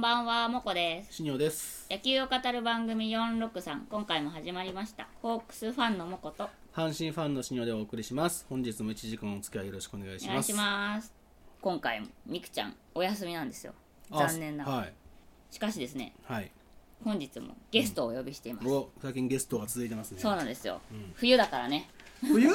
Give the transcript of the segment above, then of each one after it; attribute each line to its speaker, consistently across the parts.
Speaker 1: ばんはもこです
Speaker 2: しにょです
Speaker 1: 野球を語る番組463今回も始まりましたホークスファンのもこと
Speaker 2: 阪神ファンのしにょでお送りします本日も1時間お付き合いよろしくお願いし
Speaker 1: お願
Speaker 2: ま
Speaker 1: い
Speaker 2: す
Speaker 1: します今回もみくちゃんお休みなんですよ
Speaker 2: あ
Speaker 1: 残念ながら、
Speaker 2: はい
Speaker 1: しかしですね
Speaker 2: はい
Speaker 1: 本日もゲストをお呼びしています、
Speaker 2: お最近ゲストが続いてますね
Speaker 1: そうなんですよ、冬だからね
Speaker 2: 冬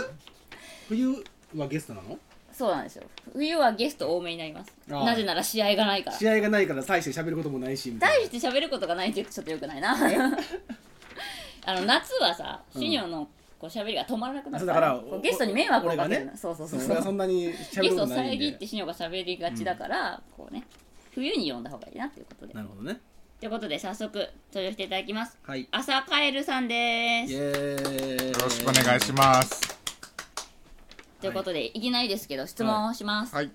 Speaker 2: 冬はゲストなの
Speaker 1: そうなんですよ冬はゲスト多めになります
Speaker 2: ああ
Speaker 1: なぜなら試合がないから
Speaker 2: 試合がないから大して喋ることもないしみたい
Speaker 1: 大
Speaker 2: な
Speaker 1: して喋ることがないって言うとちょっとよくない なあの夏はさシニョのこう喋りが止まらなくな
Speaker 2: そ
Speaker 1: る
Speaker 2: うだから
Speaker 1: こ
Speaker 2: お
Speaker 1: うゲストに迷惑をかけ
Speaker 2: 俺
Speaker 1: る、
Speaker 2: がね
Speaker 1: そうそうそ
Speaker 2: そうう
Speaker 1: そ
Speaker 2: 俺はそん
Speaker 1: う
Speaker 2: なに喋
Speaker 1: ゲ
Speaker 2: る
Speaker 1: ス
Speaker 2: こ
Speaker 1: ト
Speaker 2: と
Speaker 1: を
Speaker 2: ないん
Speaker 1: 遮っ
Speaker 2: で
Speaker 1: てシニョが喋りがちだから、こうね冬に呼んだ方がいいなっていうことで
Speaker 2: なるほどね
Speaker 1: ということで早速登場していただきます
Speaker 2: はいイ
Speaker 1: 朝カエルさんで
Speaker 2: エ
Speaker 1: す
Speaker 2: ーイ
Speaker 3: よろしくお願いします。
Speaker 1: ということで、い、きなりですけど質問をします、
Speaker 3: はい、
Speaker 1: 好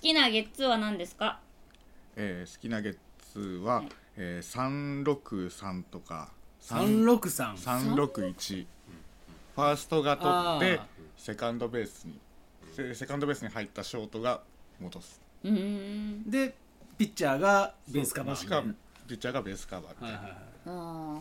Speaker 1: きなゲッツーは何ですか
Speaker 3: えー、好きなゲッツーは、
Speaker 1: い
Speaker 3: えー、三六三とか
Speaker 2: 三
Speaker 3: 三
Speaker 2: 六三
Speaker 3: 三六一。ファーストが
Speaker 2: あ
Speaker 3: 取っ
Speaker 2: ー
Speaker 3: てセカンドベースにセセカンドベースに入ったショートが戻す。
Speaker 1: うーん
Speaker 2: でピッチャーがベースカバー
Speaker 3: し
Speaker 2: みた
Speaker 3: か
Speaker 2: いな
Speaker 3: ピッチャーがベースカバーみたい
Speaker 2: はいは
Speaker 3: な。
Speaker 2: いはい
Speaker 1: あ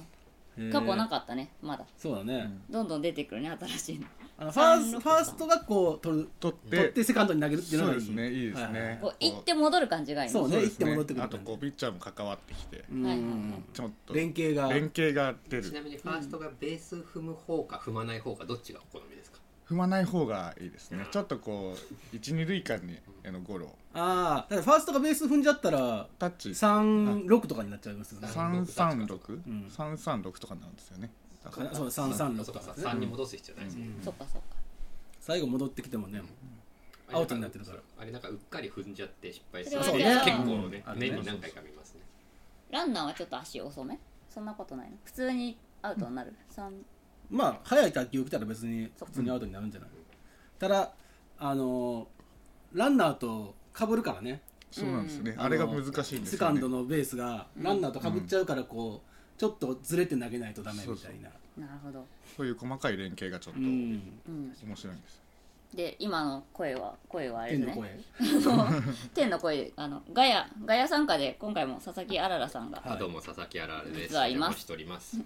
Speaker 2: へー
Speaker 1: ー過去なかったねまだ
Speaker 2: そうだね
Speaker 1: どんどん出てくるね新しいの
Speaker 2: あのファーストファーストがこう取る
Speaker 3: 取って
Speaker 2: 取ってセカンドに投げるっていうの
Speaker 3: そ
Speaker 2: が
Speaker 3: う
Speaker 2: いい
Speaker 3: ですね。いいです
Speaker 2: はは
Speaker 3: ね。
Speaker 1: こう行って戻る感じがいいね
Speaker 2: そうね
Speaker 3: そうです
Speaker 2: 行って戻ってくる
Speaker 3: あとこうピッチャーも関わってきて、
Speaker 2: うん
Speaker 1: はいはいはい
Speaker 3: ちょっと
Speaker 2: 連携が
Speaker 3: 連携が出
Speaker 4: ちな
Speaker 3: る。
Speaker 4: みにファーストがベース踏む方か踏まない方かどっちがお好みですか
Speaker 3: 踏まない方がいいですね。ちょっとこう一二塁間にあのゴロを
Speaker 2: ああだからファーストがベース踏んじゃったら
Speaker 3: タッチ。
Speaker 2: 36とかになっちゃいますよね
Speaker 3: 三三六
Speaker 2: ん
Speaker 3: 三三六とかなんですよね。だから
Speaker 2: そう336
Speaker 4: そう
Speaker 2: と
Speaker 4: か
Speaker 2: か
Speaker 4: さ
Speaker 2: ね
Speaker 4: 3に戻す必要ないですね、
Speaker 1: そっかそっか
Speaker 2: 最後戻ってきてもね
Speaker 4: あれ
Speaker 2: アウトになってるから
Speaker 4: あれなんかうっかり踏んじゃって失敗して
Speaker 1: それ
Speaker 4: 結
Speaker 1: はじゃあ
Speaker 4: 構ね
Speaker 2: うんあるね
Speaker 4: 年に何回か見ますね
Speaker 1: ランナーはちょっと足遅めそんなことないの普通にアウトになる、三
Speaker 2: まあ早い卓球来たら別に普通にアウトになるんじゃないただあのーランナーと被るからね
Speaker 3: そうなんですよね。
Speaker 2: うん
Speaker 3: あれが難しいんですよね。
Speaker 2: セカンドのベースがランナーと被っちゃうからこうちょっとずれて投げないとダメみたいな
Speaker 1: なるほど、
Speaker 3: そういう細かい連携がちょっと
Speaker 2: う
Speaker 3: 面
Speaker 2: ん
Speaker 1: うん、
Speaker 3: 白いんです。
Speaker 1: で今の声は声はあれ
Speaker 2: 天
Speaker 1: で
Speaker 2: の
Speaker 1: すね
Speaker 2: 声
Speaker 1: 天の声あのガヤガヤ参加で今回も佐々木あららさんが、
Speaker 4: あどうも佐々木あられです
Speaker 1: 実はいます
Speaker 4: お邪魔しております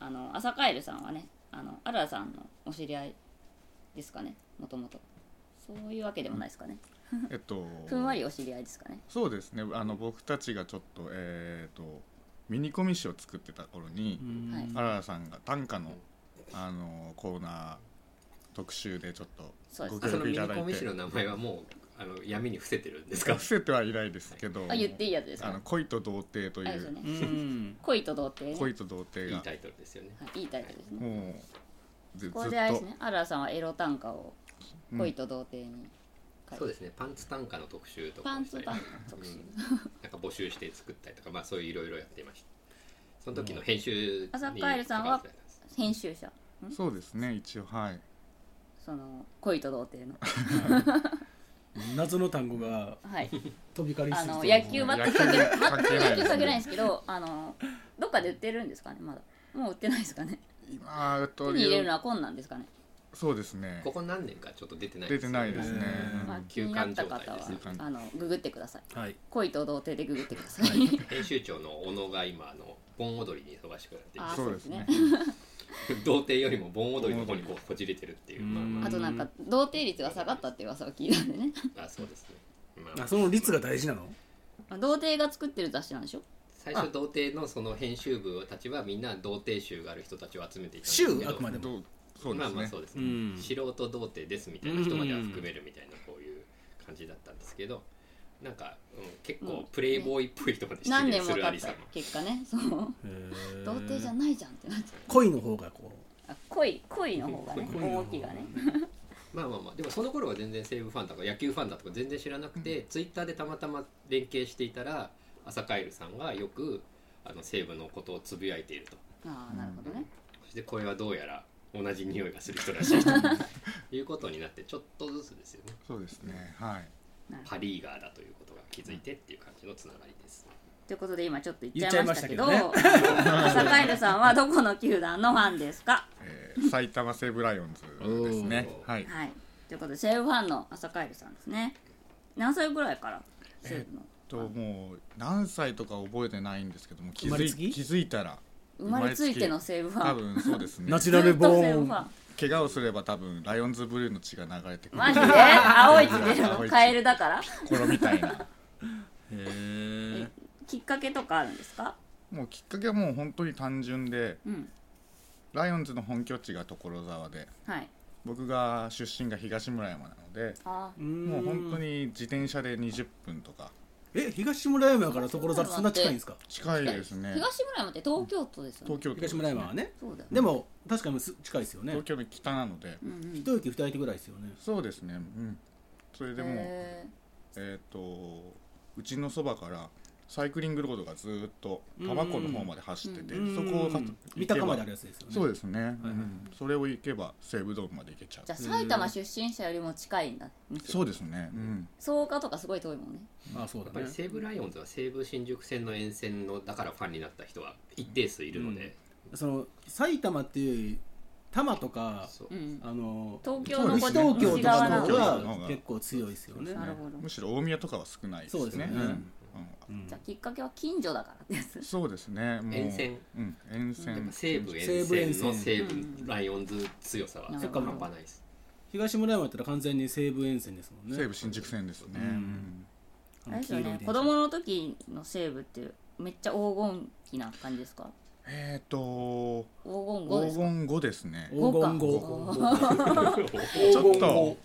Speaker 1: あの朝カエルさんはねあのあららさんのお知り合いですかねもともとそういうわけでもないですかね
Speaker 3: えっと。
Speaker 1: ふんわりお知り合いですかね
Speaker 3: そうですね。あの僕たちがちょっとえっとミニコミ誌を作ってた頃に
Speaker 2: う、ん
Speaker 1: はい
Speaker 3: あららさんが短歌のあのコーナー特集でちょっと
Speaker 1: そうです
Speaker 3: ご
Speaker 4: あそ
Speaker 3: 協
Speaker 4: の
Speaker 3: 力い
Speaker 4: ミニ
Speaker 3: ただ
Speaker 4: コ
Speaker 3: い
Speaker 4: ミ誌
Speaker 3: て
Speaker 4: の。名前はもうあの闇に伏せてるんですか
Speaker 3: 伏せてはいないですけど。
Speaker 1: あ言っていいやつです
Speaker 3: あ
Speaker 1: か
Speaker 3: の恋と童貞とい
Speaker 1: あれですよ
Speaker 3: う
Speaker 1: ね
Speaker 2: うん
Speaker 1: 恋と童貞ね
Speaker 3: 恋と童
Speaker 4: い
Speaker 3: 貞
Speaker 4: い
Speaker 3: が
Speaker 4: タイトルですよね
Speaker 1: はいいいタイトルですね
Speaker 3: もうずずっ
Speaker 1: これであれで
Speaker 3: と
Speaker 1: すねあららさんはエロ短歌を
Speaker 3: うん
Speaker 1: 恋と童貞に書いて、
Speaker 4: そうですねパンツ短歌の特集とか
Speaker 1: パン
Speaker 4: をした
Speaker 1: ツ
Speaker 4: り
Speaker 1: 短歌特集、
Speaker 4: なんか募集して作ったりとかまあそういういろいろやっていましたその時の編集に
Speaker 1: 朝カエルさんは編集者
Speaker 3: そうですね一応はい
Speaker 1: その恋と童貞の
Speaker 2: 謎の単語が
Speaker 1: はい
Speaker 2: 飛び交り
Speaker 1: あ
Speaker 2: すぎ
Speaker 1: の
Speaker 2: て
Speaker 1: 野球全く関係ない
Speaker 3: 野球関係
Speaker 1: 全く
Speaker 3: ない
Speaker 1: 野球関係ないんですけどあのどっかで売ってるんですかねまだもう売ってないですかね
Speaker 3: 今えっ
Speaker 1: 手
Speaker 3: と
Speaker 1: に入れるのは困難ですかね、
Speaker 3: そうですね
Speaker 4: ここ何年かちょっと出てない
Speaker 3: 出てないですね
Speaker 2: うん
Speaker 1: まあ、気になった方は
Speaker 4: 休
Speaker 3: 館状態ですね
Speaker 1: あのググってください
Speaker 2: はい
Speaker 1: 恋と童貞でググってください
Speaker 4: 編集長の小野が今あの盆踊りに忙しくなっていま
Speaker 1: あ
Speaker 4: す
Speaker 3: そうですね
Speaker 4: 童貞よりも盆踊りの方にこうこじれてるっていう
Speaker 2: うん
Speaker 4: まあ ま
Speaker 1: あとなんか童貞率が下がったって噂を聞いたんでね、
Speaker 4: ああそうですね、ま
Speaker 2: あその率が大事なの
Speaker 1: まあ、童貞が作ってる雑誌なんでしょ
Speaker 4: 最初童貞のその編集部たちはみんな童貞集がある人たちを集めていたんですけ
Speaker 2: 州
Speaker 4: ど
Speaker 2: あくまでも
Speaker 3: どうそうで
Speaker 4: まあ
Speaker 3: す
Speaker 4: まあ
Speaker 3: ね
Speaker 4: そうですね、
Speaker 2: うん
Speaker 4: 素人童貞ですみたいな人までは含めるみたいなこういう感じだったんですけどなんか、うん、
Speaker 1: う
Speaker 4: 結
Speaker 1: ん
Speaker 4: 構プレイボーイっぽい人まで
Speaker 1: 何
Speaker 4: 出
Speaker 1: 年
Speaker 4: 現
Speaker 1: も
Speaker 4: す
Speaker 1: 経
Speaker 4: るあ
Speaker 1: っ
Speaker 4: りさ
Speaker 1: た
Speaker 4: ん
Speaker 1: 結果ねそう童貞じゃないじゃんってなっちゃ
Speaker 2: 恋の方がこ
Speaker 1: うあ恋恋の方がね
Speaker 2: う
Speaker 1: 動きがね
Speaker 4: まあまあまあでもその頃は全然西武ファンだとか野球ファンだとか全然知らなくて、ツイッターでたまたま連携していたら朝カエルさんがよくあの西武のことをつぶやいていると
Speaker 1: ああなるほどね、
Speaker 4: そしてこれはどうやら同じ匂いがする人らしいと いうことになってちょっとずつですよね
Speaker 3: そうですねはい
Speaker 1: なるほど
Speaker 4: パ・リーガーだということが気づいてっていう感じのつながりです
Speaker 1: ということで今ちょっと言っちゃいましたけど
Speaker 2: 言っちゃいま
Speaker 1: 朝カエルさんはどこの球団のファンですか
Speaker 3: えー埼玉西武ライオンズですね
Speaker 4: おー
Speaker 3: はい
Speaker 1: はいということで西武ファンの朝カエルさんですね何歳ぐらいから西武の
Speaker 3: ともう何歳とか覚えてないんですけども気
Speaker 2: 生ま
Speaker 3: づ
Speaker 2: れ
Speaker 3: い
Speaker 2: つき
Speaker 3: 気づいたら
Speaker 1: 生まれついての西武ファ
Speaker 3: 多
Speaker 1: ン
Speaker 3: 分そうですね
Speaker 2: ナチュ
Speaker 1: ず
Speaker 2: ラル
Speaker 1: っ
Speaker 2: ボ
Speaker 1: と西
Speaker 2: ー
Speaker 1: 武
Speaker 2: ン
Speaker 1: ファン
Speaker 3: 怪我をすれば多分ライオンズブルーの血が流れてくる
Speaker 1: マジで青い血出る
Speaker 3: 青い
Speaker 1: の
Speaker 3: 血
Speaker 1: カエルだから
Speaker 3: 心みたいなへえ
Speaker 1: きっかけとかあるんですか
Speaker 3: もうきっかけはもう本当に単純で
Speaker 1: うん
Speaker 3: ライオンズの本拠地が所沢で
Speaker 1: はい
Speaker 3: 僕が出身が東村山なので
Speaker 1: あ
Speaker 2: うーん
Speaker 3: もう本当に自転車で20分とか
Speaker 2: え東村山から所沢ってそんな近いんですか
Speaker 3: 近いです
Speaker 1: ー
Speaker 3: ね
Speaker 1: 東村山って東京都ですよね
Speaker 3: 東京都です
Speaker 2: 東村
Speaker 3: ね
Speaker 2: 山はね
Speaker 1: そうだよね
Speaker 2: でも確かにす近いですよね
Speaker 3: 東京の北なので
Speaker 1: うんうん
Speaker 2: 一駅二駅ぐらいですよね
Speaker 3: そうですねうんそれでもう
Speaker 1: へ
Speaker 3: えっ、とうちのそばからサイクリングロードがずーっとタバコの方まで走ってて、
Speaker 2: うん
Speaker 3: そこをか
Speaker 2: 三鷹まであ
Speaker 3: 行けば
Speaker 2: るやつですよね
Speaker 3: そうですね、
Speaker 2: いはい
Speaker 3: うんそれを行けば西武ドームまで行けちゃう
Speaker 1: ーじゃあ埼玉出身者よりも近いんだ
Speaker 3: そうですね、うん、
Speaker 1: 草加とかすごい遠いもんね
Speaker 2: あそう
Speaker 4: やっ
Speaker 2: だ
Speaker 4: ぱ
Speaker 2: ね
Speaker 4: り西武ライオンズは西武新宿線の沿線のだからファンになった人は一定数いるので、
Speaker 2: その埼玉っていうより多摩とか
Speaker 4: そう
Speaker 1: うん
Speaker 2: あの
Speaker 1: 東京
Speaker 3: そう
Speaker 1: の
Speaker 3: で
Speaker 1: こ
Speaker 2: 西
Speaker 3: す
Speaker 1: っち
Speaker 2: 東
Speaker 3: ね
Speaker 2: 京
Speaker 1: 西
Speaker 2: と
Speaker 1: 側なの
Speaker 2: かの
Speaker 1: じ
Speaker 2: 方
Speaker 1: ゃ
Speaker 3: 西側の方
Speaker 2: が
Speaker 3: が
Speaker 2: 結構強いですよね
Speaker 1: なるほど
Speaker 3: むしろ大宮とかは少ないですね
Speaker 2: そうですね
Speaker 3: うん
Speaker 2: うんうん
Speaker 1: あきっかけは近所だからってやつ
Speaker 3: うんそうですねもう
Speaker 4: 沿線、
Speaker 3: うん、沿線
Speaker 4: やっぱ西武沿線の西武ライオンズ強さは
Speaker 1: うん
Speaker 4: 半端ないです、
Speaker 2: 東村山やったら完全に西武沿線ですもんね
Speaker 3: 西武新宿線です
Speaker 2: う
Speaker 3: ね、
Speaker 2: ん
Speaker 3: うん
Speaker 2: あ
Speaker 1: あれ
Speaker 2: の
Speaker 1: ですよ
Speaker 2: 黄色い
Speaker 1: ね
Speaker 2: 電車
Speaker 1: 子供の時の西武ってめっちゃ黄金期な感じですか
Speaker 3: えっ、と
Speaker 1: 黄金後で
Speaker 3: 黄
Speaker 1: すか
Speaker 3: 金後ですね
Speaker 2: 黄金
Speaker 1: 豪
Speaker 2: 号
Speaker 3: ちょっと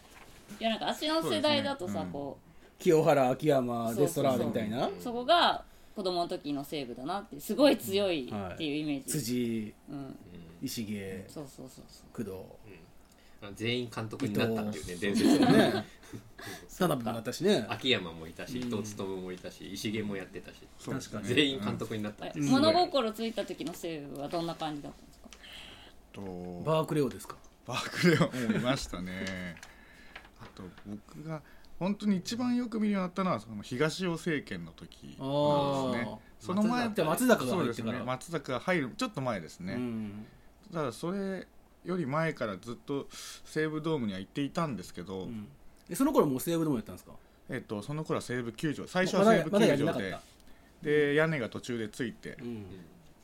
Speaker 1: いやなんか足の世代だと
Speaker 3: そう
Speaker 1: さ
Speaker 3: ですね
Speaker 1: こ
Speaker 2: 清原秋
Speaker 1: そ
Speaker 2: 山
Speaker 1: うそう
Speaker 2: レストラーメンみたいな
Speaker 1: うそこが子供の時の西武だなってすごい強いっていうイメージ
Speaker 2: 辻
Speaker 1: うん
Speaker 4: うん
Speaker 2: 石毛
Speaker 1: そうそうそうそ
Speaker 2: 工藤
Speaker 4: あの全員監督になったっていうね伝説の
Speaker 2: ね田辺もなったしね
Speaker 4: 秋山もいたし伊藤勉もいたし石毛もやってたし
Speaker 3: そうですね
Speaker 2: 確か
Speaker 4: 全員監督になった
Speaker 1: う
Speaker 4: っ
Speaker 1: あ
Speaker 4: て
Speaker 1: れ
Speaker 4: すごい
Speaker 1: 物心ついた時の西武はどんな感じだったんですか
Speaker 3: と
Speaker 2: バークレオですか
Speaker 3: バークレオもいましたねあと僕が本当に一番よく見るようになったのはその東尾政権の時なんですねその前
Speaker 2: じゃあ松坂が
Speaker 3: そう
Speaker 2: 入
Speaker 3: で
Speaker 2: っ
Speaker 3: す
Speaker 2: てか
Speaker 3: ね
Speaker 2: ら
Speaker 3: 松坂が入るちょっと前ですね、
Speaker 2: うん
Speaker 3: ただそれより前からずっと西武ドームには行っていたんですけど、
Speaker 2: うんえその頃もう西武でもやったんですか
Speaker 3: えっと、その頃は西武球場最初は西
Speaker 2: まだ
Speaker 3: 武
Speaker 2: まだや
Speaker 3: 球
Speaker 2: りな
Speaker 3: 場
Speaker 2: かっ
Speaker 3: で
Speaker 2: た、
Speaker 3: で屋根が途中でついて
Speaker 2: うん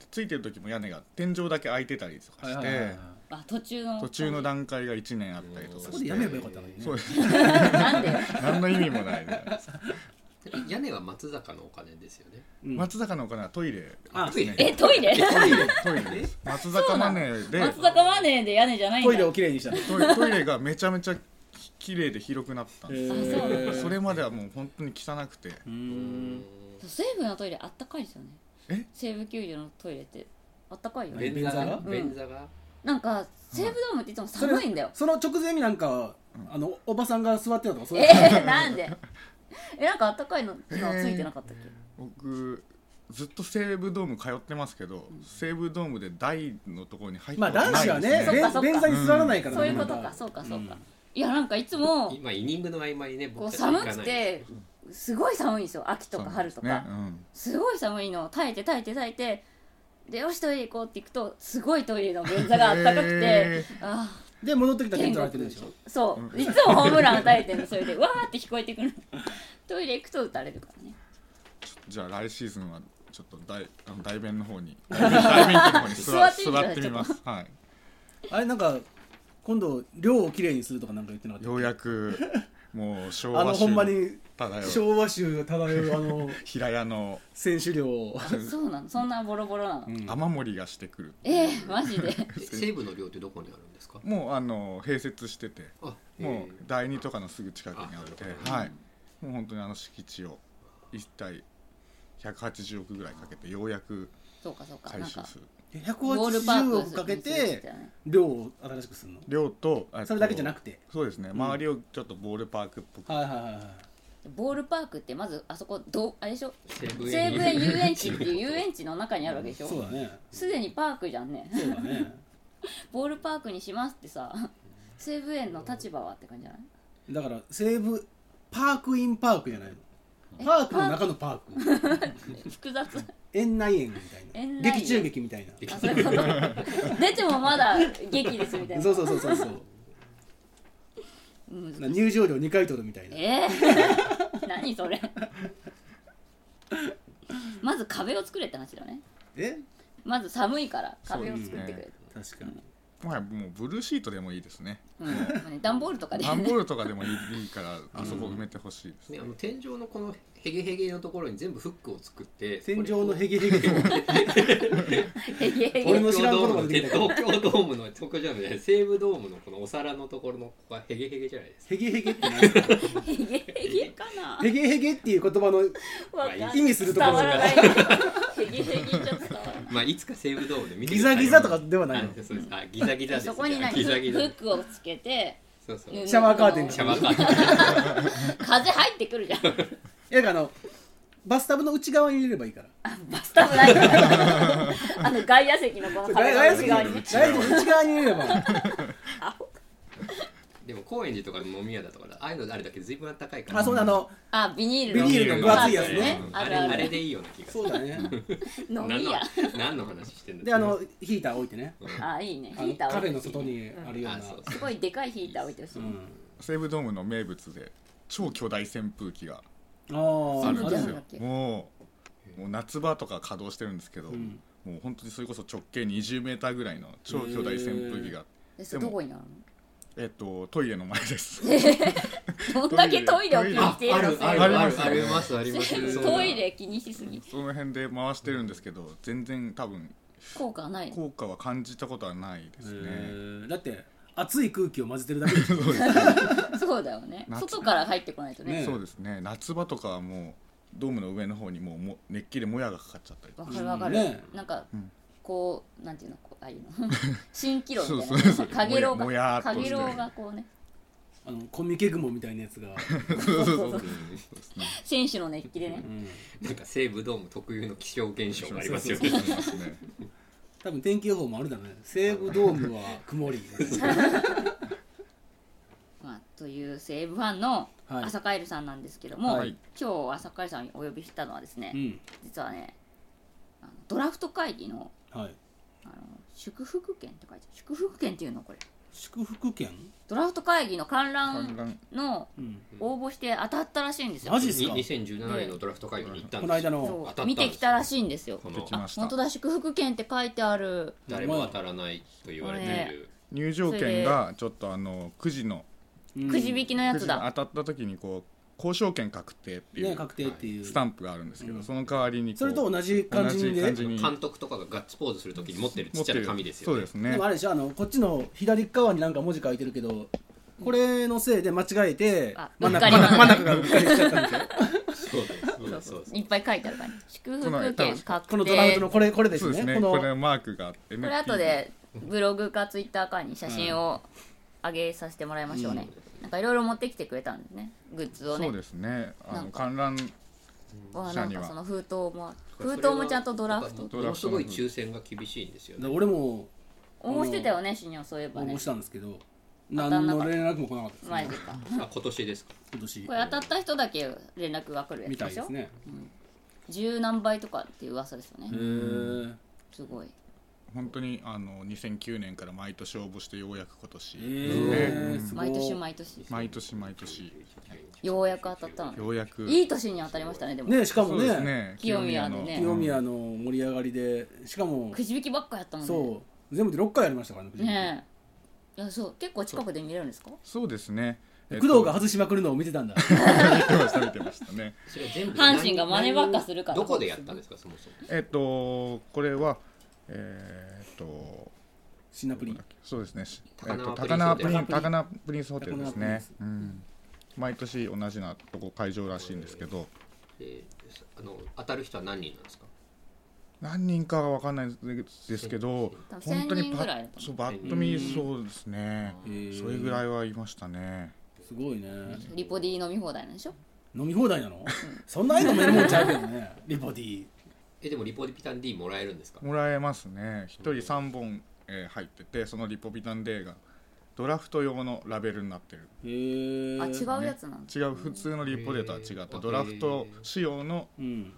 Speaker 3: ついてる時も屋根が天井だけ開いてたりとか
Speaker 2: はい
Speaker 3: し
Speaker 2: はいはいはい
Speaker 3: て
Speaker 1: あ途中の
Speaker 3: 途中の段階が1年あったりと
Speaker 2: そ
Speaker 3: か
Speaker 2: こで
Speaker 3: して
Speaker 2: やめればよかったのにね
Speaker 3: そうです
Speaker 1: なんで
Speaker 3: 何の意味もないね
Speaker 4: 屋根は松坂のお金ですよね
Speaker 2: うん
Speaker 3: 松坂のお金はトイレです
Speaker 2: あ
Speaker 3: ね
Speaker 1: えトイレ
Speaker 3: トイレトイレです松坂マネーで
Speaker 1: 松坂マネーで屋根じゃないんだ
Speaker 2: トイレをきれいにしたの
Speaker 3: トイレトイレがめちゃめちゃき綺麗で広くなったんですよ、
Speaker 1: あそうなん
Speaker 3: それまではもう本当に汚くて
Speaker 2: う
Speaker 4: うん
Speaker 1: そう西武のトイレあったかいですよね
Speaker 3: え
Speaker 1: 西武球場のトイレってあったかいよね
Speaker 4: 便
Speaker 2: 便
Speaker 4: 座
Speaker 2: 座が
Speaker 4: が
Speaker 1: ん
Speaker 4: 便座が
Speaker 1: なんか西武ドームっていつも寒いんだよ
Speaker 2: その直前になんかあのおばさんが座ってたとかそうい
Speaker 1: え
Speaker 2: う
Speaker 1: ー、なんでえなんかあったかいののついてなかったっけ、
Speaker 3: 僕ずっと西武ドーム通ってますけど、西武ドームで台のところに入った
Speaker 2: まあ
Speaker 3: ことない
Speaker 2: 男子はね
Speaker 1: そっかそっか
Speaker 2: べん便座に座らないから
Speaker 1: そういうこと
Speaker 2: なん
Speaker 1: かそうかそうか、
Speaker 2: うん
Speaker 1: いやなんかいつも
Speaker 4: 今イニングの合間にね
Speaker 1: こ
Speaker 4: 僕
Speaker 1: う
Speaker 4: たち行
Speaker 1: 寒
Speaker 4: か
Speaker 1: く
Speaker 4: ない
Speaker 1: てすごい寒いんですよ秋とか春とかす,、
Speaker 3: そうなん
Speaker 1: ごい寒いの耐えて耐えて耐えてでよしトイレ行こうって行くとすごいトイレの便座があったかくて、
Speaker 3: へ
Speaker 1: ああ
Speaker 2: で戻ってきたら点取られてるでしょ
Speaker 1: そういつもホームラン打たれてるのそれでわーって聞こえてくるトイレ行くと打たれるからね
Speaker 3: ですねうん、じゃあ来シーズンはちょっと大あの大便の方 に大便器の方に座
Speaker 1: 座ってみたら
Speaker 3: 座ってみます、はい、
Speaker 2: あれなんか今度寮をきれいにするとかなんか言ってなかった
Speaker 3: ようやくもう昭
Speaker 2: あの
Speaker 3: 和
Speaker 2: ほんま
Speaker 3: 州
Speaker 2: に
Speaker 3: 漂う
Speaker 2: 昭和州漂うあの
Speaker 3: 平屋の
Speaker 2: 選手寮を
Speaker 1: あそうなのそんなボロボロなの、
Speaker 3: 雨漏りがしてくる
Speaker 1: ええマジで
Speaker 4: え西武の寮ってどこにあるんですか
Speaker 3: もうあの併設してて
Speaker 4: あ
Speaker 3: もう
Speaker 4: えー
Speaker 3: 第二とかのすぐ近くにあって
Speaker 4: あなるほ
Speaker 3: はいもう本当にあの敷地を一体180億ぐらいかけてようやく
Speaker 1: そうかそうか
Speaker 3: 回
Speaker 1: なん
Speaker 3: 収
Speaker 1: か
Speaker 3: する
Speaker 1: ボールパー
Speaker 2: 180
Speaker 1: ク
Speaker 2: 億かけ
Speaker 1: にするって言ってた
Speaker 2: て
Speaker 1: よね
Speaker 2: 寮を新しくするの
Speaker 3: 量とあと
Speaker 2: それだけじゃなくて
Speaker 3: そうですね周りをちょっとボールパークっぽく、
Speaker 2: はいはいはいはい
Speaker 1: ボールパークってまずあそこどうあれでしょ
Speaker 4: 西武
Speaker 1: 西武園遊園地っていう遊園地の中にあるわけでし
Speaker 2: そう
Speaker 1: ょ
Speaker 2: だね
Speaker 1: すでにパークじゃんね
Speaker 2: そうだね
Speaker 1: ボールパークにしますってさ西武園の立場はって感じじゃない
Speaker 2: だから西武パークインパークじゃないのパークの中のパーク
Speaker 1: 複雑
Speaker 2: 園内園みたい
Speaker 1: 園
Speaker 2: な
Speaker 1: 内園
Speaker 2: 劇中劇みたいな
Speaker 1: あそういうこと出てもまだ劇ですみたいな
Speaker 2: そうそうそうそ うそう
Speaker 1: うん
Speaker 2: 入場料2回取るみたいな
Speaker 1: ええ何それまず壁を作れって話だね
Speaker 2: え
Speaker 1: まず寒いから壁を
Speaker 3: そう
Speaker 1: 作っ
Speaker 3: ですね
Speaker 1: てくれ
Speaker 2: 確かに
Speaker 3: まあもうブルーシートでもいいですね
Speaker 1: うんもうね段ボールとかで
Speaker 3: 段ボールとかでもいいい いからあそこ埋めてほしいです
Speaker 4: ね、あの天井のこのヘゲヘゲのところに全部フックを作って
Speaker 2: 天井の
Speaker 4: ヘ
Speaker 2: ヘゲヘゲと
Speaker 1: ヘゲヘ
Speaker 2: 俺
Speaker 1: ゲ
Speaker 2: の知らん言葉ででき
Speaker 4: 東
Speaker 2: た
Speaker 4: 京ドームの東京じゃない西武ドームのこのお皿のところのここはヘゲヘゲじゃないですか
Speaker 2: ヘゲヘゲって何ですか
Speaker 1: ヘゲヘゲかな
Speaker 2: ヘゲヘゲっていう言葉の
Speaker 1: わかんない
Speaker 2: 意味するところ
Speaker 1: 伝わら
Speaker 2: が
Speaker 1: ないヘゲヘゲじゃ伝わらない
Speaker 4: まあいつか西武ドームで見て
Speaker 2: ギ
Speaker 4: くだ
Speaker 2: ザ
Speaker 4: さい
Speaker 2: ギザとかではないの
Speaker 4: あそうですあギザギザです
Speaker 1: そこに何
Speaker 4: ギザギザ
Speaker 1: フックをつけて
Speaker 4: そうそう
Speaker 1: うん
Speaker 2: シャワーカーテン
Speaker 4: シャワーカー
Speaker 1: 風入ってくるじゃん
Speaker 2: いやあのバスタブの内側に入れればいいから
Speaker 1: バスタブない からあの外野席のこの
Speaker 2: そう
Speaker 1: 壁
Speaker 2: 外
Speaker 1: の
Speaker 2: 野
Speaker 1: 内
Speaker 2: 席
Speaker 1: 側
Speaker 2: 外
Speaker 1: にね
Speaker 2: 野席の内側に入れれば
Speaker 4: でも高円寺とかの飲み屋だとかああいうのあれだけ随分暖かいから
Speaker 2: あそうだあの
Speaker 1: あビニールの
Speaker 2: ビニールの分厚いやつね
Speaker 4: うん
Speaker 1: あ
Speaker 4: あ
Speaker 1: る
Speaker 4: れ
Speaker 1: あ
Speaker 4: あれ
Speaker 1: る
Speaker 4: でいいような気がす
Speaker 2: そうだね
Speaker 4: る
Speaker 1: 飲み屋
Speaker 4: 何の何の話してんだ
Speaker 2: であのヒーター置いてね
Speaker 1: あいいね
Speaker 2: あ
Speaker 1: ヒ
Speaker 2: の
Speaker 1: ーター
Speaker 2: カ
Speaker 1: 置
Speaker 2: フェ
Speaker 1: い
Speaker 2: の
Speaker 1: てほしい
Speaker 2: 外にあるような
Speaker 4: あそう
Speaker 1: すごいでかいヒーター置いてほしい、
Speaker 2: うん
Speaker 3: 西武ドームの名物で超巨大扇風機が
Speaker 2: あ
Speaker 3: ある
Speaker 2: ー
Speaker 3: ん
Speaker 2: あ
Speaker 3: で
Speaker 2: れ
Speaker 3: す
Speaker 1: あるんだっ
Speaker 3: よ
Speaker 1: け
Speaker 3: もうもう夏場とか稼働してるんですけど、
Speaker 2: うん
Speaker 3: もう本当にそれこそ直径20メーターぐらいの超巨大扇風機が
Speaker 1: でそれどこにあるの
Speaker 3: えっとトイレの前 です
Speaker 1: どんだけトイレを気にしている
Speaker 4: あ
Speaker 1: の
Speaker 4: るある
Speaker 1: そ
Speaker 4: あ
Speaker 1: れ
Speaker 4: る
Speaker 3: ある
Speaker 4: あるありますありますそうだ
Speaker 1: トイレ気にしすぎ
Speaker 3: その辺で回してるんですけど全然多分
Speaker 1: 効果はないの
Speaker 3: 効果は感じたことはないです
Speaker 2: へ
Speaker 3: ね
Speaker 2: ーだって熱い空気を混ぜてるだけでしょ
Speaker 1: そうだよね
Speaker 3: 夏
Speaker 1: 外から入ってこないとね
Speaker 2: ね
Speaker 3: そうですね夏場とかはもうドームの上の方にもうも熱気でもやがかかっちゃったりと
Speaker 1: わ
Speaker 3: か
Speaker 1: かるわかる、
Speaker 2: ね
Speaker 1: なんか、
Speaker 3: うん
Speaker 1: こうなんていうのこうああ いうの蜃気楼みたい
Speaker 3: そうそう
Speaker 1: な
Speaker 3: そう
Speaker 1: かげろう
Speaker 3: もや
Speaker 1: がか
Speaker 3: っとして
Speaker 1: げろうがこうね
Speaker 2: あのコミケ雲みたいなやつが、
Speaker 3: そうそうそうそうですね
Speaker 1: 選手の熱気でね
Speaker 2: うん
Speaker 4: なんか西武ドーム特有の気象現象がありますよ
Speaker 3: そう
Speaker 4: ね
Speaker 3: そうそ うそう
Speaker 2: 多分天気予報もあるだろうね西武ドームは 曇り
Speaker 1: まあ、という西武ファンの
Speaker 2: はい
Speaker 1: 朝カエルさんなんですけども、
Speaker 2: はい
Speaker 1: 今日朝カエルさんにお呼びしたのはですね、
Speaker 2: うん
Speaker 1: 実はねあのドラフト会議の
Speaker 2: はい
Speaker 1: あの祝福券って書いてある祝福券っていうのこれ
Speaker 2: 祝福券
Speaker 1: ドラフト会議の観
Speaker 3: 観
Speaker 1: 覧
Speaker 3: 覧
Speaker 1: の
Speaker 2: うん
Speaker 1: 応募して当たったらしいんですよ
Speaker 2: マジっすか
Speaker 4: 2017年のドラフト会議に行ったん
Speaker 2: こ
Speaker 4: で
Speaker 2: の間
Speaker 4: す
Speaker 2: の
Speaker 1: そ
Speaker 4: 当たった
Speaker 1: うん見てきたらしいんですよ
Speaker 4: こ
Speaker 3: で
Speaker 4: の
Speaker 3: き
Speaker 1: あ
Speaker 3: ました
Speaker 1: 本当だ祝福券って書いてある
Speaker 4: 誰も当たらないと言われている
Speaker 3: 入場券がちょっとあの9時の
Speaker 2: うん
Speaker 1: くじ引きのや
Speaker 3: く
Speaker 1: つ
Speaker 3: じが
Speaker 1: だ、
Speaker 3: 当たった時にこう交渉券確定ってい
Speaker 2: ね
Speaker 3: う
Speaker 2: 確定っていう
Speaker 3: スタンプがあるんですけ
Speaker 2: う
Speaker 3: ど
Speaker 2: ん
Speaker 3: その代わりにこう
Speaker 2: それと同じ
Speaker 3: 同
Speaker 2: 感じ
Speaker 3: じ
Speaker 2: で
Speaker 3: 感じに
Speaker 4: 監督とかがガッツポーズするときに持ってるちっちゃな紙です
Speaker 3: そ
Speaker 4: よ
Speaker 3: う
Speaker 4: ね
Speaker 3: ですね
Speaker 2: でもあれでしょあのこっちの左側になんか文字書いてるけどこれのせいで間違えて
Speaker 1: あ
Speaker 2: 真ん
Speaker 1: う
Speaker 2: 中
Speaker 1: っかりな
Speaker 2: 真ん中がうっかりしちゃったんですよ
Speaker 4: そうですそうですそうです
Speaker 1: いっぱい書いてあるからね祝福券確定
Speaker 2: このドラフトのこれこれです
Speaker 3: そうです
Speaker 2: ね
Speaker 3: ね
Speaker 2: こ
Speaker 3: これ
Speaker 2: の
Speaker 3: のマークがあって
Speaker 1: これ後でブログかツイッターかに写真を上げさせてもらいましょうね、なんかいろいろ持ってきてくれたんですねグッズをね
Speaker 3: そうですねあ
Speaker 1: なん
Speaker 3: の
Speaker 1: か
Speaker 3: 観覧
Speaker 1: わあ
Speaker 3: 社
Speaker 1: なん
Speaker 3: に
Speaker 1: か
Speaker 3: は
Speaker 1: その封筒も封筒もちゃんとドラフト
Speaker 4: ものすごい抽選が厳しいんですよね
Speaker 2: 俺も
Speaker 1: 応募してたよねシニアそういえば
Speaker 2: 応
Speaker 1: ね
Speaker 2: 募したんですけど
Speaker 1: 当た
Speaker 2: 何
Speaker 1: んなか
Speaker 2: の
Speaker 1: った
Speaker 2: 連絡も来なかったです
Speaker 1: マジ
Speaker 2: ね
Speaker 1: か
Speaker 4: あ今年ですか
Speaker 2: 今年
Speaker 1: これ当たった人だけ連絡が来るや
Speaker 2: み
Speaker 1: つ
Speaker 2: た
Speaker 1: で
Speaker 2: い
Speaker 1: し
Speaker 2: で
Speaker 1: ょ
Speaker 2: すね
Speaker 1: 十何倍とかっていう噂ですよ
Speaker 2: へ
Speaker 1: ね
Speaker 2: ー
Speaker 1: すごい
Speaker 3: 本当にあの2009年から毎年応募してようやく今年、
Speaker 2: えーすごい
Speaker 1: 毎年毎年
Speaker 3: 毎年毎年
Speaker 1: ようやく当たったの
Speaker 3: ようやく
Speaker 1: いい年に当たりましたねでも
Speaker 2: ねしか
Speaker 3: そ
Speaker 2: も
Speaker 3: うです
Speaker 2: ね
Speaker 3: ね
Speaker 1: 清宮のね
Speaker 2: 清宮の盛り上がりでしかも
Speaker 1: くじ引きばっかやったもんね
Speaker 2: そう全部で6回やりましたからねくじ引き
Speaker 1: ねえいやそう結構近くで見れるんですか
Speaker 3: そうですねえっと
Speaker 2: 工藤が外しまくるのを見てたんだ
Speaker 3: 見てました見てましたね
Speaker 4: それは全部
Speaker 1: 阪神が真似ばっかするから
Speaker 4: どこでやったんですかそもそも
Speaker 3: えっとこれはえーっと
Speaker 2: シンナプリ
Speaker 3: そうですね。
Speaker 4: 高輪
Speaker 3: えっと
Speaker 4: プリンス
Speaker 3: 高輪
Speaker 4: ホ
Speaker 3: プ
Speaker 4: テ
Speaker 3: リ
Speaker 2: ル
Speaker 3: ン高輪プリンスホテルで
Speaker 2: 高輪
Speaker 3: す
Speaker 2: プリン
Speaker 3: ね
Speaker 2: ス。
Speaker 3: うん毎年同じなとこ会場らしいんですけど、
Speaker 4: であの当たる人は何人なんですか
Speaker 3: 何人かは分かんないですけど
Speaker 1: 多、分
Speaker 3: 本当に
Speaker 1: 1000人ぐ
Speaker 3: パ
Speaker 1: らいだと思う
Speaker 3: そうバッと見そうですね
Speaker 2: へ。ー
Speaker 3: それぐらいはいましたね。
Speaker 2: すごいね
Speaker 1: リポ D 飲み放題なんでしょ
Speaker 2: 飲み放題なのそんなに飲めるもんちゃうけどねリポディ
Speaker 4: えでもリポリピタン D もらえるんですか
Speaker 3: もらえますね。一人三本えー入ってて、そのリポビタン D がドラフト用のラベルになってる。
Speaker 2: へえ
Speaker 1: あ違うやつなんだ
Speaker 3: 違う普通のリポデーとは違って
Speaker 4: へー
Speaker 3: ドラフト仕様の、
Speaker 2: うん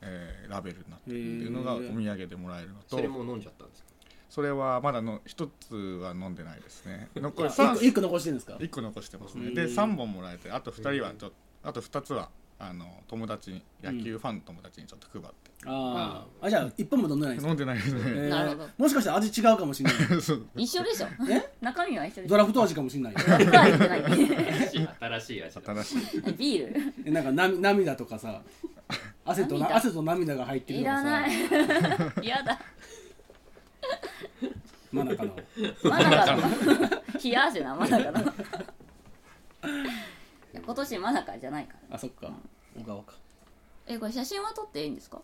Speaker 3: えーラベルになって
Speaker 2: へ
Speaker 3: るって
Speaker 2: ー
Speaker 3: いうのがお土産でもらえるのと
Speaker 4: それも飲んじゃったんですか
Speaker 3: それはまだの一つは飲んでないですね。残
Speaker 2: あ
Speaker 3: り
Speaker 2: 一
Speaker 3: 三
Speaker 2: 個一個残してるんですか
Speaker 3: 一個残してます
Speaker 2: う
Speaker 3: ね。
Speaker 2: ん
Speaker 3: で三本もらえて、あと二人はちょっとあと二つはあの友達に野球ファンの友達にちょっと配っ
Speaker 2: あーあじゃあ一本も飲んでないん
Speaker 3: て、
Speaker 2: です
Speaker 3: 飲
Speaker 2: か、
Speaker 3: んでないです
Speaker 2: え
Speaker 3: ね、
Speaker 2: ー
Speaker 1: なるほど
Speaker 2: もしかしたら味違うかもし れない
Speaker 3: そう
Speaker 1: 一緒でしょ
Speaker 2: え
Speaker 1: 中身は一緒でし
Speaker 2: ド
Speaker 1: ょ
Speaker 2: ラフト味かもしれない
Speaker 1: ドラフト入ってない
Speaker 4: 新しい味だ
Speaker 3: 新しい
Speaker 1: ビール
Speaker 2: えなんかな涙とかさ汗とな
Speaker 1: 涙
Speaker 2: 汗と涙が入ってる
Speaker 1: い
Speaker 2: のが
Speaker 1: ら
Speaker 2: さ
Speaker 1: ない やだ
Speaker 2: 真中の
Speaker 1: 真中の冷や汗な 真中のいや今年真中じゃないから
Speaker 2: あそっか小川か
Speaker 1: えこれ写真は撮っていいんですか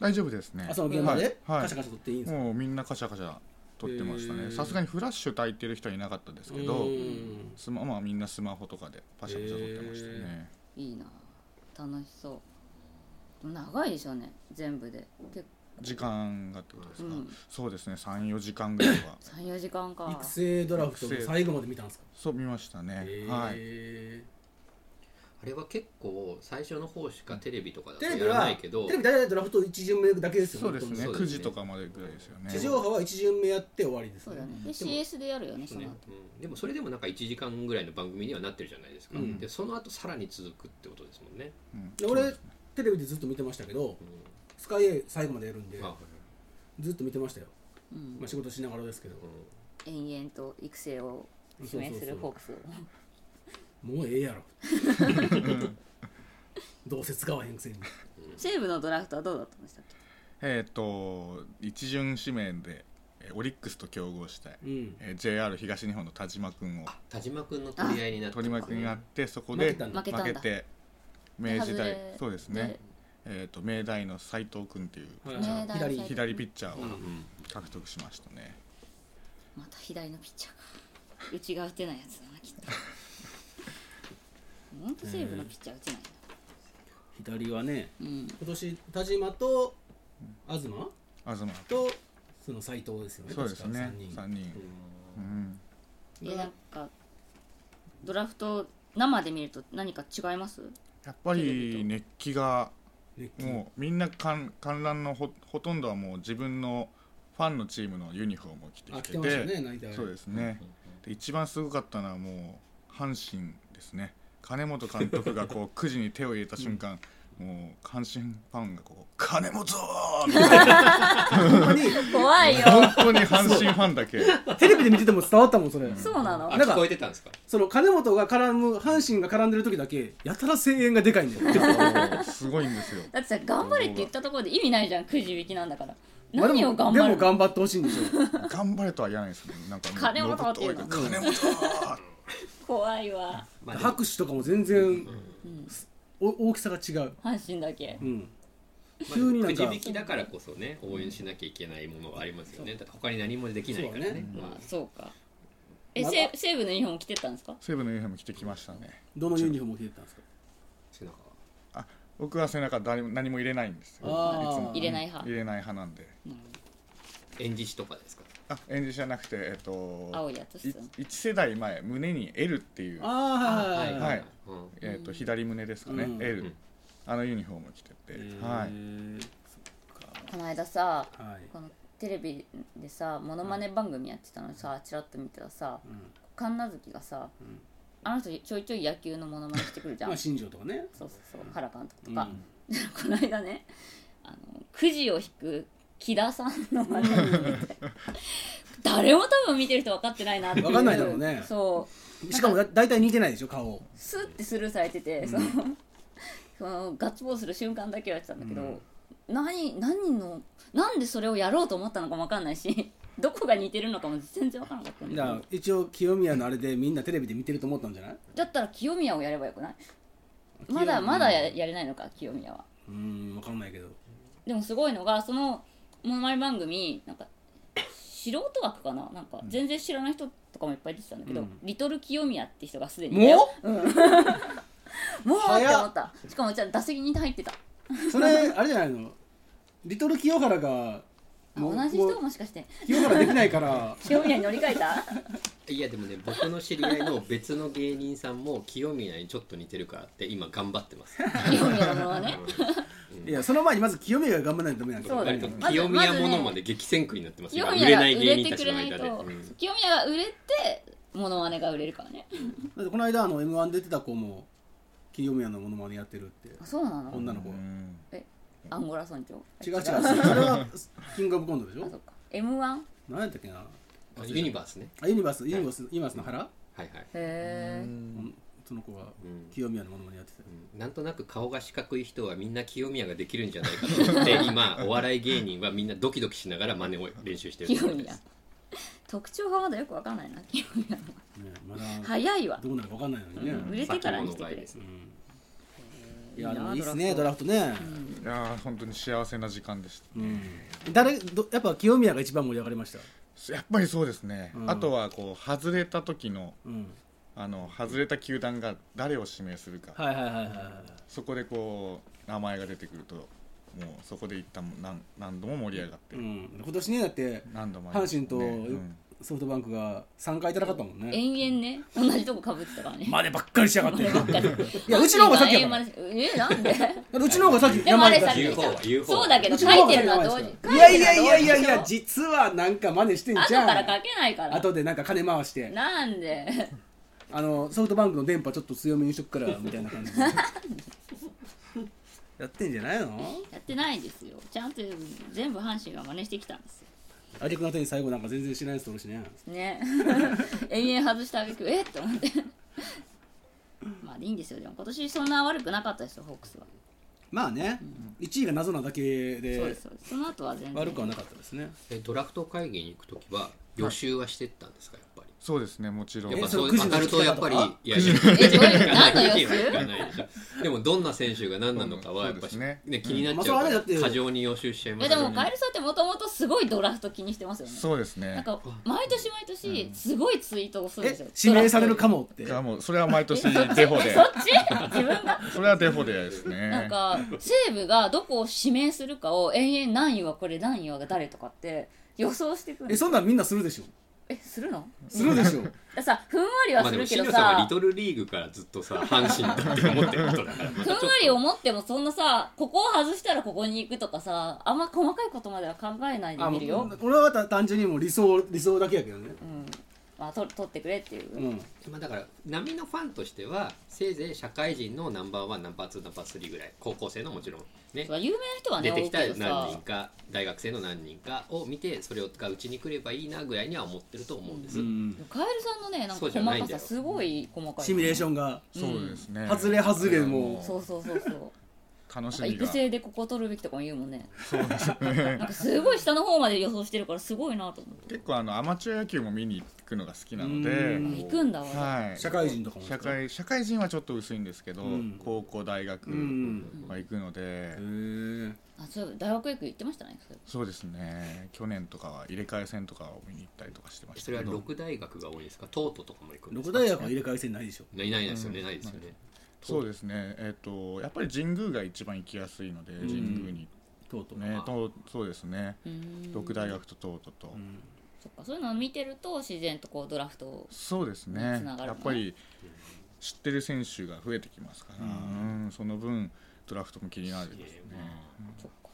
Speaker 3: 大丈夫ですね
Speaker 2: あその現場で
Speaker 3: はいはい
Speaker 2: カシャカシャ取っていいんですか
Speaker 3: もうみんなカシャカシャ撮ってました
Speaker 2: へ
Speaker 3: ね
Speaker 2: ー
Speaker 3: さすがにフラッシュ焚いてる人はいなかったですけ
Speaker 2: う
Speaker 3: ど
Speaker 2: ん
Speaker 3: スマ、まあ、みんなスマホとかでパシャパシャ撮ってましたね、
Speaker 1: いいな楽しそうでも長いでしょうね全部で結
Speaker 3: 時間がってことですか、
Speaker 1: うん
Speaker 3: そうですね34時間ぐらいは
Speaker 1: 構34時間か
Speaker 2: 育成ドラフトの最後まで見たんですか
Speaker 3: そう見ましたね、はい
Speaker 2: へー
Speaker 4: あれは結構最初の方しかテレビとかだと
Speaker 2: テレビ
Speaker 4: やら
Speaker 2: は
Speaker 4: ないけど
Speaker 2: テレビ大体ドラフト1巡目だけですよ
Speaker 3: そうです
Speaker 2: 本
Speaker 3: ね
Speaker 4: そうですね
Speaker 3: 9時とかまでぐらいですよね
Speaker 2: 当に地上波は1巡目やって終わりです
Speaker 1: そうだね
Speaker 2: で
Speaker 1: で
Speaker 2: も
Speaker 1: CS でやるよねその
Speaker 4: ね
Speaker 1: 後
Speaker 4: うんでもそれでもなんか1時間ぐらいの番組にはなってるじゃないですか、
Speaker 2: うん
Speaker 4: でその後さらに続くってことですもんね、
Speaker 3: うん
Speaker 2: で俺テレビでずっと見てましたけど
Speaker 4: う
Speaker 2: スカイエ最後までやるんで
Speaker 4: んあ
Speaker 2: ずっと見てましたよ
Speaker 1: うん
Speaker 2: まあ仕事しながらですけど
Speaker 4: う
Speaker 1: 延々と育成を指名するホークスを
Speaker 2: もうええ やろどうせ使わへんくせに
Speaker 1: 西武のドラフトはどうだったんでしたっけ
Speaker 3: えっ、と一巡指名でえーオリックスと競合したい、
Speaker 2: うん
Speaker 3: えー JR 東日本の田島君を
Speaker 4: ん田島君の取り合いになって
Speaker 3: 取り巻きにあってそこで
Speaker 2: 負けたんだ
Speaker 1: 負けたんだ
Speaker 3: て明治
Speaker 1: 外
Speaker 3: 大
Speaker 1: れ
Speaker 3: そうです
Speaker 1: で
Speaker 3: ねえっ、と明大の斎藤君っていう
Speaker 2: はい
Speaker 1: ねえ大
Speaker 2: 左
Speaker 1: 体
Speaker 3: 左ピッチャー
Speaker 4: うん
Speaker 3: を獲得しましたね、
Speaker 1: また左のピッチャーかうちが打てないやつだな きっと本当西武のピッチャー打てないな
Speaker 2: 左はね
Speaker 1: うん
Speaker 2: 今年田島と東
Speaker 3: 東
Speaker 2: とその斎藤ですよね
Speaker 3: そうですね
Speaker 2: 確か
Speaker 3: 3
Speaker 2: 三
Speaker 3: 人うん
Speaker 1: えなんかドラフト生で見ると何か違います
Speaker 3: やっぱり熱気が
Speaker 2: 熱気
Speaker 3: もうみんな観観覧のほほとんどはもう自分のファンのチームのユニフォームを着て
Speaker 2: あ来
Speaker 3: きて
Speaker 2: て
Speaker 3: て
Speaker 2: ましたね泣いて
Speaker 3: そうですね、で一番すごかったのはもう阪神ですね金本監督 がこうくじに手を入れた瞬間、もう阪神ファンがこう「金本!」みたいな
Speaker 2: ほんまに
Speaker 1: 怖いよ
Speaker 3: 本当に阪神ファンだけ
Speaker 2: テレビで見てても伝わったもんそれ
Speaker 1: そうなの
Speaker 4: あ
Speaker 2: なんか
Speaker 4: 聞こえてたんですか
Speaker 2: その金本が絡む阪神が絡んでる時だけやたら声援がでかいん だよ
Speaker 3: もうすごいんですよ
Speaker 1: だってさ頑張れって言ったところで意味ないじゃんくじ引きなんだから
Speaker 2: まあでも
Speaker 1: 何を頑張
Speaker 2: で
Speaker 1: る
Speaker 2: も頑張ってほしいんでしょ
Speaker 3: 頑張れとは言わないですねなんかもう
Speaker 1: 金本っていうの
Speaker 3: 信太が金本
Speaker 1: 怖いわ
Speaker 4: まあでも
Speaker 2: 拍手とかも全然お大きさが違う、
Speaker 1: 阪神だけ
Speaker 2: うん、
Speaker 4: まあ
Speaker 2: 急になん
Speaker 4: くじ
Speaker 2: か
Speaker 4: 引きだからこそね応援しなきゃいけないものはありますよねだって他に何もできないからね
Speaker 2: そうね
Speaker 1: まあ
Speaker 4: ま
Speaker 1: そうかえ
Speaker 2: まあ
Speaker 1: 西西武のユニフォーム着てったんですか
Speaker 3: 西武のユニフォーム着てきましたね
Speaker 2: どのユニフォームを着てったんですか
Speaker 4: 背中は
Speaker 3: あ僕は背中誰も何も入れないんですよ
Speaker 2: あー
Speaker 3: いつも
Speaker 1: 入れない派
Speaker 3: 入れない派なんで
Speaker 1: なるほ
Speaker 4: 演じ師とかですか
Speaker 3: あ演じじゃなくてえっと
Speaker 1: ど青いやつっすよね
Speaker 3: 1世代前胸に L っていう
Speaker 2: ああはい
Speaker 3: は
Speaker 2: はい
Speaker 3: いえー、と左胸ですかね、
Speaker 2: うん
Speaker 3: L、
Speaker 4: うん
Speaker 3: あのユニフォーム着てて、
Speaker 2: は
Speaker 3: はいい、
Speaker 1: この間さ
Speaker 2: はい
Speaker 1: このテレビでさモノマネ番組やってたのにさチラッと見てたらさ
Speaker 2: うん
Speaker 1: 神奈月がさ
Speaker 2: ん
Speaker 1: あの人ちょいちょい野球のモノマネしてくるじゃん
Speaker 2: まあ新庄とかね
Speaker 1: そうそうそう原監督とか、この間ねあのくじを引く木田さんの真似を見 て誰も多分見てる人分かってないなっていう
Speaker 2: 分かんないだろうね
Speaker 1: そう
Speaker 2: しかもだ大体似てないでしょ顔
Speaker 1: スッてスルーされてて、その そのガッツポーズする瞬間だけはやってたんだけど、何何のなんでそれをやろうと思ったのかも分かんないし どこが似てるのかも全然分からなかったん
Speaker 2: だ
Speaker 1: だ
Speaker 2: か
Speaker 1: け
Speaker 2: ら
Speaker 1: ど
Speaker 2: 一応清宮のあれでみんなテレビで見てると思ったんじゃない
Speaker 1: だったら清宮をやればよくないまだまだややれないのか清宮は
Speaker 2: うーん分かんないけど
Speaker 1: でもすごいのがそのモノマネ番組なんか素人枠かななんか全然知らない人とかもいっぱい出てたんだけど、
Speaker 2: うん
Speaker 1: リトル清宮って人がすでにいたよ
Speaker 2: も
Speaker 1: もうって
Speaker 2: 早っ
Speaker 1: 思ったしかもじゃあ打席に入ってた
Speaker 2: うそれあれじゃないのリトル清原が
Speaker 1: あ
Speaker 2: もう
Speaker 1: 同じ人が
Speaker 2: も
Speaker 1: もしかして
Speaker 2: う清原できないから
Speaker 1: 清宮に乗り換えた
Speaker 4: いやでもね僕の知り合いの別の芸人さんも清宮にちょっと似てるからって今頑張っ てます
Speaker 1: 清宮のものは ね
Speaker 2: いやその前にまず清宮が頑張らないとダメなんだよ
Speaker 1: そうだ
Speaker 4: 割
Speaker 1: ね
Speaker 4: と
Speaker 1: まず
Speaker 4: 清宮ものまで激戦区になってます
Speaker 1: 清
Speaker 4: 今売
Speaker 1: 宮
Speaker 4: れ
Speaker 1: が
Speaker 4: ない
Speaker 1: 売
Speaker 4: 芸
Speaker 1: れ
Speaker 4: 人
Speaker 1: て
Speaker 4: た
Speaker 1: く
Speaker 4: ち
Speaker 1: れ
Speaker 4: の
Speaker 1: ない
Speaker 4: 間で
Speaker 1: と、
Speaker 4: うん
Speaker 1: 清宮が売れてモノマネが売れるからね
Speaker 2: だってこの間あの m 1出てた子も清宮のモノマネやってるって
Speaker 1: あそうなの
Speaker 2: 女の子は
Speaker 3: うん
Speaker 1: アンゴラ村長
Speaker 2: 違う違うそれはキングオブコントでし
Speaker 1: あ
Speaker 2: ょ
Speaker 1: そっか M1
Speaker 2: 何やったっけな
Speaker 4: あユニバースね
Speaker 2: あユニバースユニバースユニバースの原、
Speaker 4: はいはい、
Speaker 1: へえ
Speaker 2: うんその子は
Speaker 4: うん
Speaker 2: 清宮のモノマネやってたよ
Speaker 4: うんなんとなく顔が四角い人はみんな清宮ができるんじゃないかと 思って今お笑い芸人はみんなドキドキしながら真似を練習してると こ
Speaker 1: 清
Speaker 4: ろで
Speaker 1: 宮
Speaker 4: す
Speaker 1: 特徴がまだよくわかんない な清宮の
Speaker 2: ねまだ
Speaker 1: 早いわ
Speaker 2: どうなるか分かんないのにね、
Speaker 1: 売れてからにしてく
Speaker 4: 先物買い
Speaker 1: れ
Speaker 4: です
Speaker 2: う
Speaker 4: ね
Speaker 2: ん
Speaker 1: い
Speaker 2: い
Speaker 1: いな
Speaker 2: やでもいいっすね
Speaker 1: ド
Speaker 2: ド
Speaker 1: ラ
Speaker 2: ラフトね、
Speaker 3: いやー本当に幸せな時間でした
Speaker 2: うん誰どやっぱ清宮が一番盛り上がりました、
Speaker 3: やっぱりそうですね、
Speaker 2: うん
Speaker 3: あとはこう外れた時の
Speaker 2: うん、
Speaker 3: あの外れた球団が誰を指名するか、
Speaker 2: はいはいはいはいはい
Speaker 3: そこでこう名前が出てくるともうそこで一旦何何度も盛り上がって、
Speaker 2: うん、今年ねだって
Speaker 3: 何度もありま
Speaker 2: 阪
Speaker 3: した
Speaker 2: 神
Speaker 3: ね
Speaker 2: と
Speaker 3: うん
Speaker 2: ソフトバンクが3回戦ったもんね
Speaker 1: 延々ね同じとこかぶってたからね
Speaker 2: までばっかりしやがって
Speaker 1: 真似ばっかり
Speaker 2: いやうちの方が先やから
Speaker 1: えなんで
Speaker 2: うちの方が先
Speaker 1: でもあれ
Speaker 2: 名
Speaker 1: さ
Speaker 2: 前出
Speaker 4: 言う方は言う方は
Speaker 1: そうだけど
Speaker 2: うち
Speaker 1: 書
Speaker 2: の方
Speaker 1: い
Speaker 2: が
Speaker 1: てる
Speaker 2: 先
Speaker 1: のは同
Speaker 2: 名前
Speaker 1: 時
Speaker 2: 出
Speaker 1: 書
Speaker 2: い
Speaker 1: い
Speaker 2: や
Speaker 1: てる
Speaker 2: い
Speaker 1: の
Speaker 2: や
Speaker 1: はい
Speaker 2: やいやいや
Speaker 1: 同時でし
Speaker 2: 実はなんか真似してん
Speaker 1: ょ後
Speaker 2: じゃん
Speaker 1: から書けないから
Speaker 2: 後でなんか金回して
Speaker 1: なんで
Speaker 2: あのソフトバンクの電波ちょっと強めにしとくからみたいな感じ でやってんじゃないの
Speaker 1: やってないですよちゃんと全部阪神が真似してきたんですよ
Speaker 2: あげくの手に最後なんか全然しないやつとるしね
Speaker 1: ね延々外したあげくえっと思ってまあいいんですよでも今年そんな悪くなかったですよホークスは
Speaker 2: まあね、1位が謎なだけ
Speaker 1: そうで
Speaker 2: です
Speaker 1: そうですその後は全然
Speaker 2: 悪くはなかったですね
Speaker 4: えドラフト会議に行く時は予習はしてったんですかやっぱり
Speaker 3: そうですねもちろん
Speaker 4: やっぱ
Speaker 2: えそれ
Speaker 4: そう
Speaker 2: くじの
Speaker 4: 当たるとやっぱりいやいや
Speaker 1: えどういう何の 予
Speaker 4: くじは
Speaker 1: 習
Speaker 4: 行かないでしょでもどんな選手が何なのかはやっぱし、
Speaker 3: そうで
Speaker 4: ね
Speaker 3: すね
Speaker 4: 気になっちゃう
Speaker 2: まあそれはねだ
Speaker 4: か
Speaker 2: って
Speaker 4: ら過剰に予習しちゃいま
Speaker 1: え
Speaker 4: す
Speaker 1: で
Speaker 4: よ
Speaker 1: も
Speaker 4: ね
Speaker 1: カエルさんってもともとすごいドラフト気にしてますよね
Speaker 3: そうです
Speaker 1: なん
Speaker 3: ね
Speaker 1: か毎年毎年すごいツイートをするんです
Speaker 2: え
Speaker 1: よ、
Speaker 2: 指名されるか
Speaker 1: も
Speaker 2: もって
Speaker 3: いやもうそれは毎年デフォで
Speaker 1: そっち自分が
Speaker 3: それはデフォでですね
Speaker 1: なんか西武がどこを指名するかを延々何位はこれ何位は誰とかって予想してくるん
Speaker 2: え
Speaker 1: です
Speaker 2: そんなんみんなするでしょ
Speaker 1: えするの
Speaker 2: するでしょ
Speaker 1: ださふんわりは
Speaker 4: ま
Speaker 1: す
Speaker 4: あでも
Speaker 1: るけ
Speaker 4: 新
Speaker 1: ど
Speaker 4: 庄さんは
Speaker 1: さ
Speaker 4: リ、トルリーグからずっとさ阪神だって思ってる人だから
Speaker 1: ふ
Speaker 4: またち
Speaker 1: ん
Speaker 4: ょっ
Speaker 1: わ
Speaker 4: と
Speaker 1: り思ってもそんなさここを外したらここに行くとかさあんま細かいことまでは考えないで
Speaker 2: あ
Speaker 1: 見るよ
Speaker 2: もう、俺はた単純にもう理想理想だけやけどね
Speaker 1: うんまあ、と取ってくれっていう、
Speaker 2: うん
Speaker 4: まあ、だから波のファンとしてはせいぜい社会人のナンバーワンナンバーツーナンバースリーぐらい高校生のもちろんね
Speaker 1: 有名な人はね
Speaker 4: 出てきた
Speaker 1: 多いけど
Speaker 4: 何人
Speaker 1: さ
Speaker 4: か大学生の何人かを見てそれがうちに来ればいいなぐらいには思ってると思うんです、
Speaker 1: カエルさんのねなんか
Speaker 4: そうじゃない
Speaker 1: 細
Speaker 4: ん
Speaker 1: か
Speaker 4: だ
Speaker 1: さす
Speaker 4: よ
Speaker 1: ごい細かい
Speaker 2: シミュレーションが
Speaker 3: そうですね、
Speaker 2: 外れ外れも
Speaker 1: そうそうそうそうなんか
Speaker 3: 楽しみが
Speaker 1: 育成でここ取るべきとかも言うもんねなんかすごい下の方まで予想してるからすごいなと思って
Speaker 3: 結構あのアマチュア野球も見に行くのが好きなの
Speaker 2: う
Speaker 3: で
Speaker 2: ん、
Speaker 1: 行くんだわ、
Speaker 3: はい、
Speaker 2: 社会人とかも
Speaker 3: 社会社会人はちょっと薄いんですけど、
Speaker 2: うん
Speaker 3: 高校大学
Speaker 2: うん
Speaker 3: は行くので、
Speaker 2: へえ
Speaker 1: あそういえば大学行く行ってましたねそれ
Speaker 3: そうですね去年とかは入れ替え戦とかを見に行ったりとかしてました
Speaker 4: そ
Speaker 3: け
Speaker 4: れは
Speaker 3: ど
Speaker 4: 六大学が多いですか東都とかも行くんです
Speaker 2: 六
Speaker 4: か
Speaker 2: 大学は入れ替え戦ないでしょ
Speaker 4: ないないですよね、ないですよね、
Speaker 3: そうですねえっ、とやっぱり神宮が一番行きやすいので、
Speaker 2: ん
Speaker 3: 神宮に
Speaker 2: とうとう
Speaker 3: ねとそうですね
Speaker 1: うーん
Speaker 3: 六大学と東都と、
Speaker 2: うん
Speaker 1: そっかそういうのを見てると自然とこうドラフトを
Speaker 3: そうですね
Speaker 1: つながるのね
Speaker 3: やっぱり知ってる選手が増えてきますから、うんその分ドラフトも気になるですね、
Speaker 1: そっか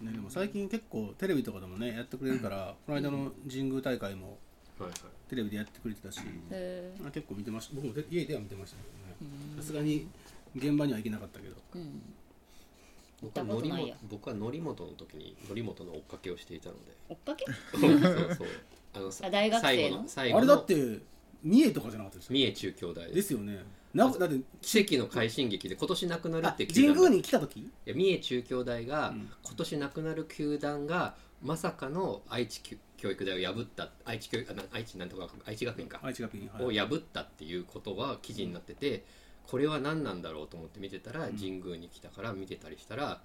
Speaker 2: ねでも最近結構テレビとかでもねやってくれるからこの間の神宮大会も
Speaker 4: はいはい
Speaker 2: テレビでやってくれてたし
Speaker 1: へ
Speaker 2: あ結構見てました僕もで家では見てましたけどねさすがに現場には行けなかったけど
Speaker 1: えうん行った
Speaker 4: 僕は
Speaker 1: こと
Speaker 4: 則
Speaker 1: ないや
Speaker 4: 本僕は則本の時に則本の追っかけをしていたので
Speaker 1: 追っかけ
Speaker 4: そうそうあのさ
Speaker 1: あ大学生
Speaker 4: 最
Speaker 1: の
Speaker 4: 後の最後の
Speaker 2: あれだって三重とかじゃなかったです
Speaker 4: 三重中京大です
Speaker 2: ですよねなだって
Speaker 4: 奇跡の快進撃で今年亡くなるっ
Speaker 2: あ
Speaker 4: て球
Speaker 2: 神
Speaker 4: 団
Speaker 2: 宮に来た時
Speaker 4: いや三重中京大が今年亡くなる球団がまさかの愛知きゅ教育大を破った愛知教あな愛知なんとか学愛知学院か、
Speaker 2: 愛知学院は
Speaker 4: を
Speaker 2: い
Speaker 4: 破ったっていうことは記事になっててこれは何なんだろうと思って見てたら神宮に来たから見てたりしたら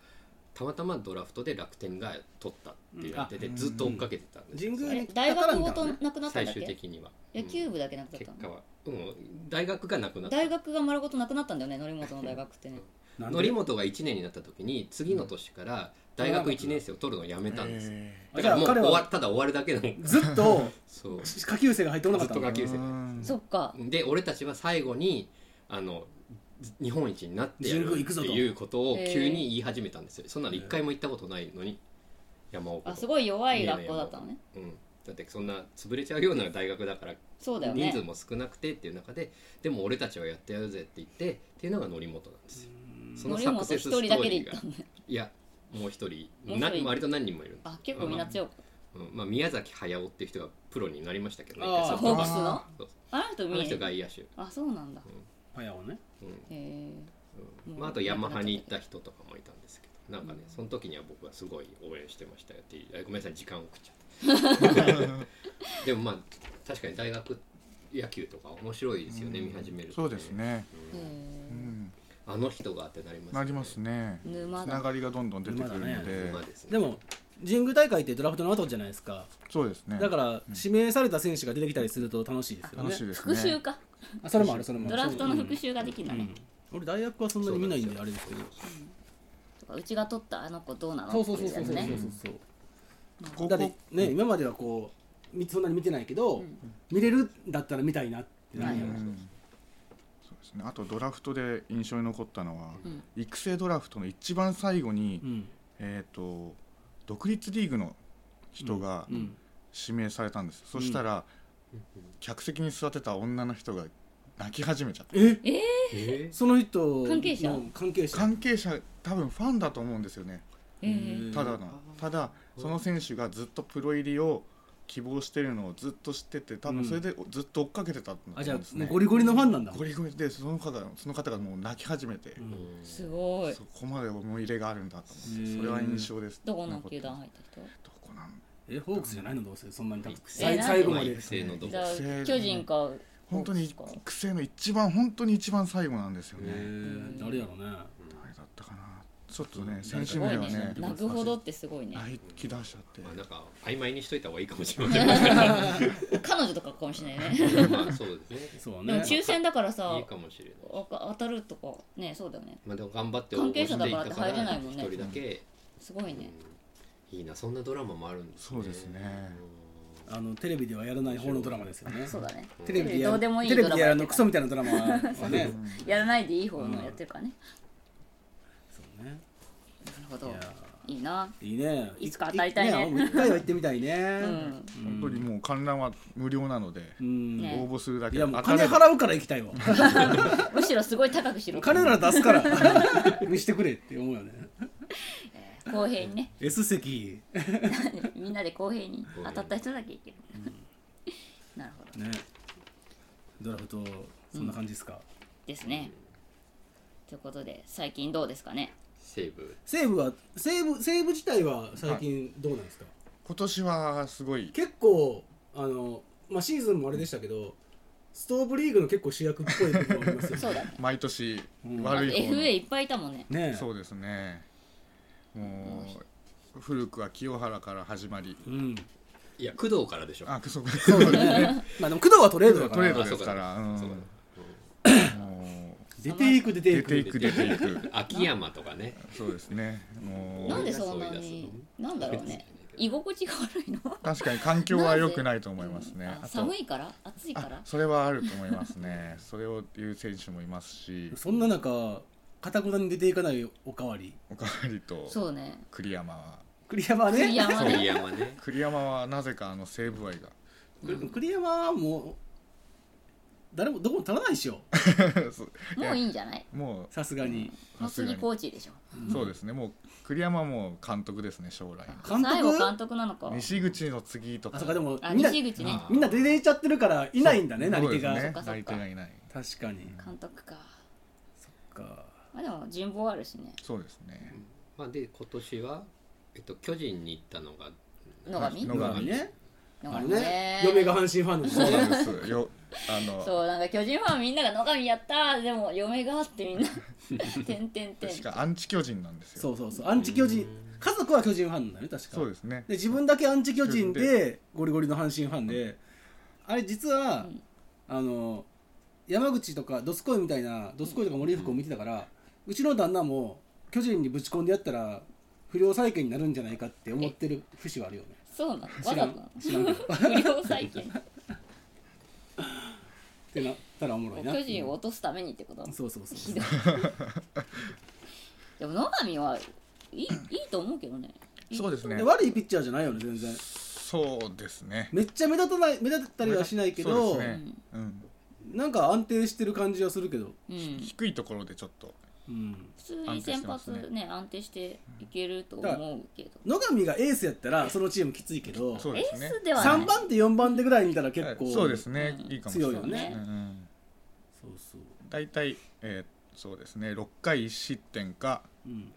Speaker 4: たまたまドラフトで楽天が取ったってなっててずっと追っかけてたんですよ
Speaker 2: 神宮
Speaker 1: あれ
Speaker 2: に
Speaker 1: 大学ご
Speaker 2: だから
Speaker 1: と
Speaker 2: ね
Speaker 1: なくなったんだ
Speaker 4: 最
Speaker 1: っ
Speaker 4: 終
Speaker 1: け
Speaker 4: 的には
Speaker 1: 野球部だけなくなった
Speaker 4: 結
Speaker 1: の
Speaker 4: 果は、うん、大学がなくなった
Speaker 1: 大学が丸ごとなくなったんだよね則本の大学ってね
Speaker 2: なんで
Speaker 4: 則本が1年になった時に次の年から大学1年生を取るのをやめたんですよ
Speaker 3: え
Speaker 4: だからもう
Speaker 2: じゃあ彼
Speaker 4: 終
Speaker 2: は
Speaker 4: わただ終わるだけの
Speaker 2: ずっと
Speaker 4: そう ず
Speaker 2: 下級生が入ってこなか
Speaker 4: っ
Speaker 2: った
Speaker 4: と
Speaker 2: の
Speaker 4: 下級
Speaker 3: ー
Speaker 4: 生
Speaker 3: うん
Speaker 1: そっか
Speaker 4: で俺たちは最後にあの日本一になってやる
Speaker 2: 神宮行く
Speaker 4: って
Speaker 2: ぞと
Speaker 4: いうことを急に言い始めたんですよそんなの一回も行ったことないのに山奥
Speaker 1: あ
Speaker 4: の
Speaker 1: すごい弱い学校だったのね
Speaker 4: うんだってそんな潰れちゃうような大学だから
Speaker 1: そうだよ
Speaker 4: 人
Speaker 1: ね
Speaker 4: 数も少なくてっていう中ででも俺たちはやってやるぜって言ってっていうのが則本なんですよその
Speaker 1: 森
Speaker 4: サ
Speaker 1: 本
Speaker 4: ク
Speaker 1: 一
Speaker 4: セスストー
Speaker 1: 人
Speaker 4: リ
Speaker 1: だけで
Speaker 4: ー
Speaker 1: 行
Speaker 4: が
Speaker 1: ったんだ
Speaker 4: いやもう一人
Speaker 1: もう一人
Speaker 4: な割と何人もいるんです
Speaker 1: あ結構みんな強く
Speaker 4: うんまあ、宮崎駿っていう人がプロになりましたけどね
Speaker 2: あー
Speaker 4: ソフ
Speaker 1: ホ
Speaker 4: ト
Speaker 1: ーク
Speaker 4: バン
Speaker 1: ス
Speaker 4: ク
Speaker 1: の
Speaker 4: そう
Speaker 1: あの人
Speaker 4: あの
Speaker 1: 見
Speaker 4: 人
Speaker 1: え
Speaker 4: 外野手、
Speaker 1: あそうなんだ
Speaker 2: パヤオね
Speaker 4: うん
Speaker 1: へえ
Speaker 4: うんまあ、あとヤマハに行った人とかもいたんですけどなんかねその時には僕はすごい応援してましたよっていうあごめんなさい時間を食っちゃ ったでもまあ確かに大学野球とか面白いですよね、見始めると、
Speaker 3: そうですね、
Speaker 1: へえ
Speaker 3: うん、
Speaker 4: あの人がってなりますよね
Speaker 3: なりますねつ
Speaker 1: 沼
Speaker 3: な
Speaker 1: だ
Speaker 3: がりがどんどん出てくるの
Speaker 2: まだ
Speaker 3: で、
Speaker 4: まあですね
Speaker 2: でも神宮大会ってドラフトの後じゃないですか
Speaker 3: そうですね
Speaker 2: だから指名された選手が出てきたりすると楽しいですよね
Speaker 3: 楽しいです
Speaker 1: 復
Speaker 3: ね
Speaker 1: 讐か
Speaker 2: あそれもあるそれもあ
Speaker 1: ド
Speaker 2: る
Speaker 1: ラフトの復習ができるんだ
Speaker 2: う
Speaker 1: ね
Speaker 2: ん俺大学はそんなに見ないんであれですけど
Speaker 1: とかうちが取ったあの子どうなの
Speaker 2: そうそうそうそ
Speaker 1: っ
Speaker 2: うそ
Speaker 1: てい
Speaker 2: うそ
Speaker 1: やつね
Speaker 2: うそう
Speaker 3: 高
Speaker 2: だって
Speaker 3: 校
Speaker 2: ね、今まではこうみそんなに見てないけど、見れるんだったら見たいなってなるよ、
Speaker 1: は
Speaker 3: う
Speaker 1: い
Speaker 3: んそうですねあとドラフトで印象に残ったのは、
Speaker 1: ん
Speaker 3: 育成ドラフトの一番最後に、
Speaker 2: うん
Speaker 3: えっ、と独立リーグの人が
Speaker 2: うん
Speaker 3: 指名されたんです、そしたら、客席に座ってた女の人が泣き始めちゃって
Speaker 2: え
Speaker 4: え
Speaker 2: その人の
Speaker 1: 関係者
Speaker 2: 関係者
Speaker 3: 関係者多分ファンだと思うんですよね
Speaker 1: へえ
Speaker 3: ただのただその選手がずっとプロ入りを希望してるのをずっと知ってて多分それでずっと追っかけてたんだ
Speaker 2: あ
Speaker 3: と
Speaker 2: じゃ
Speaker 3: 思うんです
Speaker 2: あ、
Speaker 3: ね、
Speaker 2: ゴリゴリのファンなんだ
Speaker 3: ゴリゴリでその方がその方がもう泣き始めて、
Speaker 2: ん
Speaker 4: ー
Speaker 1: すごい
Speaker 3: そこまで思い入れがあるんだと思っ
Speaker 2: へ
Speaker 3: て
Speaker 2: ー
Speaker 3: それは印象です
Speaker 1: どこの球団入った人
Speaker 3: どこなん
Speaker 2: えホークスじゃないのどうせそんなにたく
Speaker 1: えー
Speaker 2: 最最後ま
Speaker 4: まあ
Speaker 2: で
Speaker 4: 育成のど
Speaker 1: じ
Speaker 4: こ
Speaker 1: ゃ
Speaker 3: 育成
Speaker 1: あ巨人か
Speaker 3: 本当に
Speaker 1: ホークスか
Speaker 3: 育成の一番本当に一番最後なんですよね
Speaker 2: え誰やろうね
Speaker 3: 誰だったかなちょっとね
Speaker 2: すごいね
Speaker 3: 選手
Speaker 1: す
Speaker 3: 名
Speaker 1: ごい
Speaker 3: は
Speaker 1: ね
Speaker 3: ね
Speaker 1: 泣くほどってすごいね
Speaker 3: 泣き出しちゃって
Speaker 4: まあなんか曖昧にしといた方がいいかもしれませんね
Speaker 1: 彼女とかかもしれ ないね
Speaker 4: まあそうですね
Speaker 2: そう
Speaker 1: でも
Speaker 2: ね
Speaker 1: 抽選だからさ
Speaker 4: いいかもしれない
Speaker 1: わか当たるとかねそうだよね
Speaker 4: まあでも頑張って応募していたか
Speaker 1: 関係者だから
Speaker 4: ら
Speaker 1: って入れないもんね
Speaker 4: 一人だけ、
Speaker 1: すごいね
Speaker 4: いいなそんなドラマもあるんですね
Speaker 3: そうですね
Speaker 2: あのテレビではやらない方のドラマですよね
Speaker 1: そうだね
Speaker 2: テレビでや
Speaker 1: どうでもいい
Speaker 2: テ
Speaker 1: ドラ
Speaker 2: レビ
Speaker 1: マ
Speaker 2: でやるあのクソみたいなドラ マはね
Speaker 1: やらないでいい方のやってるからね
Speaker 2: そう
Speaker 1: な
Speaker 2: ね
Speaker 1: るほ
Speaker 2: い
Speaker 1: ど
Speaker 2: や
Speaker 1: いいな
Speaker 2: ーいいね
Speaker 1: いつか当たりたいね
Speaker 2: ね俺も一回は行ってみたいね
Speaker 1: うん
Speaker 3: 本当にもう観覧は無料なので
Speaker 2: うん
Speaker 1: ね
Speaker 3: 応募するだけ
Speaker 2: いやもう
Speaker 3: 当た
Speaker 2: 金
Speaker 3: れば
Speaker 2: 払うから行きたいわ
Speaker 1: むしろすごい高くしろ
Speaker 2: 金なら出すから見してくれって思うよね
Speaker 1: 公平にね
Speaker 2: S 席
Speaker 1: みんなで公平に当たった人だけいけるなるほど
Speaker 2: ねドラフトそんな感じですか、
Speaker 1: ですねということで最近どうですかね
Speaker 4: 西武
Speaker 2: 西武は西武西武自体は最近どうなんですか、
Speaker 3: 今年はすごい
Speaker 2: 結構あの、まあ、シーズンもあれでしたけどストーブリーグの結構主役っぽい部分もありますよね
Speaker 1: そうだね
Speaker 3: 毎年
Speaker 2: うん
Speaker 1: あと
Speaker 3: 悪い方
Speaker 1: FA
Speaker 3: の
Speaker 1: いっぱいいたもんね
Speaker 2: ねえ
Speaker 3: そうですねもう古くは清原から始まり
Speaker 2: うん
Speaker 4: いや工藤からでしょ
Speaker 3: あそうか
Speaker 2: そうだね まあでも工藤はトレードだか
Speaker 3: トレー
Speaker 2: ら
Speaker 3: ドですからうん
Speaker 4: そうか
Speaker 3: もう
Speaker 2: 出ていく出てい
Speaker 3: 出
Speaker 2: く
Speaker 3: ていく出ていく
Speaker 4: 秋山とかね
Speaker 3: そうですねもう
Speaker 1: なんでそんなになんだろうね居心地が悪いの
Speaker 3: 確かに環境は良くないと思いますね。
Speaker 1: あ
Speaker 3: あと
Speaker 1: 寒いから暑いか
Speaker 3: あ
Speaker 1: ら
Speaker 3: それはあると思いますね。それを言う選手もいますし、
Speaker 2: そんな中かたくなに出ていかないおかわり
Speaker 3: おかわりと
Speaker 1: そうね
Speaker 3: 栗山は。
Speaker 2: 栗山ね
Speaker 1: 栗山
Speaker 4: 鳥
Speaker 1: ね
Speaker 4: 山ね
Speaker 3: 栗山はなぜかあの西武愛が。
Speaker 2: 栗栗山はもう誰もどこも足らないでしょ
Speaker 3: そう
Speaker 1: もういいんじゃない
Speaker 3: も
Speaker 2: さすがに
Speaker 1: もう次コーチでしょ
Speaker 3: う、そうですね。もう栗山はもう監督ですね、将来。
Speaker 2: 監督
Speaker 1: 最後監督なのか
Speaker 3: 西口の次とか。
Speaker 2: あそうかでも
Speaker 1: あ
Speaker 2: みんな
Speaker 1: 西口ね
Speaker 3: あ
Speaker 2: みんな出ていっちゃってるからいないんだねなり手が、
Speaker 3: そうですね
Speaker 1: そっかそっか
Speaker 3: なり手がいない。
Speaker 2: 確かに
Speaker 1: 監督か
Speaker 2: か
Speaker 1: まあでも人望あるしね
Speaker 3: そうですね。
Speaker 4: まあで今年はえっと巨人に行ったのが
Speaker 1: 野上
Speaker 3: 野上
Speaker 2: ね
Speaker 1: 野
Speaker 2: あの
Speaker 1: 上
Speaker 2: ね
Speaker 1: ね
Speaker 2: 嫁が阪神ファンの
Speaker 3: そう
Speaker 2: 子
Speaker 3: なんですよ。あの、
Speaker 1: そうなんか巨人ファンみんなが野上やったーでも嫁がってみんなてんてんてん
Speaker 3: 確かアンチ巨人なんですよ。
Speaker 2: そうそうそうアンチ巨人家族は巨人ファンなんだよね確か
Speaker 3: そうですね
Speaker 2: で。自分だけアンチ巨人
Speaker 3: 巨
Speaker 2: でゴリゴリの阪神ファンであれ実
Speaker 1: う
Speaker 2: は、
Speaker 1: ん
Speaker 2: あの山口とかドスコイみたいなドスコイとか森福を見てたから、うちの旦那も巨人にぶち込んでやったら不良債権になるんじゃないかって思ってる節はあるよね
Speaker 1: そうなのわざと
Speaker 2: 知
Speaker 1: な
Speaker 2: ら
Speaker 1: の
Speaker 2: ん知らんけど っ
Speaker 1: 不良債権
Speaker 2: てなったらおもろいな
Speaker 1: 巨人を落とすためにってこと
Speaker 2: そうそうそう
Speaker 1: ひどいでも野上はいいいいと思うけどね
Speaker 3: そうですね
Speaker 2: で。悪いピッチャーじゃないよね全然
Speaker 3: そうですね
Speaker 2: めっちゃ目立たない目立ったりはしないけ
Speaker 3: そう
Speaker 2: ど、
Speaker 3: ですねうん
Speaker 2: なんか安定してる感じはするけど、
Speaker 1: うん
Speaker 3: 低いところでちょっと
Speaker 2: うん、
Speaker 1: 普通に先発ね安定していけると思うけど
Speaker 2: 野上がエースやったらそのチームきついけど、
Speaker 3: そう
Speaker 1: エ
Speaker 3: ですね
Speaker 1: ースではない
Speaker 2: 3番手4番手ぐらい見たら結構、
Speaker 3: はいそうですね、
Speaker 1: うん
Speaker 3: いいかもしれ
Speaker 2: 強
Speaker 3: ない
Speaker 2: いよね
Speaker 3: うんうん
Speaker 2: そうそう
Speaker 3: 大体、えーそうですね6回1失点か
Speaker 2: うん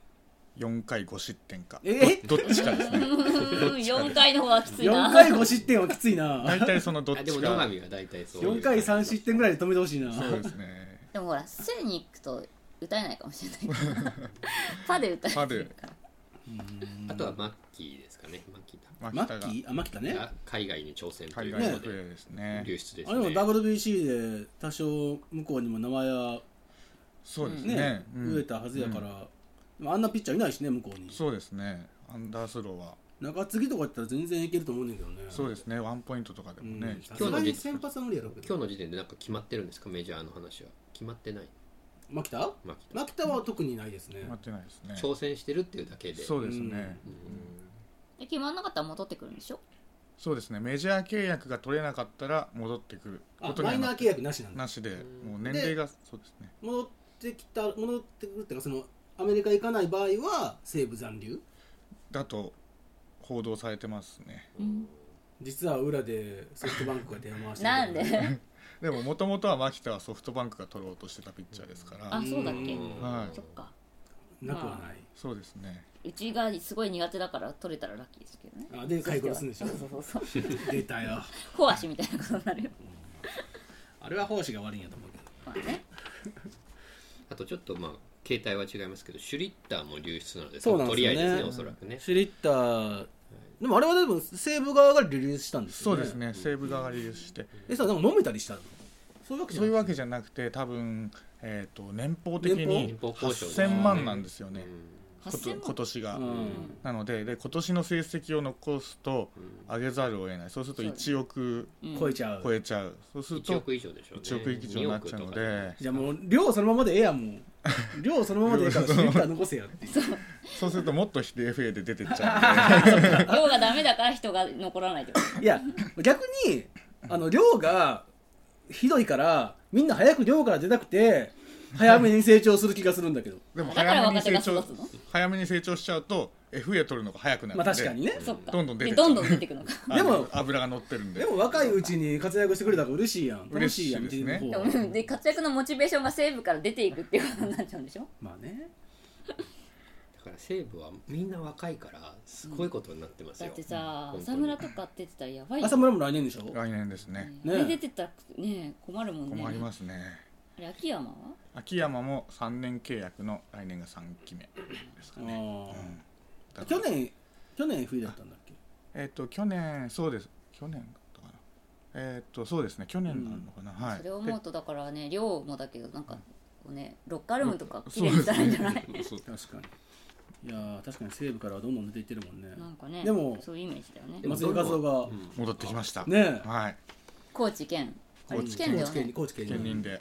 Speaker 3: 4回5失点か
Speaker 2: え
Speaker 3: どっちかですね
Speaker 1: 4回の方はきついな
Speaker 2: 4回5失点はきついな
Speaker 3: 大体そのどっ
Speaker 4: あ
Speaker 3: ち
Speaker 4: でも野上
Speaker 3: か
Speaker 4: が大体そういう
Speaker 2: 4回3失点ぐらいで止めてほしいな
Speaker 3: そうですね
Speaker 1: でもほらスーに行くと歌えないかもしれないか らパで歌えないから
Speaker 2: うん
Speaker 4: あとはマッキーですかねマッキーだ
Speaker 3: マ
Speaker 2: マ
Speaker 3: キタ
Speaker 2: ッキ
Speaker 3: が
Speaker 2: ーあマキタね
Speaker 4: が海外に挑戦とい
Speaker 3: 海
Speaker 4: う
Speaker 3: 外の
Speaker 4: こ
Speaker 3: プ
Speaker 4: と
Speaker 3: レ
Speaker 4: で
Speaker 3: ーですね
Speaker 4: 流出で
Speaker 2: あ
Speaker 4: す
Speaker 2: れも
Speaker 4: ね
Speaker 2: WBC で多少向こうにも名前は
Speaker 3: そうですね
Speaker 2: ね、
Speaker 3: うん
Speaker 2: 植えたはずやか
Speaker 3: うん
Speaker 2: ら、あんなピッチャーいないしね向こうに
Speaker 3: そうですねアンダースローは
Speaker 2: 中継ぎとかだったら全然いけると思うねんだけどね
Speaker 3: そうですねワンポイントとかでも
Speaker 2: ん
Speaker 3: ね、
Speaker 2: さすが
Speaker 4: 今日の
Speaker 2: に
Speaker 4: ゲ
Speaker 2: 先発は無理やろうけど
Speaker 4: 今日の時点でなんか決まってるんですかメジャーの話は決まってない
Speaker 2: マキタ
Speaker 4: マッキー
Speaker 2: マキタは特にないですね
Speaker 3: 待ってないですね
Speaker 4: 挑戦してるっていうだけで
Speaker 3: そうですね、
Speaker 4: うん
Speaker 1: で決まんなかったら戻ってくるんでしょ
Speaker 3: そうですねメジャー契約が取れなかったら戻ってくる
Speaker 2: あ
Speaker 3: ことに
Speaker 2: マ
Speaker 3: は
Speaker 2: イナ
Speaker 3: な
Speaker 2: ー契約なしなんだ
Speaker 3: なしでもう年齢がそうですね
Speaker 2: 戻ってきた戻ってくるっていうかそのアメリカ行かない場合は西武残留
Speaker 3: だと報道されてますね
Speaker 2: 実は裏でソフトバンクが電話回してる
Speaker 1: なんで
Speaker 3: でももともとは牧田はソフトバンクが取ろうとしてたピッチャーですから、
Speaker 1: あそうだっけ
Speaker 4: うん
Speaker 3: はい
Speaker 1: そっか
Speaker 2: なくはない
Speaker 3: そうですね
Speaker 1: うちがすごい苦手だから取れたらラッキーですけどね
Speaker 2: あで解雇するんでしょ
Speaker 1: そうそうそうそう
Speaker 2: 出たよ
Speaker 1: 小足みたいなことになるよ
Speaker 2: あれは奉仕が悪いんやと思うけど
Speaker 1: まあね
Speaker 4: あとちょっとまあ携帯は違いますけどシュリッターも流出なので
Speaker 2: そうなん
Speaker 4: と
Speaker 2: です
Speaker 4: りあ
Speaker 2: よね
Speaker 4: えずですねおそらくね
Speaker 2: シュリッターでもあれはでも西武側がリリースしたんです
Speaker 3: そ
Speaker 2: よ
Speaker 3: う
Speaker 2: ね
Speaker 3: ですね西武側がリリースして
Speaker 2: えさなんか飲めたりしたのそういうわけじゃ
Speaker 3: そ
Speaker 2: な
Speaker 3: う
Speaker 2: いいう
Speaker 3: わけじゃなくて多分、えー、と年俸的
Speaker 4: 年
Speaker 3: に
Speaker 4: 俸交渉ですね
Speaker 3: 8000万なんですよねこと
Speaker 1: 8000
Speaker 3: 今
Speaker 1: 万
Speaker 3: 年が、
Speaker 2: うん
Speaker 3: なのでで今年の成績を残すと上げざるを得ないそうすると1億
Speaker 1: うん
Speaker 2: 超えちゃう
Speaker 3: 超えちゃうそうする
Speaker 4: 1
Speaker 3: と
Speaker 4: 億以上でしょうね
Speaker 3: 1億以上になっちゃうので
Speaker 2: じゃあもう量そのままでええやんも う量そのままでええからシュリッター残せやっていう
Speaker 3: そうするともっと DFA で出てっちゃ
Speaker 1: 量がダメだから人が残らないってこと
Speaker 2: いや逆にあの量がひどいからみんな早く量から出たくて早めに成長する気がするんだけど
Speaker 3: うのででも
Speaker 1: だから
Speaker 3: 早めに
Speaker 1: 若手が育
Speaker 3: 成長
Speaker 1: つの
Speaker 3: 早めに成長しちゃうと FA 取るのが早く なる
Speaker 2: ま
Speaker 3: の
Speaker 2: あ
Speaker 3: で、
Speaker 2: 確かにね
Speaker 1: そっか
Speaker 3: どんどん出て
Speaker 1: で
Speaker 3: っちゃ
Speaker 1: ど
Speaker 3: うん
Speaker 1: どん出てくのか
Speaker 3: あの
Speaker 2: でも
Speaker 3: 油が乗ってるんで
Speaker 2: でも若いうちに活躍してくれた方が嬉しいやん楽
Speaker 3: 嬉
Speaker 2: しい
Speaker 3: しい
Speaker 2: やん
Speaker 3: ですね
Speaker 2: 見て
Speaker 1: で
Speaker 2: る方
Speaker 1: もで活躍のモチベーションが西部から出ていくっていうことになっちゃうんでしょ
Speaker 2: まあね
Speaker 4: だから西武はみんな若いからすごいことになってます
Speaker 1: だ
Speaker 4: よ、
Speaker 1: ってさ
Speaker 4: 本当
Speaker 1: 浅
Speaker 4: に
Speaker 1: 村とか出てたらやばいよ
Speaker 2: 浅村も来年でしょ
Speaker 3: 来年ですね
Speaker 1: ねあれ出てたらね困るもんね
Speaker 3: 困りますね
Speaker 1: あれ秋山は
Speaker 3: 秋山も3年契約の来年が3期目ですか
Speaker 2: あ
Speaker 3: ね
Speaker 2: ー
Speaker 3: だか
Speaker 2: 去
Speaker 3: ら
Speaker 2: 年去年冬だったんだっけ
Speaker 3: えっ、と去年そうです去年だったかなえっ、とそうですね去年なのかな、はい
Speaker 1: それを思うとだからね量もだけどなんかこうねロッカールームとか
Speaker 3: で
Speaker 1: 綺麗にしたらいいんじゃない、
Speaker 3: そうですねそう
Speaker 2: 確かにいやー確かに西部からはどんどん出ていってるもんね
Speaker 1: なんかね
Speaker 2: でも
Speaker 1: そういうイメージだよね
Speaker 4: でも
Speaker 2: 松井和夫が
Speaker 4: うん
Speaker 3: 戻ってきました
Speaker 2: ねえ
Speaker 3: はい
Speaker 1: 高知県あれ
Speaker 3: 高知
Speaker 1: 県だよ
Speaker 2: 高知県に
Speaker 1: ね
Speaker 2: 高知県
Speaker 3: 兼任
Speaker 2: に
Speaker 3: で、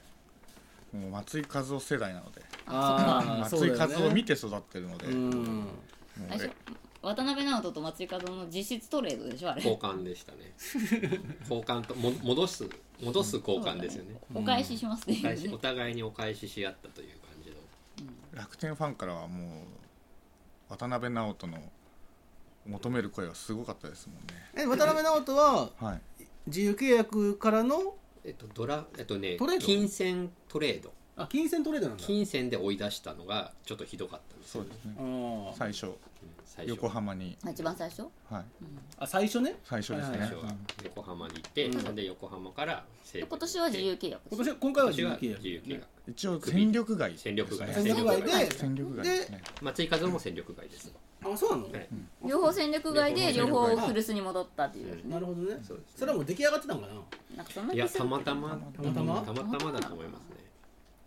Speaker 3: もう松井和夫世代なので
Speaker 2: ああそ
Speaker 3: 松
Speaker 2: う
Speaker 3: 井
Speaker 2: だよ
Speaker 3: 和
Speaker 2: ね
Speaker 3: 夫を見て育ってるので、
Speaker 2: う
Speaker 3: もうん
Speaker 1: あれでしょ
Speaker 3: え
Speaker 1: 渡辺直人と松井和夫の実質トレードでしょあれ
Speaker 4: 交換でしたね 交換とも戻す戻す交換ですよね
Speaker 1: お返ししますってい
Speaker 4: お
Speaker 1: う ね
Speaker 4: 返しお互いにお返しし合ったという感じの
Speaker 3: 楽天ファンからはもう渡辺直人の求める声はすごかったですもんね
Speaker 2: え渡辺直人は
Speaker 3: はい
Speaker 2: 自由契約からの
Speaker 4: えっとドラえっとね
Speaker 2: トレード
Speaker 4: 金銭トレード
Speaker 2: あ金銭トレードなんだ
Speaker 4: 金銭で追い出したのがちょっとひどかったんです
Speaker 3: そ
Speaker 4: よ
Speaker 3: うですね
Speaker 2: あー
Speaker 3: 最初
Speaker 4: 最初
Speaker 3: 横浜に、
Speaker 1: あ一番最初
Speaker 3: はい、
Speaker 2: あ最初ね
Speaker 3: 最初ですね、
Speaker 2: は
Speaker 4: 最初は横浜に行って、
Speaker 2: うん
Speaker 4: それで横浜から西
Speaker 1: で
Speaker 4: 武
Speaker 1: 今年は自由契約で
Speaker 2: 今
Speaker 1: しょ
Speaker 2: 年今
Speaker 4: 今
Speaker 2: 回は自
Speaker 4: 年
Speaker 2: 由契
Speaker 4: は自由
Speaker 2: 約
Speaker 4: 契
Speaker 2: ね
Speaker 4: 約
Speaker 3: 一応戦力外
Speaker 4: 戦力外
Speaker 3: です
Speaker 2: 戦
Speaker 3: ね
Speaker 2: 力外で
Speaker 3: 戦力外ですね
Speaker 4: 松井和夫も戦力外です、
Speaker 2: あそうなの
Speaker 4: はい
Speaker 1: 両方戦力外で両方
Speaker 2: 両方
Speaker 1: 古巣に戻ったっていうやつ
Speaker 2: な
Speaker 1: ね
Speaker 2: るほどね
Speaker 4: そうですね
Speaker 2: それはもう出来上がってたのかない
Speaker 1: なんかそんない気
Speaker 4: や
Speaker 1: する
Speaker 4: たまたま
Speaker 2: たまたま
Speaker 4: たまたまだと思いますね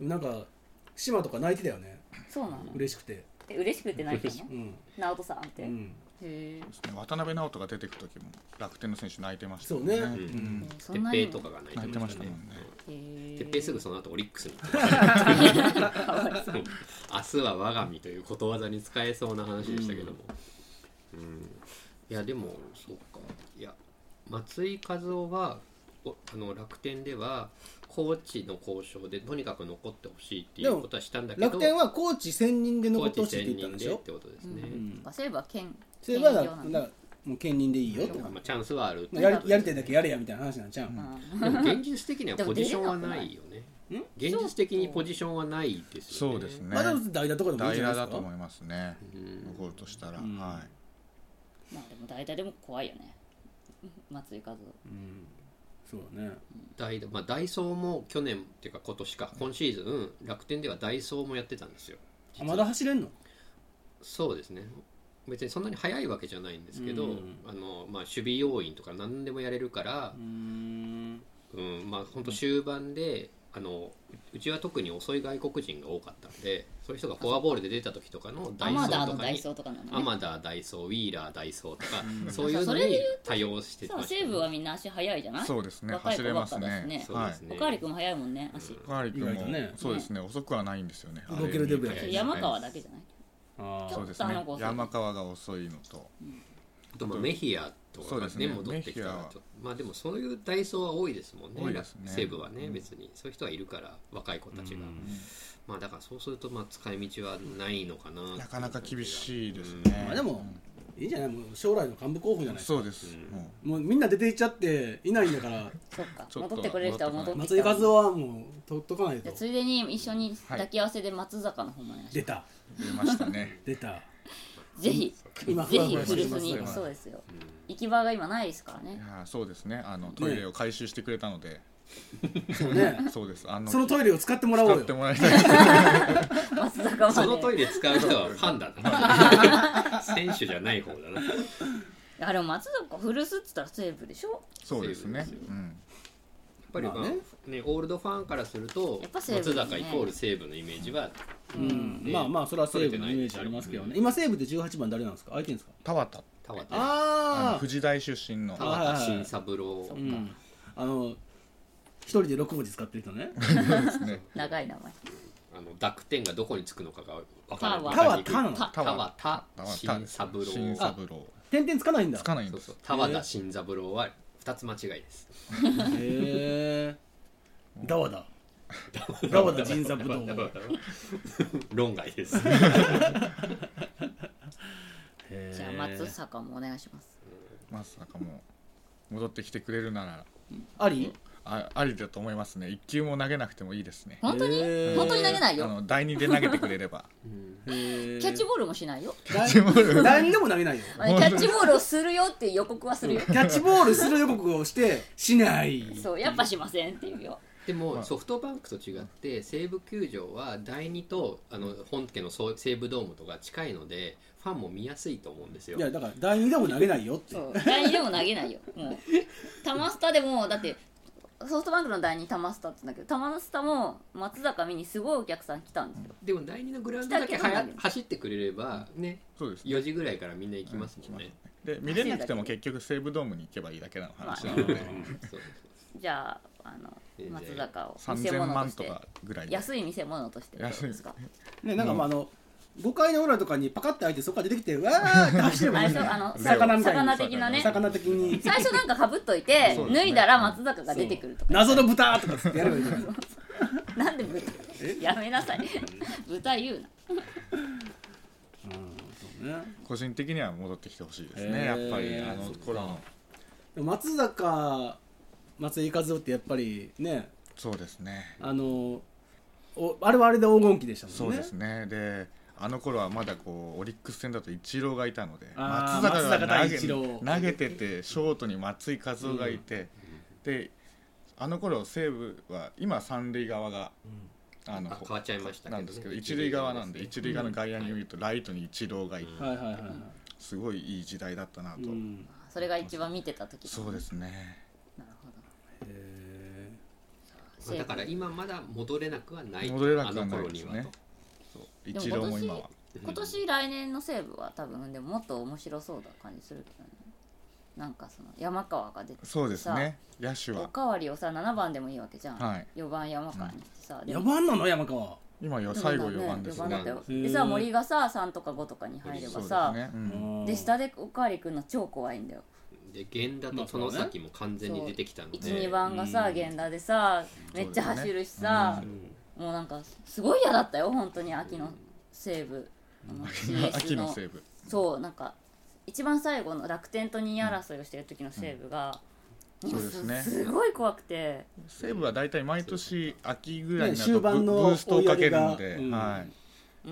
Speaker 2: なんか島とか泣いてたよね
Speaker 1: そうなの
Speaker 2: 嬉しくて
Speaker 1: え嬉しくて泣いてんの
Speaker 2: うん
Speaker 1: 直人さんっ
Speaker 2: う
Speaker 1: て、へ
Speaker 2: ん
Speaker 1: え
Speaker 3: そうですね渡辺直人が出てく時も楽天の選手泣いてました
Speaker 2: そうね
Speaker 3: う
Speaker 2: うん
Speaker 3: ん
Speaker 1: そ
Speaker 4: 鉄
Speaker 1: んなに
Speaker 4: 平とかが泣
Speaker 3: 泣
Speaker 4: い
Speaker 3: い
Speaker 4: て
Speaker 3: て
Speaker 4: ま
Speaker 3: ま
Speaker 4: し
Speaker 3: したたも
Speaker 4: ね
Speaker 3: んね
Speaker 1: へ
Speaker 4: 鉄平すぐその後オリックスに行ってましたね明日は我が身ということわざに使えそうな話でしたけども、うんいやでもそうかいや松井和夫はおあの楽天ではコーチの交渉でとにかく残ってほしいっていうことはしたんだけど
Speaker 2: 楽天はコーチ1000人で
Speaker 4: コ
Speaker 2: 残
Speaker 4: ー
Speaker 2: って
Speaker 4: チ
Speaker 2: ほしいって
Speaker 4: 専
Speaker 2: 言ったん
Speaker 4: 任
Speaker 2: でし
Speaker 4: でっ
Speaker 2: ょ、
Speaker 4: てことですね、
Speaker 2: うん、
Speaker 1: そういえば県
Speaker 2: それはだ
Speaker 1: 兼業
Speaker 2: だか
Speaker 1: なん
Speaker 2: らもう兼任でいいよと
Speaker 4: まあ、チャンスはあるって
Speaker 2: やりやりたいだけやれやみたいな話なんちゃう、、
Speaker 1: うんん
Speaker 4: でも現実的にはポジションはないよね
Speaker 2: でも
Speaker 4: 現実的にポジションはないですよね
Speaker 3: そうですね
Speaker 2: まあでも代打とかでもいいん
Speaker 3: 代
Speaker 2: じゃない
Speaker 3: 打
Speaker 2: で
Speaker 3: だ
Speaker 2: す
Speaker 3: と
Speaker 2: か
Speaker 3: 思いますね
Speaker 4: うん
Speaker 3: 残るとしたら、
Speaker 2: うん
Speaker 3: はい
Speaker 1: まあでも大体でも怖いよね松井和夫
Speaker 2: うんそうだね
Speaker 4: ダイまあ、ダイソーも去年っていうか今年か今シーズン楽天ではダイソーもやってたんですよ
Speaker 2: あ
Speaker 4: 実は
Speaker 2: まだ走れんの
Speaker 4: そうですね別にそんなに速いわけじゃないんですけど、
Speaker 2: うん
Speaker 4: あのまあ、守備要員とか何でもやれるから
Speaker 2: う、ん
Speaker 4: うんまあ、本当終盤であのううちは特に遅い外国人が多かったんでそういう人がフォアボールで出た時とかのダ
Speaker 1: ア
Speaker 4: イソ
Speaker 1: マダ
Speaker 4: ー
Speaker 1: ー
Speaker 4: と
Speaker 1: の
Speaker 4: か
Speaker 1: ダイ
Speaker 4: に
Speaker 1: ソーとかなんだ
Speaker 4: ア
Speaker 1: ね
Speaker 4: マダーダイソーウィーラーダイソーとかそういう
Speaker 1: そ
Speaker 4: の
Speaker 1: れで
Speaker 4: に
Speaker 1: 言
Speaker 4: 多用して
Speaker 1: さ
Speaker 4: ま
Speaker 1: あ
Speaker 4: した
Speaker 1: 西武はみんな足早いじゃない
Speaker 3: そうですね
Speaker 1: 若い
Speaker 3: 走
Speaker 1: 子
Speaker 3: れます
Speaker 1: ばっかだし
Speaker 3: ね
Speaker 1: ね
Speaker 4: そうですね
Speaker 1: おかわり君早いもんね足
Speaker 3: 小原君
Speaker 2: 意外
Speaker 3: も、
Speaker 2: とね
Speaker 3: そうですね遅くはないんですよね
Speaker 2: 動けるデブや
Speaker 3: あれ
Speaker 2: けど
Speaker 1: 山川
Speaker 3: ね
Speaker 1: だけじゃない
Speaker 2: あ
Speaker 3: そ
Speaker 2: あ
Speaker 3: うです
Speaker 1: ちょっとあ
Speaker 3: ね
Speaker 1: の子遅い
Speaker 3: 山川が遅いのと
Speaker 4: あとまあメヒアと
Speaker 3: そ
Speaker 4: か
Speaker 3: う
Speaker 4: が、
Speaker 3: です
Speaker 4: ね
Speaker 3: ね
Speaker 4: 戻ってきたら
Speaker 3: メヒアは
Speaker 4: ちょっとまあでもそういうダイソーは多いですもんね
Speaker 3: 多いですね
Speaker 4: 西武はね、
Speaker 3: うん
Speaker 4: 別にそういう人はいるから若い子たちが、
Speaker 2: うん
Speaker 4: まあだからそうするとまあ使い道はないのかなっていう
Speaker 3: なかなか厳しいですね、
Speaker 2: まあでもいいじゃないもう将来の幹部候補じゃない
Speaker 3: そうです、
Speaker 4: うん
Speaker 2: も
Speaker 3: も
Speaker 2: うみんな出ていっちゃっていないんだから
Speaker 1: そっか
Speaker 3: ちょっと
Speaker 1: 戻ってくれる人は戻って
Speaker 2: 松井
Speaker 1: き
Speaker 2: 和
Speaker 1: た
Speaker 2: 夫はもう取っとかない
Speaker 1: じ
Speaker 2: と
Speaker 1: ゃあついでに一緒に抱き合わせで松坂の方もお願いします
Speaker 2: 出た
Speaker 3: う出ました ね
Speaker 2: 出た
Speaker 1: ぜひ、
Speaker 2: 今
Speaker 1: ぜ
Speaker 2: ふ
Speaker 1: ひ
Speaker 2: わふわして
Speaker 1: 古巣
Speaker 2: ます
Speaker 1: に
Speaker 2: よ、
Speaker 1: そうですよ。
Speaker 4: うん
Speaker 1: 行き場が今ないですから
Speaker 3: い
Speaker 1: ね。
Speaker 3: やーそうですねあのトイレを回収してくれたので、
Speaker 2: そうね
Speaker 3: そうですあの
Speaker 2: そのトイレを使ってもらおう
Speaker 3: 使
Speaker 2: よ
Speaker 3: ってもらいたいです
Speaker 1: 松坂まで。
Speaker 4: そのトイレ使う人はファンだ な選手じゃない方だな
Speaker 1: あれ松坂古巣っつったら西武でしょ。
Speaker 3: そうですね
Speaker 4: そうですよ
Speaker 3: うん
Speaker 4: やっぱりまあ、
Speaker 2: まあね
Speaker 4: ねオールドファンからすると
Speaker 1: やっぱ西武
Speaker 4: 松
Speaker 1: ですね
Speaker 4: 坂イコール西武のイメージは
Speaker 2: うん
Speaker 4: ね
Speaker 2: まあまあそれは西武のイメージありますけどね
Speaker 4: う
Speaker 2: 今西武で18番誰なんですか相手ですか
Speaker 3: 田畑
Speaker 4: 田畑田
Speaker 3: あの
Speaker 2: ああ
Speaker 3: 富士大出身の
Speaker 2: あ
Speaker 4: 畑新三郎
Speaker 1: そ
Speaker 2: うんあの一人で6文字使ってる人ね
Speaker 3: ですね
Speaker 1: 長い名前。
Speaker 4: あの濁点がどこにつくのかが分
Speaker 1: タ
Speaker 4: か
Speaker 1: は
Speaker 4: らない
Speaker 2: タはタなの
Speaker 1: タ
Speaker 4: 田畑新三郎
Speaker 3: 新
Speaker 4: あ
Speaker 3: 三郎
Speaker 2: 点々つかないんだ
Speaker 3: つかないん
Speaker 4: そう
Speaker 3: で
Speaker 4: そ
Speaker 3: す
Speaker 4: う田畑新三郎は2つ間違いです
Speaker 2: へえダワダダワダ人三郎へ
Speaker 4: 論外です
Speaker 2: え
Speaker 1: じゃあ松坂もお願いします。
Speaker 3: まさかもう戻ってきてくれるなら
Speaker 2: あり
Speaker 3: あありだと思いますね一球も投げなくてもいいですね
Speaker 1: 本当に
Speaker 2: へー
Speaker 1: 本当に投げない
Speaker 3: あ
Speaker 1: よ。
Speaker 3: の第二で投げてくれれば
Speaker 4: うん
Speaker 2: へー
Speaker 1: キャッチボールもしないよ。
Speaker 2: キャッチボール何にでも投げないよ
Speaker 1: あれキャッチボールをするよって予告はするよ
Speaker 2: キ。ャッチボールする予告をしてしない
Speaker 1: そうやっぱしませんっていうよ。
Speaker 4: で
Speaker 3: ま
Speaker 4: も
Speaker 3: あ
Speaker 4: ソフトバンクと違って西武球場は第2とあの本家のそう西武ドームとか近いのでファンも見やすいと思うんですよ
Speaker 2: いやだから第二でも投げないよって
Speaker 1: そう第二でも投げないよ。もう 玉スタでもだって。ソフトバンクの第2玉スタって言うんだけど玉スタも松坂見にすごいお客さん来たんですよ
Speaker 4: でも第2のグラウンドだけは
Speaker 1: 来た
Speaker 4: や
Speaker 1: けど
Speaker 4: 走ってくれればね
Speaker 3: そうですね
Speaker 4: 4時ぐらいからみんな行きますもんね、
Speaker 3: で見れなくても結局西武ドームに行けばいいだけの話なので
Speaker 4: そう
Speaker 1: じゃああの
Speaker 4: いいね
Speaker 1: 松坂を見せ
Speaker 3: 3000
Speaker 1: 物と
Speaker 3: 万
Speaker 1: し
Speaker 3: と
Speaker 1: て
Speaker 3: かぐらいで
Speaker 1: 安い見せ物としてどうですか
Speaker 2: ねなんかまああの5回の裏とかにパカッて開いてそこから出てきてわーって走れば
Speaker 1: あ
Speaker 2: いい
Speaker 1: れ
Speaker 2: ん
Speaker 1: そ
Speaker 2: だ
Speaker 1: う
Speaker 2: よ
Speaker 1: あの魚
Speaker 2: 魚みたいな
Speaker 1: 魚的なね
Speaker 2: 魚的に
Speaker 1: 最初なんかかぶっといて
Speaker 3: そうですね
Speaker 1: 脱いだら松坂が出てくるとか
Speaker 2: 謎の豚とかつってやればいいじゃない
Speaker 1: なんで豚
Speaker 2: え
Speaker 1: やめなさい豚言うな
Speaker 2: うんそうね
Speaker 3: 個人的には戻ってきてほしいです
Speaker 2: へ
Speaker 3: ねや
Speaker 2: ー
Speaker 3: っぱりあの頃の
Speaker 2: でも松坂松井和夫ってやっぱりね
Speaker 3: そうですね
Speaker 2: あのおあれはあれで黄金期でしたもんね
Speaker 3: そうですねであの頃はまだこうオリックス戦だとイチローがいたので
Speaker 2: あー
Speaker 3: 松坂
Speaker 2: 松坂
Speaker 3: が
Speaker 2: 対
Speaker 3: 投げ
Speaker 2: イチロー
Speaker 3: 投げててショートに松井一夫がいて、であの頃西武は今三塁側が、あの
Speaker 4: あ変わっちゃいましたけどね
Speaker 3: なんですけど一塁側なんで一塁側の外野に見るとライトにイチローがいて、
Speaker 2: はいはいはいはい
Speaker 3: すごいいい時代だったなと、
Speaker 2: うん
Speaker 1: それが一番見てた時
Speaker 3: そうですね
Speaker 1: なるほど
Speaker 2: へ
Speaker 4: まあだから今まだ戻れなくはない
Speaker 3: 戻れなくは
Speaker 4: あの
Speaker 3: ない
Speaker 4: 頃
Speaker 3: で
Speaker 4: に
Speaker 3: す
Speaker 4: はと
Speaker 3: ねそうイチローも今は
Speaker 1: 今年来年の西武は多分でももっと面白そうな感じするけどねなんかその山川が出て
Speaker 3: そうですね野手
Speaker 1: お
Speaker 3: は
Speaker 1: かわりをさ7番でもいいわけじゃん、
Speaker 3: はい
Speaker 1: 4番山川にしてさ、
Speaker 2: え
Speaker 1: で
Speaker 2: や
Speaker 1: も
Speaker 2: ばんなの山川
Speaker 3: 今や最
Speaker 1: だ
Speaker 3: 後4番です
Speaker 1: 四
Speaker 3: ね
Speaker 1: だったよ
Speaker 2: へー
Speaker 1: でさ森がさ3とか5とかに入ればさ
Speaker 3: そうですね、うん
Speaker 2: うん
Speaker 1: で下でおかわりくんの超怖いんだよ
Speaker 4: で源田と外崎も完全に出てきたので、
Speaker 1: 12番がさ
Speaker 2: うん
Speaker 1: 源田でさめっちゃ
Speaker 3: そうだよね
Speaker 1: 走るしさ
Speaker 4: う、ん
Speaker 1: もうなんかすごい嫌だったよ本当に秋の西部あの CS
Speaker 3: 秋の
Speaker 1: の
Speaker 3: 西部
Speaker 1: そうなんか一番最後の楽天と2位争いをしてる時の西武が、
Speaker 3: うん
Speaker 1: いや
Speaker 3: そうですね
Speaker 1: すごい怖くて
Speaker 3: 西部は大体毎年秋ぐらいにな
Speaker 2: ね
Speaker 3: ると
Speaker 2: 終盤の
Speaker 3: ブブーストをかけるので、
Speaker 2: 追い上げがうん
Speaker 3: はい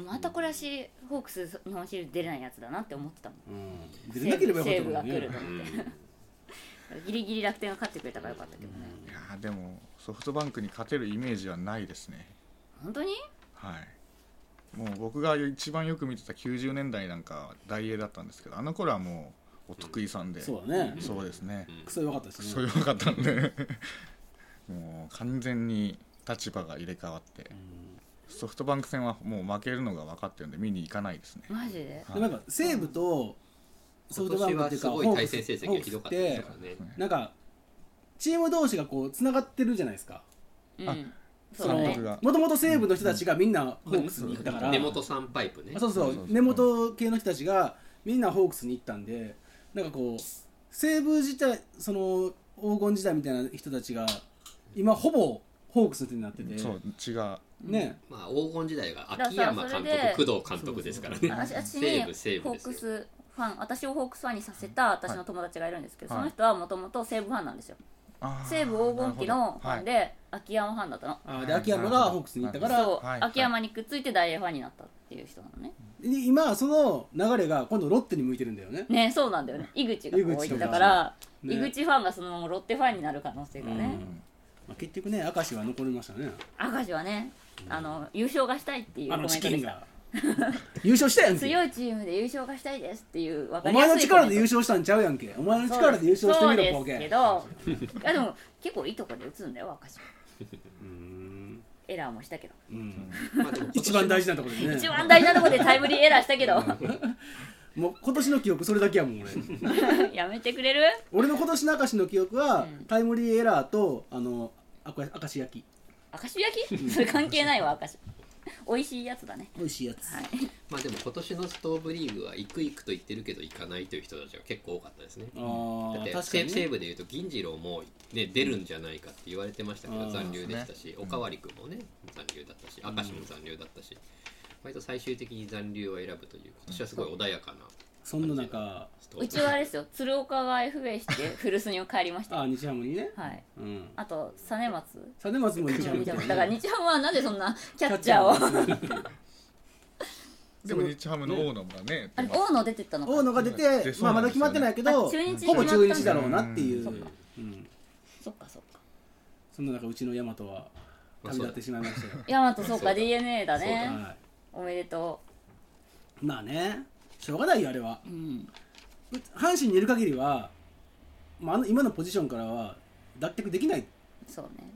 Speaker 1: またこれはしホークス日本シリーズ出れないやつだなって思ってたもん
Speaker 2: うん出れなければよかったもん
Speaker 1: 西武が
Speaker 2: ね
Speaker 1: 来るギリギリ楽天が勝ってくれたからよかったけどね
Speaker 3: いやーでもソフトバンクに勝てるイメージはないですね
Speaker 1: 本当に
Speaker 3: はいもう僕が一番よく見てた90年代なんかは大英だったんですけどあの頃はもうお得意さんで、
Speaker 2: そうだね
Speaker 3: そうですね、
Speaker 4: うん
Speaker 2: クソよかったし
Speaker 3: ク
Speaker 2: ね
Speaker 3: ソ弱かったんで もう完全に立場が入れ替わって
Speaker 2: うん
Speaker 3: ソフトバンク戦はもう負けるのが分かってるんで見に行かないですね
Speaker 1: マジで
Speaker 3: はい
Speaker 2: でもやっぱ西武とソフトバンクっていうか
Speaker 4: 今年はすごい対戦成績がひどかったですからね
Speaker 3: ね
Speaker 2: なんかチーム同士がこうつながってるじゃないですか
Speaker 1: う
Speaker 3: あ
Speaker 1: んそ
Speaker 2: そう
Speaker 1: だ
Speaker 2: の
Speaker 1: ね
Speaker 3: 僕が
Speaker 2: もともと西武の人たちがみんなホークスに行ったから
Speaker 4: 根本さんパイプね
Speaker 2: あそうそう
Speaker 3: そうそう
Speaker 2: 根本系の人たちがみんなホークスに行ったんでなんかこう西武自体その黄金時代みたいな人たちが今ほぼホークスの人になってて
Speaker 3: そう血が
Speaker 2: ね
Speaker 4: まあ黄金時代が秋山監
Speaker 1: だからそれ
Speaker 4: 督
Speaker 1: で
Speaker 4: 工藤監督ですから
Speaker 1: あ
Speaker 4: ね
Speaker 1: 私私に
Speaker 4: 西武西
Speaker 1: ホ
Speaker 4: 武で
Speaker 1: ーク
Speaker 4: すよ
Speaker 1: スファン私をホークスファンにさせた私の友達がいるんですけど、
Speaker 3: は
Speaker 1: そ
Speaker 3: い
Speaker 1: の人はもともと西武ファンなんですよ
Speaker 3: あー
Speaker 1: 西武黄金期のフ
Speaker 3: な
Speaker 1: ァ
Speaker 3: る
Speaker 1: ン
Speaker 3: ほ
Speaker 1: で、
Speaker 3: ど
Speaker 1: 秋山ファンだったの
Speaker 2: あで秋山がホークスに行ったから
Speaker 1: そう、
Speaker 3: はい
Speaker 1: 秋山にくっついて大英ファンになったっていう人なのね
Speaker 2: で今その流れが今度ロッテに向いてるんだよね
Speaker 1: ねそうなんだよね井口がこう
Speaker 2: 井
Speaker 1: 行
Speaker 2: 口と
Speaker 1: っ
Speaker 2: か
Speaker 1: たから
Speaker 2: ね
Speaker 1: 井口ファンがそのままロッテファンになる可能性が
Speaker 2: う
Speaker 1: ね
Speaker 2: んまあ、結局ね明石は残りましたね
Speaker 1: 明石はねあの優勝がしたいっていう
Speaker 2: あ
Speaker 1: コ
Speaker 2: の
Speaker 1: メン
Speaker 2: チ
Speaker 1: ト
Speaker 2: キ
Speaker 1: で
Speaker 2: ン
Speaker 1: した
Speaker 2: が優勝したやんけ
Speaker 1: 強いチームで優勝がしたいですっていう分か
Speaker 2: お
Speaker 1: りや
Speaker 2: 前
Speaker 1: すい
Speaker 2: の力で優
Speaker 1: 勝
Speaker 2: 勝したんちゃうやんけお前の力で優勝してみろボケ
Speaker 1: そうですけどいやでも結構いいとこで打つんだよ明石は
Speaker 2: うーん
Speaker 1: エラーもしたけど
Speaker 2: うん
Speaker 4: まあでも
Speaker 2: 一番大事なところでね
Speaker 1: 一番大事なとこでタイムリーエラーしたけど
Speaker 2: もう今年の記憶それだけやもん俺
Speaker 1: やめてくれる
Speaker 2: 俺の今年の明石の記憶は、
Speaker 1: うん
Speaker 2: タイムリーエラーとあのあこれ明石焼き
Speaker 1: 明石焼きそれ関係ないわ明石美味しいやつだね
Speaker 2: 美味しいやつ、
Speaker 1: はい
Speaker 4: まあでも今年のストーブリーグは行く行くと言ってるけど行かないという人たちが結構多かったですね
Speaker 2: あ
Speaker 4: だっ
Speaker 2: ー
Speaker 4: て
Speaker 2: 確か
Speaker 4: 西
Speaker 2: に、ね、
Speaker 4: 西武でいうと銀次郎も、ね、出るんじゃないかって言われてましたけ
Speaker 2: う
Speaker 4: ど
Speaker 2: ん
Speaker 4: 残留でしたし、
Speaker 3: うん
Speaker 4: おかわり君もね残留だったし明石も残留だったし、割と最終的に残留を選ぶという今年はすごい穏やかな
Speaker 2: そんな中
Speaker 4: ストー
Speaker 1: う
Speaker 4: リ
Speaker 1: ち
Speaker 4: ー
Speaker 1: はあれですよ鶴岡が FA して古巣に帰りました
Speaker 2: あ
Speaker 1: よ
Speaker 2: ー日ハムにね
Speaker 1: はい
Speaker 2: うん
Speaker 1: あと実松
Speaker 2: 実松も日ハム
Speaker 1: だ
Speaker 2: に
Speaker 1: から日ハムはなぜそんなキャッチャーを
Speaker 3: でも日ハムの大野がね
Speaker 1: あれ大野出てったの
Speaker 2: 大
Speaker 1: か
Speaker 2: 野が出て
Speaker 3: 出、そう
Speaker 2: まあ、ま
Speaker 3: なん
Speaker 2: だ
Speaker 3: ですよね
Speaker 2: 決まってないけ
Speaker 1: あ
Speaker 2: ど
Speaker 1: 中日
Speaker 2: ほぼ中日だろうな
Speaker 3: うん
Speaker 2: っていう、
Speaker 1: そっ
Speaker 2: うん
Speaker 1: かそっかそっか
Speaker 2: そんな中うちの大和は
Speaker 4: まあ
Speaker 2: 旅立ってしまいましたよ、
Speaker 1: 大和そう
Speaker 4: そうだ
Speaker 1: か d n a だね
Speaker 2: は
Speaker 1: おめでと
Speaker 2: い、まあねしょうがないよあれは
Speaker 1: ううん
Speaker 2: う阪神にいる限りは、まあ、あの今のポジションからは脱却できない
Speaker 1: そうね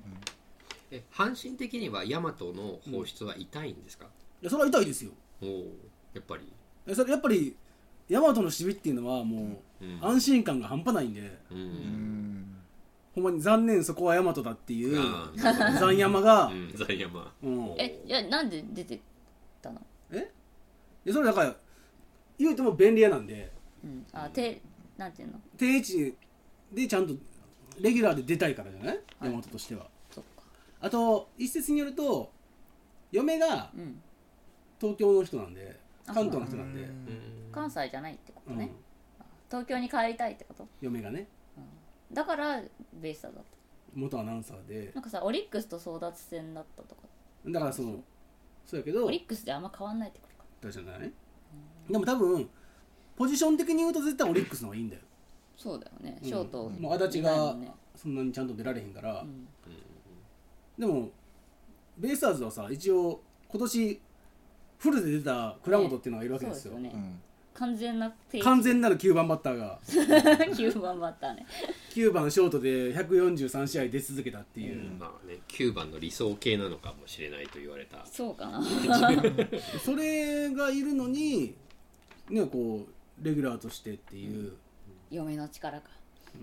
Speaker 4: え阪神的には大和の放出は痛いんですか、
Speaker 2: いやそれは痛いですよ
Speaker 4: おおやっぱり、
Speaker 2: えそれやっぱり大和の守備っていうのはも
Speaker 4: う
Speaker 2: うん安心感が半端ないんで、
Speaker 3: う
Speaker 4: う
Speaker 3: んん
Speaker 2: ほんまに残念そこは大和だっていう
Speaker 4: あー
Speaker 2: 残山が、
Speaker 4: うん在山
Speaker 2: うん
Speaker 4: おー
Speaker 1: えじゃあなんで出てったの
Speaker 2: でそれだから言うても便利屋なんで
Speaker 1: うんあてなんていうの
Speaker 2: 定位置でちゃんとレギュラーで出たいからじゃない
Speaker 1: はい
Speaker 2: 大和としては、
Speaker 1: そっか
Speaker 2: あと一説によると嫁が
Speaker 1: うん
Speaker 2: 東京の人なんで
Speaker 1: あ
Speaker 2: 関東の人なんで、
Speaker 4: うん
Speaker 1: 関西じゃないってことね
Speaker 2: うん
Speaker 1: 東京に帰りたいってこと
Speaker 2: 嫁がね
Speaker 1: だからベイスターズだった
Speaker 2: 元アナウンサーで
Speaker 1: なんかさオリックスと争奪戦だったとか
Speaker 2: だからそのそうやけど
Speaker 1: オリックスであんま変わんないってことか
Speaker 2: だじゃないでも多分ポジション的に言うと絶対オリックスの方がいいんだよ
Speaker 1: そうだよね
Speaker 2: うん
Speaker 1: ショート
Speaker 2: もう足立が
Speaker 1: いないもんね
Speaker 2: そんなにちゃんと出られへんから、
Speaker 1: うん
Speaker 2: でもベイスターズはさ一応今年フルで出た倉本っていうのがいるわ
Speaker 1: そう
Speaker 2: けで
Speaker 1: ですす
Speaker 2: よ,、
Speaker 1: よ
Speaker 3: う
Speaker 1: ね
Speaker 3: ん
Speaker 1: 完全な定位
Speaker 2: 完 全なる9番バッターが
Speaker 1: 9番バッターね
Speaker 2: 9番ショートで143試合出続けたっていう、
Speaker 4: まあね9番の理想系なのかもしれないと言われた
Speaker 1: そうかな
Speaker 2: それがいるのにねこうレギュラーとしてっていう、
Speaker 1: 嫁の力か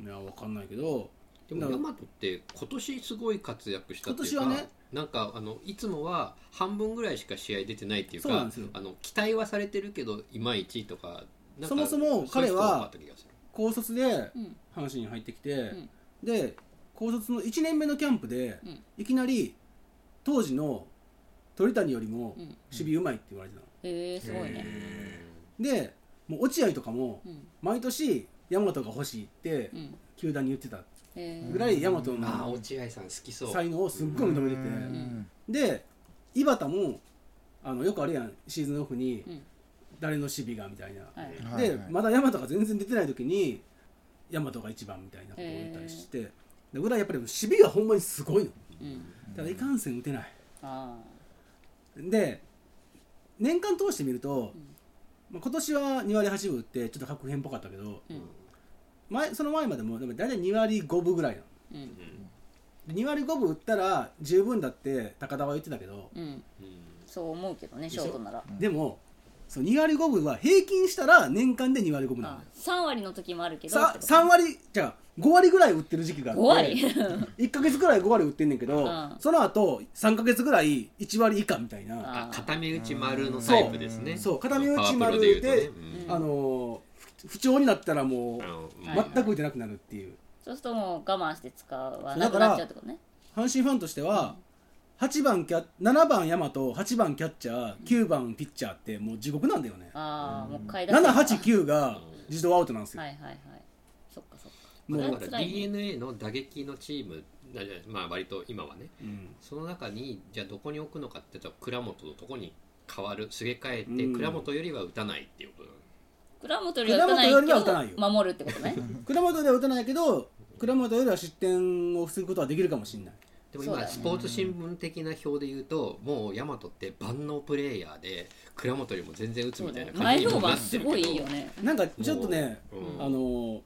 Speaker 2: いやわかんないけど
Speaker 4: でも
Speaker 2: なる
Speaker 4: ヤ
Speaker 2: ほど
Speaker 4: マトって今年すごい活躍したっていうか
Speaker 2: 今年はね
Speaker 4: なんかあのいつもは半分ぐらいしか試合出てないっていうか
Speaker 2: そうなんですよ
Speaker 4: あの期待はされてるけどいまいちとかなんか
Speaker 2: そもそも彼は
Speaker 4: そういう人多かった気がする
Speaker 2: 高卒で
Speaker 1: うん
Speaker 2: 阪神に入ってきて、
Speaker 1: ん
Speaker 2: で高卒の1年目のキャンプで、
Speaker 1: うん
Speaker 2: いきなり当時の鳥谷よりも
Speaker 1: うん
Speaker 2: 守備うまいって言われてたの、
Speaker 1: へえすごいね
Speaker 3: へ
Speaker 2: でもう落合とかも
Speaker 1: うん
Speaker 2: 毎年大和が欲しいって
Speaker 1: うん球
Speaker 2: 球団に言ってた
Speaker 1: へ
Speaker 2: ぐらい大和
Speaker 4: ああ
Speaker 2: の
Speaker 4: 落合さん好きそう
Speaker 2: 才能をすっごい認めてて、
Speaker 1: ん
Speaker 2: で井端もあのよくあるやんシーズンオフに
Speaker 1: うん
Speaker 2: 誰の守備がみたいな、
Speaker 1: はい
Speaker 4: うん
Speaker 3: はい
Speaker 2: で、
Speaker 3: はい
Speaker 2: まだ大和が全然出てない時に大和が一番みたいなことを言ったりして、でぐらいやっぱり守備がほんまにすごいの
Speaker 1: うん
Speaker 2: ただいかんせん打てない、
Speaker 1: あ
Speaker 2: で年間通してみると、
Speaker 1: うん
Speaker 2: まあ、今年は2割8分打ってちょっと確変っぽかったけど
Speaker 1: あうん
Speaker 2: 前その前までもでも大体2割5分ぐらいなの
Speaker 1: うん
Speaker 2: で2割5分打ったら十分だって高田は言ってたけど、
Speaker 1: うん
Speaker 4: うん
Speaker 1: そう思うけどね
Speaker 2: で
Speaker 1: シ
Speaker 2: しょ
Speaker 1: ョートなら
Speaker 3: うん
Speaker 2: でもそう2割5分は平均したら年間で2割5分なの
Speaker 1: あ
Speaker 2: よ
Speaker 1: 3割の時もあるけど
Speaker 2: さ3割じゃあ5割ぐらい打ってる時期があって
Speaker 1: 5割
Speaker 2: 1か月ぐらい5割打ってんねんけど、
Speaker 1: うん
Speaker 2: その後三3か月ぐらい1割以下みたいな
Speaker 4: あ
Speaker 1: あー
Speaker 4: 片目打ち丸のタイプですね
Speaker 2: そうそう片目打ち丸
Speaker 4: パワープロで言うとね
Speaker 1: で
Speaker 4: うん
Speaker 1: ん
Speaker 2: あのー不調になったらもう
Speaker 4: あのうん
Speaker 1: はい
Speaker 2: 全く打てなくなるっていう
Speaker 1: そうするともう我慢して使わなくなっちゃうってことね
Speaker 2: 阪神ファンとしては8番キャ7番大和8番キャッチャー9番ピッチャーってもう地獄なんだよね
Speaker 1: ああもう一回だけ
Speaker 2: 789が自動アウトなんですよ、
Speaker 1: はいはいはいそっかそっか
Speaker 2: も
Speaker 4: だ
Speaker 2: う
Speaker 1: は
Speaker 4: か
Speaker 1: 辛
Speaker 4: ら
Speaker 1: いね
Speaker 4: d n a の打撃のチームだじゃないまあ割と今はね
Speaker 2: うん
Speaker 4: その中にじゃあどこに置くのかって言ったら倉本のとこに変わるすげ替えて、
Speaker 2: うん
Speaker 4: 倉本よりは打たないっていうことなの
Speaker 1: 倉本よりは打たない
Speaker 2: 倉本よりは打たない
Speaker 1: け
Speaker 2: よ
Speaker 1: ど守るってことね
Speaker 2: 倉本では打たないけど倉本よりは失点を防ぐことはできるかもしれない
Speaker 4: でも
Speaker 1: そうだ
Speaker 4: 今
Speaker 1: ね
Speaker 4: スポーツ新聞的な表で言うともう大和って万能プレイヤーで倉本よりも全然打つ
Speaker 1: そ
Speaker 4: み
Speaker 1: う
Speaker 4: た
Speaker 1: だ
Speaker 4: い
Speaker 1: ね
Speaker 4: な感
Speaker 1: 前
Speaker 4: じに
Speaker 1: 評
Speaker 4: もな
Speaker 1: 判
Speaker 4: って
Speaker 1: す
Speaker 4: るけど
Speaker 1: ごいいいよね
Speaker 2: なんかちょっとね
Speaker 4: もううん
Speaker 2: あのー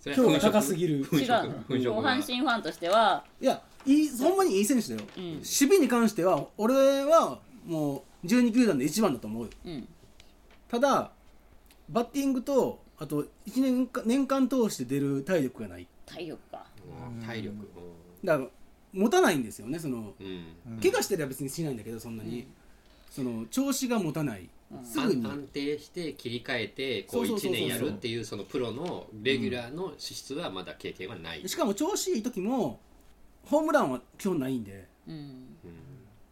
Speaker 4: それは
Speaker 2: 評価
Speaker 4: 粉飾
Speaker 2: 高すぎる
Speaker 1: 違う
Speaker 4: 粉飾粉
Speaker 1: の
Speaker 4: 飾
Speaker 1: 後半身ファンとしてはい
Speaker 2: やいいほんまにいい選手だよ、
Speaker 1: うん
Speaker 2: 守備に関しては俺はもう12球団で一番だと思うよ
Speaker 1: うん
Speaker 2: ただバッティングとあと1年間年間通して出る体力がない
Speaker 1: 体力か
Speaker 4: うん体力
Speaker 2: だから持たないんですよねその
Speaker 4: うん、うん
Speaker 2: 怪我してれば別にしないんだけどそんなに、その調子が持たない、
Speaker 1: うん
Speaker 2: すぐに
Speaker 4: 安安定して切り替えてこう
Speaker 2: そうそうそうそう
Speaker 4: 1年やるっていうそのプロのレギュラーの資質はまだ経験はない、
Speaker 2: しかも調子いい時もホームランは基本ないんで
Speaker 1: うん
Speaker 4: う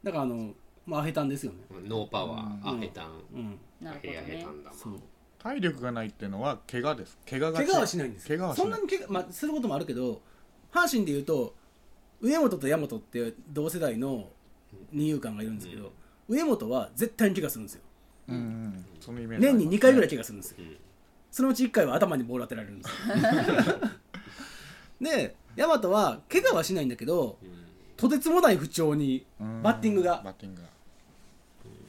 Speaker 2: だからあのまあアヘタンですよね
Speaker 4: んノーパワー、
Speaker 2: うん
Speaker 4: アヘタン
Speaker 2: うん
Speaker 1: なるほど
Speaker 4: ヘアヘ
Speaker 1: ね
Speaker 4: タンだもん
Speaker 2: そう
Speaker 3: 体力がないっていうのは怪我です怪我が
Speaker 2: 怪我はしないんです
Speaker 3: 怪我はし
Speaker 2: そん
Speaker 3: な
Speaker 2: ないに怪我、まあ、することもあるけど阪神でいうと上本と大和って同世代の二遊間がいるんですけど、上本は絶対に怪我するんですよ
Speaker 3: うんうんそのイメージ
Speaker 2: 年に2回ぐらい
Speaker 3: い
Speaker 2: 怪我するんですよ
Speaker 4: うん
Speaker 2: そのうち1回は頭にボール当てられるんですよ で大和は怪我はしないんだけど
Speaker 4: うん
Speaker 2: とてつもない不調にバッティングが
Speaker 3: バッティングが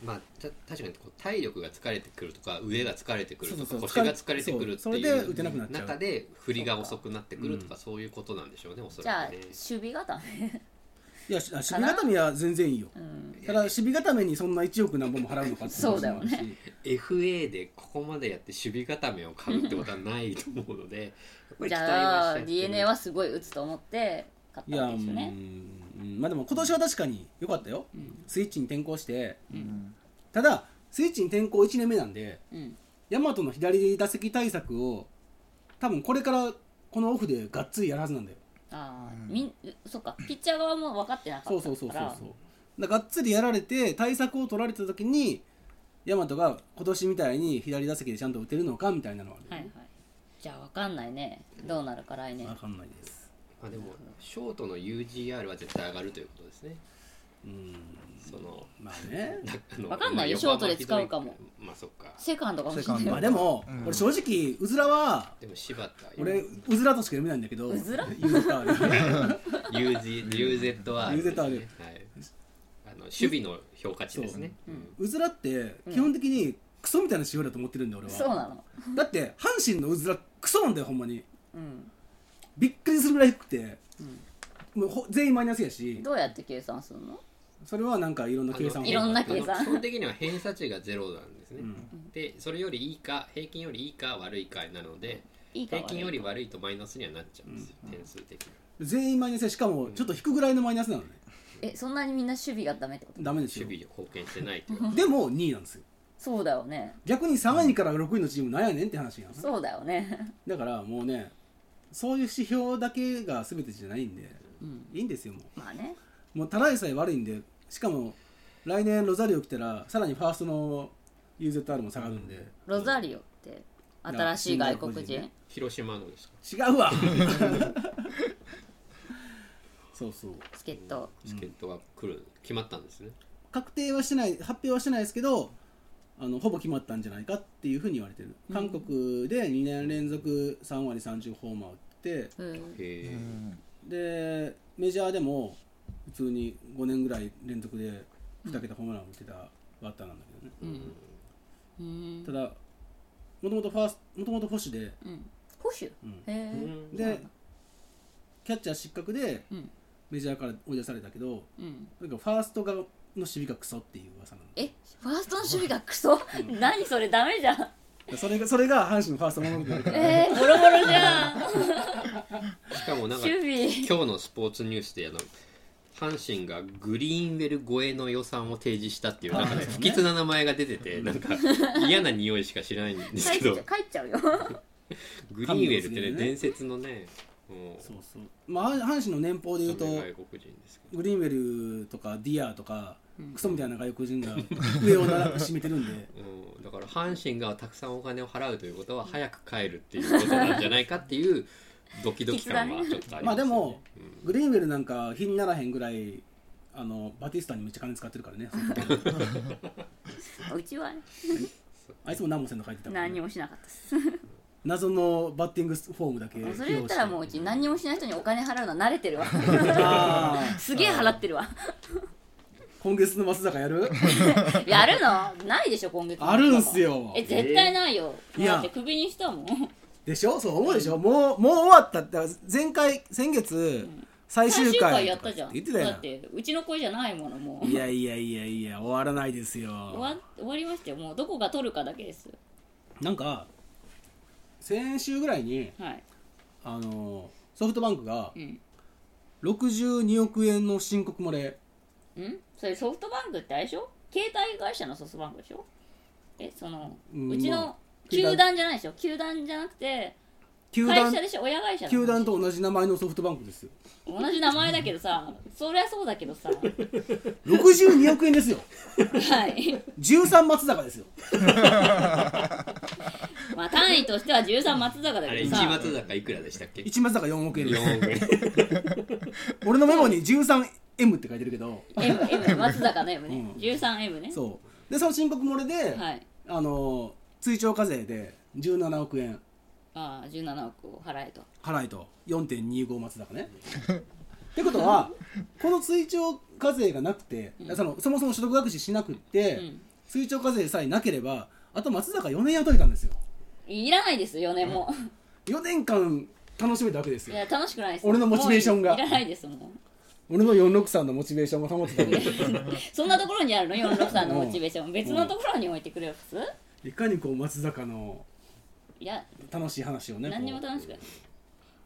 Speaker 4: まあ、た確かにこう体力が疲れてくるとか腕が疲れてくる
Speaker 2: そ
Speaker 4: と
Speaker 2: う
Speaker 4: か
Speaker 2: そう
Speaker 4: 腰
Speaker 2: そう
Speaker 4: が疲れてくるって
Speaker 2: そうそれで
Speaker 4: い
Speaker 2: 打てなくなっ
Speaker 4: う
Speaker 2: ちゃう
Speaker 4: 中で振りが遅くなってくるとかそういうことなんでしょうねおそ
Speaker 1: じゃあ
Speaker 4: らくね
Speaker 1: 守備型ね
Speaker 2: いやし守備固めは全然いいよ
Speaker 1: うん
Speaker 2: ただ守備固めにそんな1億何本も払うのかって
Speaker 1: そうだよね
Speaker 2: 話もあるし
Speaker 4: FA でここまでやって守備固めを買うってことはないと思うの でやっぱり期
Speaker 1: じ
Speaker 4: 待
Speaker 1: ゃ
Speaker 4: は
Speaker 1: あ
Speaker 4: しちゃってる
Speaker 1: d n a はすごい打つと思って勝
Speaker 2: い
Speaker 1: った
Speaker 2: や
Speaker 1: わけ
Speaker 2: う
Speaker 1: ですよね
Speaker 2: んうんまあでも今年は確かに良かったよ、スイッチに転向して
Speaker 3: うん
Speaker 2: ただスイッチに転向1年目なんで
Speaker 1: うん
Speaker 2: 大和の左打席対策を多分これからこのオフでがっつりやるはずなんだよ
Speaker 1: ああ
Speaker 3: うん
Speaker 1: みんそっかピッチャー側も分かってなか
Speaker 2: そう
Speaker 1: ったか
Speaker 2: そ
Speaker 1: ら
Speaker 2: うそうそうそうだからがっつりやられて対策を取られた時に大和が今年みたいに左打席でちゃんと打てるのかみたいなのは、ね
Speaker 1: はいはいじゃあ分かんないねどうなるか来年
Speaker 2: 分かんないです
Speaker 4: まあ、でもショートの UGR は絶対上がるということですね
Speaker 2: うん
Speaker 4: その
Speaker 2: まあね
Speaker 4: だあの
Speaker 1: わかんないよ
Speaker 4: まあ
Speaker 1: ショートで使うかも
Speaker 4: まあそっか
Speaker 1: セカンドかもしれない
Speaker 3: セカ
Speaker 2: ま
Speaker 3: ンド
Speaker 2: あでも、
Speaker 3: うん
Speaker 2: 俺正直うずらは
Speaker 4: でも柴田
Speaker 2: 俺うずらとしか読めないんだけど
Speaker 1: うずら
Speaker 2: 言うたらね
Speaker 4: UZ UZR ですね
Speaker 2: UZR
Speaker 4: はいあの守備の評価値ですね
Speaker 1: そう
Speaker 2: うずらって基本的にクソみたいな仕様だと思ってるんだ俺
Speaker 1: そう
Speaker 2: は
Speaker 1: なの
Speaker 2: だって阪神のうずらクソなんだよほんまに
Speaker 1: うん
Speaker 2: びっくりするぐらい低くて
Speaker 1: うん
Speaker 2: もうほ全員マイナスやし
Speaker 1: どうやって計算するの
Speaker 2: それはなんかいろんな計
Speaker 4: あ
Speaker 2: 算
Speaker 4: の
Speaker 1: いろんな計算
Speaker 4: あの基本的には偏差値がゼロなんですね、
Speaker 2: うん
Speaker 4: でそれよりいいか平均よりいいか悪いかなので
Speaker 1: いいか悪
Speaker 4: 平
Speaker 1: いか
Speaker 4: 均より悪いとマイナスにはなっちゃうんですよ、点数的に
Speaker 2: 全員マイナスでしかもちょっと引くぐらいのマイナスなのね
Speaker 1: えそんなにみんな守備がダメってこと
Speaker 2: ダメです
Speaker 4: 守
Speaker 2: よ
Speaker 4: 備に貢献してないというか
Speaker 2: でも2位なんですよ
Speaker 1: そうだよね
Speaker 2: 逆に3位から6位のチームなんやねんって話やん
Speaker 1: そうだよね
Speaker 2: だからもうねそういう指標だけが全てじゃないんで
Speaker 1: うん
Speaker 2: いいんですよも
Speaker 1: まあね
Speaker 2: うもうただでさえ悪いんでしかも来年ロザリオ来たらさらにファーストの UZR も下がるんで
Speaker 1: ロザリオって新しい外国人
Speaker 2: 新外国人ね
Speaker 4: 広島のですか
Speaker 2: 違 うわそうそう
Speaker 1: 助っ人
Speaker 4: 助っ人が来る、決まったんですね
Speaker 2: 確定はしてない発表はしてないですけどあのほぼ決まったんじゃないかっていうふうに言われてる、韓国で2年連続3割30ホーマー打って
Speaker 1: うん
Speaker 4: へえ
Speaker 2: でメジャーでも普通に5年ぐらい連続で2桁ホームランを打ってたバッターなんだけどね、
Speaker 1: うんうん
Speaker 2: ただもともとファースもともと捕手で
Speaker 1: うん保守へ
Speaker 2: うん
Speaker 1: え
Speaker 2: でキャッチャー失格で
Speaker 1: うん
Speaker 2: メジャーから追い出されたけど
Speaker 1: うん
Speaker 2: なんかファーストがの守備がクソっていう噂なの
Speaker 1: えファーストの守備がクソ何それダメじゃん
Speaker 2: それがそれが阪神のファーストものにな るから
Speaker 1: えー、ボロボロじゃん
Speaker 4: しかもなんか
Speaker 1: 守備
Speaker 4: 今日のスポーツニュースであの阪神がグリーンウェル超えの予算を提示したっていうなんか
Speaker 2: あー
Speaker 4: 不吉な名前が出ててなんか嫌な匂いしかしないんです
Speaker 1: 帰っ
Speaker 4: け
Speaker 1: ちゃう
Speaker 4: ど
Speaker 1: 帰っちゃうよ
Speaker 4: グリーンウェルってね
Speaker 2: 神の娘ね
Speaker 4: 伝説のねも
Speaker 2: そうそうまあ阪神の年俸で
Speaker 4: う
Speaker 2: 言うと
Speaker 4: 外国人ですけど
Speaker 2: グリーンウェルとかディアーとかクソみたいな外国人が上を長く占めてるん で
Speaker 4: うん、だから阪神がたくさんお金を払うということは早く帰るっていうことなんじゃないかっていうドキドキ感はちょっとあり
Speaker 2: まあ
Speaker 4: ます
Speaker 2: で
Speaker 4: よね。
Speaker 2: もグリーンウェルなんか日にならへんぐらいあのバティスタにめっちゃ金使ってる からね
Speaker 1: うちはね
Speaker 2: あいつも何もせんの書いてたからね、
Speaker 1: 何もしなかったです
Speaker 2: 謎のバッティングフォームだけ
Speaker 1: それ言ったらもううち何にもしない人にお金払うのは慣れてるわ
Speaker 2: あ ー
Speaker 1: すげえ払ってるわ
Speaker 2: 今月の松坂やる
Speaker 1: やるのないでしょ今月
Speaker 2: あるんすよ
Speaker 1: え絶対ないよ
Speaker 2: えいや
Speaker 1: だってクビにしたもん
Speaker 2: でしょそう思うでしょもうもう終わったって前回先月最
Speaker 1: 最
Speaker 2: 終
Speaker 1: 終回
Speaker 2: 回
Speaker 1: や
Speaker 2: と
Speaker 1: っ
Speaker 2: か
Speaker 1: たじゃん
Speaker 2: 言ってたや
Speaker 1: だってうちの子じゃないものもうん
Speaker 2: いやいやいやいや終わらないですよ
Speaker 1: 終わ終わりましたよもうどこが取るかだけですよ
Speaker 2: なんか先週ぐらいに
Speaker 1: はい
Speaker 2: あのソフトバンクが
Speaker 1: うん
Speaker 2: 62億円の申告漏れ
Speaker 1: んそれソフトバンクってあれでしょ携帯会社のソフトバンクでしょえその
Speaker 2: うん
Speaker 1: うち
Speaker 2: まあ
Speaker 1: の球団じゃないでしょ球団じゃなくて
Speaker 2: 球
Speaker 1: 会
Speaker 2: 団
Speaker 1: 社でしょ親会社の
Speaker 2: 球団と同じ名前のソフトバンクですよ
Speaker 1: 同じ名前だけどさそりゃそうだけどさは
Speaker 2: 62億円ですよ
Speaker 1: い
Speaker 2: 13松坂ですよ
Speaker 1: まあ単位としては13松坂だ
Speaker 4: あれ
Speaker 1: け
Speaker 4: 一
Speaker 1: どさ
Speaker 4: 松坂いくらでしたっけ？
Speaker 2: 1松坂4億円です
Speaker 4: 4億円。
Speaker 2: 俺のメモに 13M って書いてるけど
Speaker 1: M, M 松坂の M ね、
Speaker 2: うん
Speaker 1: 13M ね
Speaker 2: そうでその申告漏れで、
Speaker 1: はい
Speaker 2: あの追徴課税で17億円
Speaker 1: ああ17億を払えと
Speaker 2: 払いと4.25松 坂ねってことはこの追徴課税がなくて、そのそもそも所得隠ししなくって、
Speaker 1: うん
Speaker 2: 追徴課税さえなければあと松坂4年雇えたんですよ
Speaker 1: いらないです4年も
Speaker 2: 4年間楽しめたわけです
Speaker 1: い
Speaker 2: よ
Speaker 1: や楽しくないです
Speaker 2: 俺のモチベーションが
Speaker 1: もういらないですもん
Speaker 2: 俺の463のモチベーションを保ってたのに
Speaker 1: そんなところにあるの46さんのモチベーション別のところに置いてくれる普通
Speaker 2: いかにこう松坂の
Speaker 1: いや
Speaker 2: 楽しい話をねこう
Speaker 1: 何にも楽しくないい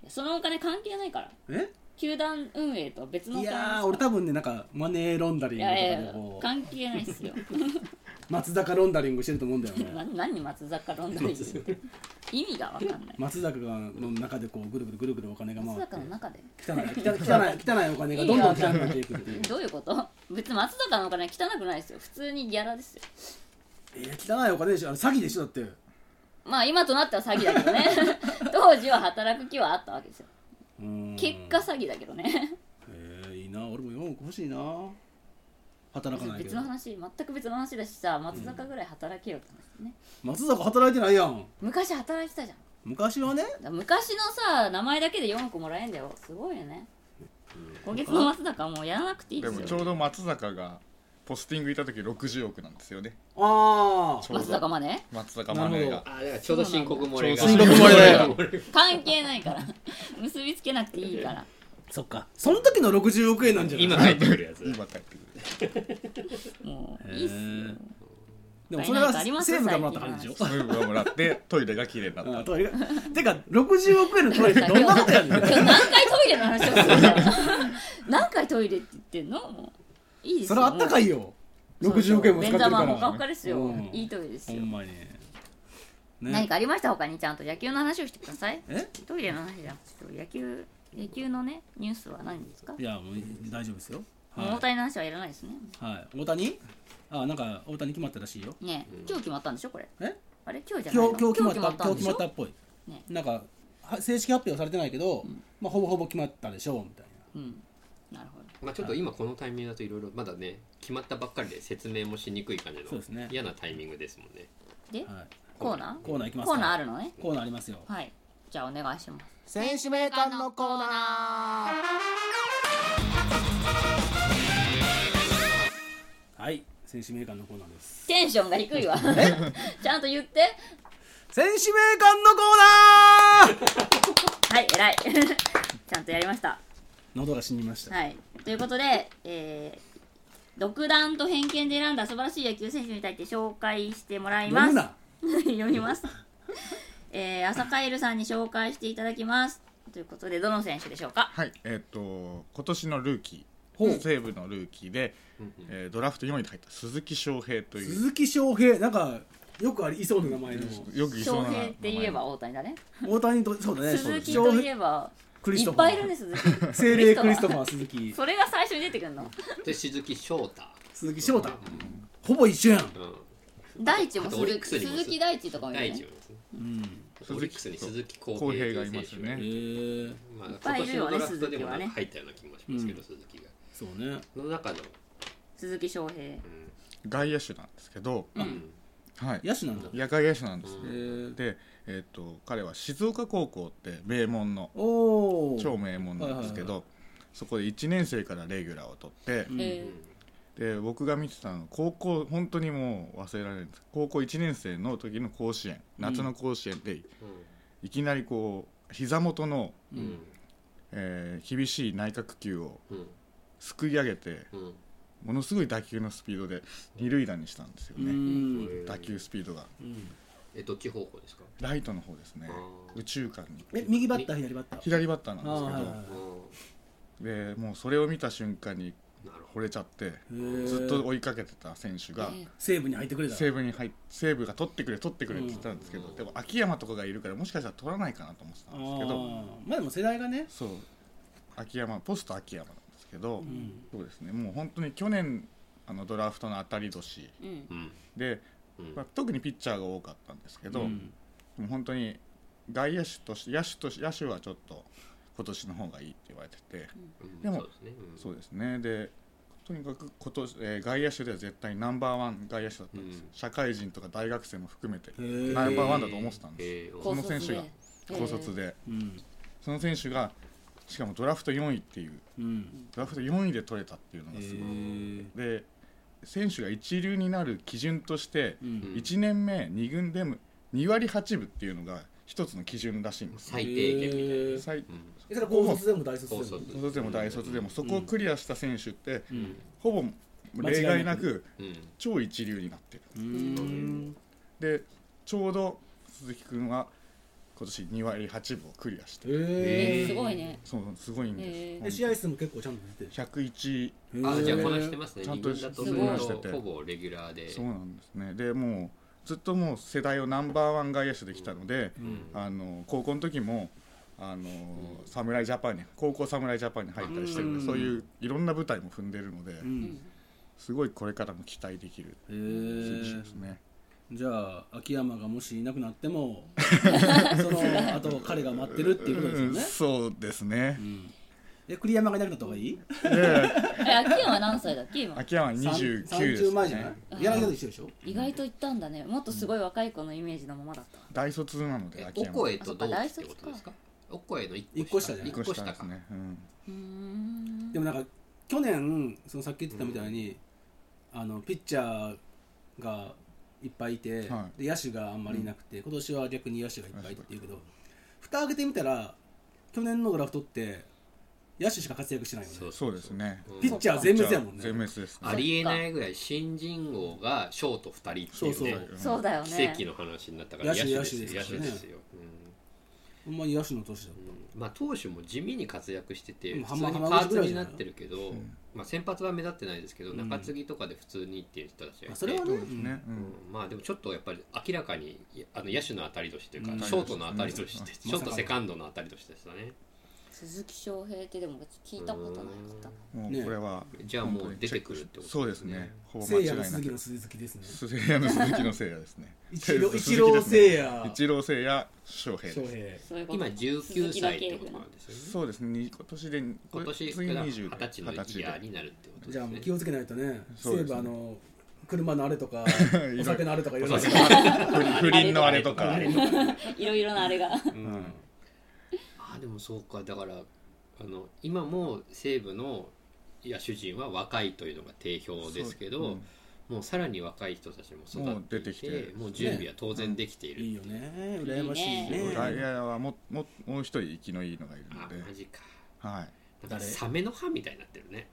Speaker 1: やそのお金関係ないから
Speaker 2: え
Speaker 1: 球団運営とは別のお
Speaker 2: い
Speaker 1: 金です
Speaker 2: や
Speaker 1: か
Speaker 2: ー俺
Speaker 1: ら
Speaker 2: 多分ねなんかマネーロンダリン
Speaker 1: い
Speaker 2: グとか
Speaker 1: やいやい
Speaker 2: で
Speaker 1: や
Speaker 2: こ
Speaker 1: 関係ない ですよ
Speaker 2: う松坂ロンダリングしてると思うんだよ
Speaker 1: な
Speaker 2: ね
Speaker 1: 何松坂ロンダリングって意味がわかんない
Speaker 2: 松坂の中でこうぐるぐるぐるぐるお金が回
Speaker 1: 松
Speaker 2: って
Speaker 1: 坂の中で
Speaker 2: 汚い汚い汚い汚いお金がどんどん汚くなっていくっていう
Speaker 1: どういうこと別に松坂のお金は汚くないですよ普通にギャラですよ
Speaker 2: えー汚いお金でしょあれ詐欺でしょだって
Speaker 1: まあ今となっては詐欺だけどね当時は働く気はあったわけですよ
Speaker 2: うん
Speaker 1: 結果詐欺だけどね
Speaker 2: えー、いいな俺も4億欲しいな働かないけ
Speaker 1: 別
Speaker 2: ど
Speaker 1: の話全く別の話だしさ松坂ぐらい働けよって話ね、
Speaker 2: 松坂働いてないやん
Speaker 1: 昔働いてたじゃん
Speaker 2: 昔はね
Speaker 1: だから昔のさ名前だけで4億もらえんだよすごいよね今月の松坂はもうやらなくていい
Speaker 3: で
Speaker 1: で
Speaker 3: も
Speaker 1: す
Speaker 3: ちょ
Speaker 1: よ
Speaker 3: うど松坂がポスティングいた時60億なんですよね
Speaker 2: あ
Speaker 3: ちょうど
Speaker 1: 松坂まで
Speaker 3: 松坂マネー
Speaker 2: なる
Speaker 3: が
Speaker 2: ほ
Speaker 4: あだからちょうど申告漏れが。
Speaker 3: ちょうど申告漏れだよ
Speaker 1: 関係ないから結びつけなくていいから
Speaker 2: そっかその時の60億円なんじゃない
Speaker 4: 今帰ってくるやつ。
Speaker 3: 今帰ってくる
Speaker 1: もういいっすよ
Speaker 2: へーでもそれは
Speaker 1: 買えないとあります
Speaker 2: 政
Speaker 1: よ
Speaker 2: 府がもらったからでしょ
Speaker 3: ムーブがもらってトイレが綺麗になった
Speaker 2: あトイレてか60億円のトイレってどんなことやねん
Speaker 1: 今日何回トイレの 話をするんだよ何回トイレって言ってんのもういいです
Speaker 2: そ
Speaker 1: よ
Speaker 2: れあったかいよ60億円も使っ
Speaker 1: ベン
Speaker 2: てるか
Speaker 1: ザマンもほからほかですよ、
Speaker 2: うん
Speaker 1: いいトイレです
Speaker 2: ほ
Speaker 1: よ、
Speaker 2: んまにね
Speaker 1: 何かありました他にちゃんと野球の話をしてください
Speaker 2: え
Speaker 1: トイレの話じゃなくて野球野球のねニュースは何ですか、
Speaker 2: いやもう大丈夫ですよはい
Speaker 1: 大谷の話はいらないですね
Speaker 2: はい、大谷あなんか大谷決まったらしいよ
Speaker 1: ねえ今日決まったんでしょこれ
Speaker 2: え
Speaker 1: あれ今日じゃな
Speaker 2: 今
Speaker 1: いの
Speaker 2: 日今日決まった今
Speaker 1: んで
Speaker 2: 日決
Speaker 1: し
Speaker 2: ま
Speaker 1: ょ
Speaker 2: ったっぽい、
Speaker 1: ね
Speaker 2: なんかは正式発表はされてないけど、まあ、ほぼほぼ決まったでしょうみたい
Speaker 1: うんなるほど
Speaker 4: まあ、ちょっと今このタイミングだといろいろまだね決まったばっかりで説明もしにくい感じ
Speaker 2: そうですね
Speaker 4: の嫌なタイミングですもんね
Speaker 1: で
Speaker 2: な、はい、
Speaker 1: コーナー
Speaker 2: コーナーいきます
Speaker 1: コ
Speaker 2: か
Speaker 1: ーナーあるのね
Speaker 2: コーナーありますよ
Speaker 1: はいじゃあお願いします
Speaker 2: 選手名鑑のコーナーはい選手名鑑のコーナーです
Speaker 1: テンションが低いわ ちゃんと言って
Speaker 2: 選手名鑑のコーナー
Speaker 1: はい偉い ちゃんとやりました
Speaker 2: 喉が死にました、
Speaker 1: はいということで、えー、独断と偏見で選んだ素晴らしい野球選手に対して紹介してもらい
Speaker 2: 飲
Speaker 1: ま
Speaker 2: む
Speaker 1: す
Speaker 2: な
Speaker 1: 読みます、えー、朝カエルさんに紹介していただきますということでどの選手でしょうか
Speaker 3: はいえっ、と今年のルーキ
Speaker 2: ほう
Speaker 3: ー西武のルーキーで、えードラフト4位で入った鈴木翔平という
Speaker 2: 鈴木翔平なんかよくありいそうな名前の
Speaker 3: よくいそ
Speaker 1: 翔
Speaker 3: うな名
Speaker 1: 平
Speaker 3: 前
Speaker 1: って言えば大谷だね
Speaker 2: 大谷とそうだね
Speaker 1: 鈴木
Speaker 2: 翔
Speaker 1: とい
Speaker 2: 平
Speaker 1: えば
Speaker 2: クリ
Speaker 1: い
Speaker 2: スト
Speaker 1: っ
Speaker 2: ファー
Speaker 1: ぱいいるんです鈴木
Speaker 2: 精霊クリストファー鈴木
Speaker 1: それが最初に出てくるの
Speaker 4: で鈴木翔太、
Speaker 2: 鈴木翔太ほぼ一緒やん、
Speaker 4: う
Speaker 1: 大地も
Speaker 4: あとオリ
Speaker 1: 鈴
Speaker 4: ッ
Speaker 1: 木
Speaker 4: クスにも
Speaker 1: 鈴木大地とかも
Speaker 4: ん、
Speaker 1: いる
Speaker 4: 第
Speaker 1: よ
Speaker 4: 一
Speaker 1: ね
Speaker 4: 部ですね
Speaker 2: うん、
Speaker 4: オリックスに鈴木
Speaker 3: 浩
Speaker 4: 浩平
Speaker 3: 平
Speaker 4: と
Speaker 3: がい
Speaker 4: い
Speaker 3: う
Speaker 4: 選
Speaker 3: ます
Speaker 4: 手が
Speaker 3: よ
Speaker 2: へえ
Speaker 3: ね
Speaker 4: まあ、
Speaker 1: いっ
Speaker 4: 今
Speaker 1: ぱいい
Speaker 4: 年
Speaker 1: るよ
Speaker 4: のド
Speaker 1: ね
Speaker 4: ラフトでも
Speaker 1: 鈴木は
Speaker 4: なん
Speaker 1: ね
Speaker 4: か入ったような気もしますけど、鈴木が
Speaker 2: そうね
Speaker 4: その中の、
Speaker 1: 鈴木翔平
Speaker 3: 外野手なんですけど、
Speaker 4: うん
Speaker 3: はい
Speaker 2: 野手なんだへ
Speaker 3: 野外野手なんです、
Speaker 4: う
Speaker 2: え
Speaker 3: で、えっと彼は静岡高校って名門の
Speaker 2: おお
Speaker 3: 超名門なんですけど、
Speaker 2: は
Speaker 3: そこで1年生からレギュラーを取って、
Speaker 2: うん
Speaker 1: え
Speaker 3: で僕が見てたの高校本当にもう忘れられないんです高校1年生の時の甲子園夏の甲子園で、いきなりこう膝元の、
Speaker 4: うんうん
Speaker 3: えー厳しい内角球を
Speaker 4: うん
Speaker 3: すくい上げて
Speaker 4: うん
Speaker 3: ものすごい打球のスピードで二塁打にしたんですよ
Speaker 2: ーう
Speaker 3: ね、
Speaker 2: ん、
Speaker 3: 打球スピードが
Speaker 2: うん、
Speaker 4: えどっち方向ですか、
Speaker 3: ライトの方ですね
Speaker 4: あー
Speaker 3: 右中間に
Speaker 2: え右バッター左バッター
Speaker 3: 左バッターなん
Speaker 2: ああはいはい
Speaker 3: で
Speaker 2: は
Speaker 3: す
Speaker 2: い
Speaker 3: けどでもうそれを見た瞬間に
Speaker 4: なるほ
Speaker 3: 惚れちゃって
Speaker 2: ー
Speaker 3: ずっと追いかけてた選手が
Speaker 2: 西武に入ってくれた
Speaker 3: 西武に入っ西武が取ってくれ取ってくれって言ったんですけど、でも秋山とかがいるからもしかしたら取らないかなと思ってた
Speaker 2: あ
Speaker 3: んですけど
Speaker 2: ーまあでも世代がね
Speaker 3: そう秋山ポスト秋山なんですけど、
Speaker 2: ん
Speaker 3: そうですねもう本当に去年あのドラフトの当たり年
Speaker 1: ーうん
Speaker 4: どうん
Speaker 3: で、
Speaker 4: うん
Speaker 3: まあ、特にピッチャーが多かったんですけど、
Speaker 2: うん
Speaker 3: もう本当に外野手として野手とし野手はちょっと今年の方がいいって言われてて、
Speaker 4: うん
Speaker 3: でも
Speaker 4: そうですね、うん
Speaker 3: そうですねでとにかく今年、えー外野手では絶対ナンバーワン外野手だったんです、
Speaker 4: うん
Speaker 3: 社会人とか大学生も含めて
Speaker 2: へえ
Speaker 3: ナンバーワンだと思ってたんです、
Speaker 4: えー
Speaker 3: こ
Speaker 1: 高
Speaker 3: の
Speaker 1: 卒
Speaker 3: 選手が
Speaker 1: ね
Speaker 3: 高卒で、
Speaker 2: うん
Speaker 3: その選手がしかもドラフト4位っていう
Speaker 2: うん
Speaker 3: ドラフト4位で取れたっていうの
Speaker 2: へ
Speaker 3: がすごい、
Speaker 2: え
Speaker 3: で選手が一流になる基準として、
Speaker 2: うん
Speaker 3: 1年目2軍でも2割8分っていうのが一つの基準らしいんです、
Speaker 4: 最低限みたいな、
Speaker 2: え
Speaker 3: 最
Speaker 4: うん
Speaker 2: えそれ高卒でも大卒
Speaker 4: 高
Speaker 2: でも
Speaker 4: 卒
Speaker 3: 高卒でも大卒でもそこをクリアした選手って、
Speaker 2: うん
Speaker 3: ほぼ例外なく
Speaker 4: うん
Speaker 3: 超一流になってる
Speaker 2: うーん
Speaker 3: でちょうど鈴木君は今年2割8分をクリアして
Speaker 2: へ
Speaker 1: えー
Speaker 2: え
Speaker 1: すごいね
Speaker 3: そうすごいん
Speaker 1: へ
Speaker 2: え
Speaker 3: です、
Speaker 2: 試合数も結構ちゃんと出て
Speaker 3: 101
Speaker 2: る
Speaker 4: あじゃあこなし
Speaker 2: して
Speaker 4: ますね
Speaker 3: ちゃ
Speaker 4: 二
Speaker 3: んと
Speaker 4: 軍だと
Speaker 1: す
Speaker 4: す
Speaker 1: ご
Speaker 4: る
Speaker 1: い
Speaker 4: とほぼレギュラーで
Speaker 3: そうなんですねでもうずっともう世代をナンバーワン外野手できたので、あの高校の時もあの、侍ジャパンに高校侍ジャパンに入ったりしてるので、
Speaker 2: うん
Speaker 3: そういういろんな舞台も踏んでるので、
Speaker 2: うん
Speaker 3: すごいこれからも期待できる
Speaker 2: へ
Speaker 3: 選手
Speaker 2: え
Speaker 3: ですね。
Speaker 2: じゃあ秋山がもしいなくなっても そのあと彼が待ってるっていうことですよ
Speaker 3: うん
Speaker 2: ね、
Speaker 3: そうですね
Speaker 2: う。ん、で栗山がいなくなった方がいい
Speaker 3: で
Speaker 1: え秋山何歳だっけ今
Speaker 3: 秋山二十九です、
Speaker 2: 30前じゃ
Speaker 3: ね。
Speaker 2: ない柳田と一緒でしょ
Speaker 1: 意外と言ったんだねもっとすごい若い子のイメージのままだったわ
Speaker 3: 大卒なので
Speaker 4: え
Speaker 3: 秋
Speaker 4: オ
Speaker 3: 山。
Speaker 4: コエと同期ってことですかオコエの一個下
Speaker 2: 一個下じゃない
Speaker 4: 一
Speaker 3: 一個
Speaker 4: 個
Speaker 3: 下
Speaker 4: 下
Speaker 3: で
Speaker 4: か
Speaker 3: すね。うん。
Speaker 1: うーん
Speaker 2: でもなんか去年そのさっき言ってたみたいに、あのピッチャーがいっぱいいて、
Speaker 3: は
Speaker 2: で野手があんまりいなくて、今年は逆に野手がいっぱいっていうけど蓋開けてみたら去年のドラフトって野手しか活躍してないよね
Speaker 4: そう
Speaker 3: そうですね
Speaker 4: うん
Speaker 2: ピッチャー全滅やもんね
Speaker 3: 全滅ですね
Speaker 4: ありえないぐらい新人王がショート2人っていう
Speaker 2: そ
Speaker 4: ね
Speaker 2: う
Speaker 3: うん
Speaker 1: そうだよね
Speaker 4: 奇跡の話になったから
Speaker 2: 野手
Speaker 4: 野手です
Speaker 2: 野
Speaker 4: よ
Speaker 2: 手ですからね
Speaker 4: 野手ですよ
Speaker 2: ほんまに野手の年だ
Speaker 4: うんうんまあ投手も地味に活躍してて
Speaker 2: うん
Speaker 4: 普通にパ
Speaker 2: 浜
Speaker 4: ー
Speaker 2: 口ぐ
Speaker 4: ツ
Speaker 2: らいじ
Speaker 4: に
Speaker 2: ゃな
Speaker 4: ないってるけど
Speaker 3: うん
Speaker 4: まあ先発は目立ってないですけど
Speaker 2: ん
Speaker 4: 中継ぎとかで普通にっていう人たちがい
Speaker 2: あ
Speaker 4: て
Speaker 2: それはね
Speaker 3: そうですねう
Speaker 4: うんんまあでもちょっとやっぱり明らかにあの野手の当たり年というか
Speaker 2: うん
Speaker 4: ショートの当たり年って
Speaker 2: うん
Speaker 4: ショートセカンドの当たり年でしたね
Speaker 1: 鈴木翔平ってでも聞いたことなかった
Speaker 3: も
Speaker 2: ね
Speaker 3: うこれは
Speaker 4: じゃあもう出てくるってこと
Speaker 3: そうですねほぼ間
Speaker 2: 聖夜の
Speaker 3: 違いな
Speaker 2: 鈴木
Speaker 3: く
Speaker 2: の鈴木ですね
Speaker 3: 鈴木の鈴木のせいやですね
Speaker 2: 一郎
Speaker 3: 鈴木
Speaker 2: 一郎
Speaker 3: ですね
Speaker 2: 聖夜
Speaker 3: 一郎聖也翔平
Speaker 2: 翔
Speaker 3: です
Speaker 2: 平
Speaker 1: そういうこと
Speaker 4: 今19歳ってことなんですよね
Speaker 3: そうですねに今年でに
Speaker 4: 今年
Speaker 3: 次
Speaker 4: が
Speaker 3: 20
Speaker 4: 20
Speaker 3: で
Speaker 4: 歳のイ
Speaker 3: 20で
Speaker 4: ヤーになるってこと
Speaker 2: じ
Speaker 4: で
Speaker 2: ゃあ
Speaker 4: す
Speaker 2: もう
Speaker 4: ね
Speaker 2: 気をつけないとね
Speaker 3: そ
Speaker 2: そううい
Speaker 3: で
Speaker 2: え
Speaker 3: す
Speaker 2: ばあ
Speaker 3: ね
Speaker 2: の車のあれと か
Speaker 3: ろ
Speaker 2: お酒のあれとかいろいろ
Speaker 4: お酒
Speaker 3: 不倫のあれとか
Speaker 1: あれいろいろなあれが
Speaker 3: うん
Speaker 4: ああでもそうかだからあの今も西武の野手陣は若いというのが定評ですけど、
Speaker 3: そううん
Speaker 4: もうさらに若い人たちも育
Speaker 3: もう出
Speaker 4: って
Speaker 3: て
Speaker 4: い
Speaker 3: き
Speaker 4: て
Speaker 3: てる
Speaker 4: もう準備は当然できている、
Speaker 2: いいよね羨ましいね
Speaker 1: いいね
Speaker 3: 外野はもももう一人生きのいいのがいる
Speaker 4: あ
Speaker 3: ので
Speaker 4: マジか
Speaker 3: はい
Speaker 4: なんか
Speaker 2: 誰
Speaker 4: サメの歯みたいになってるね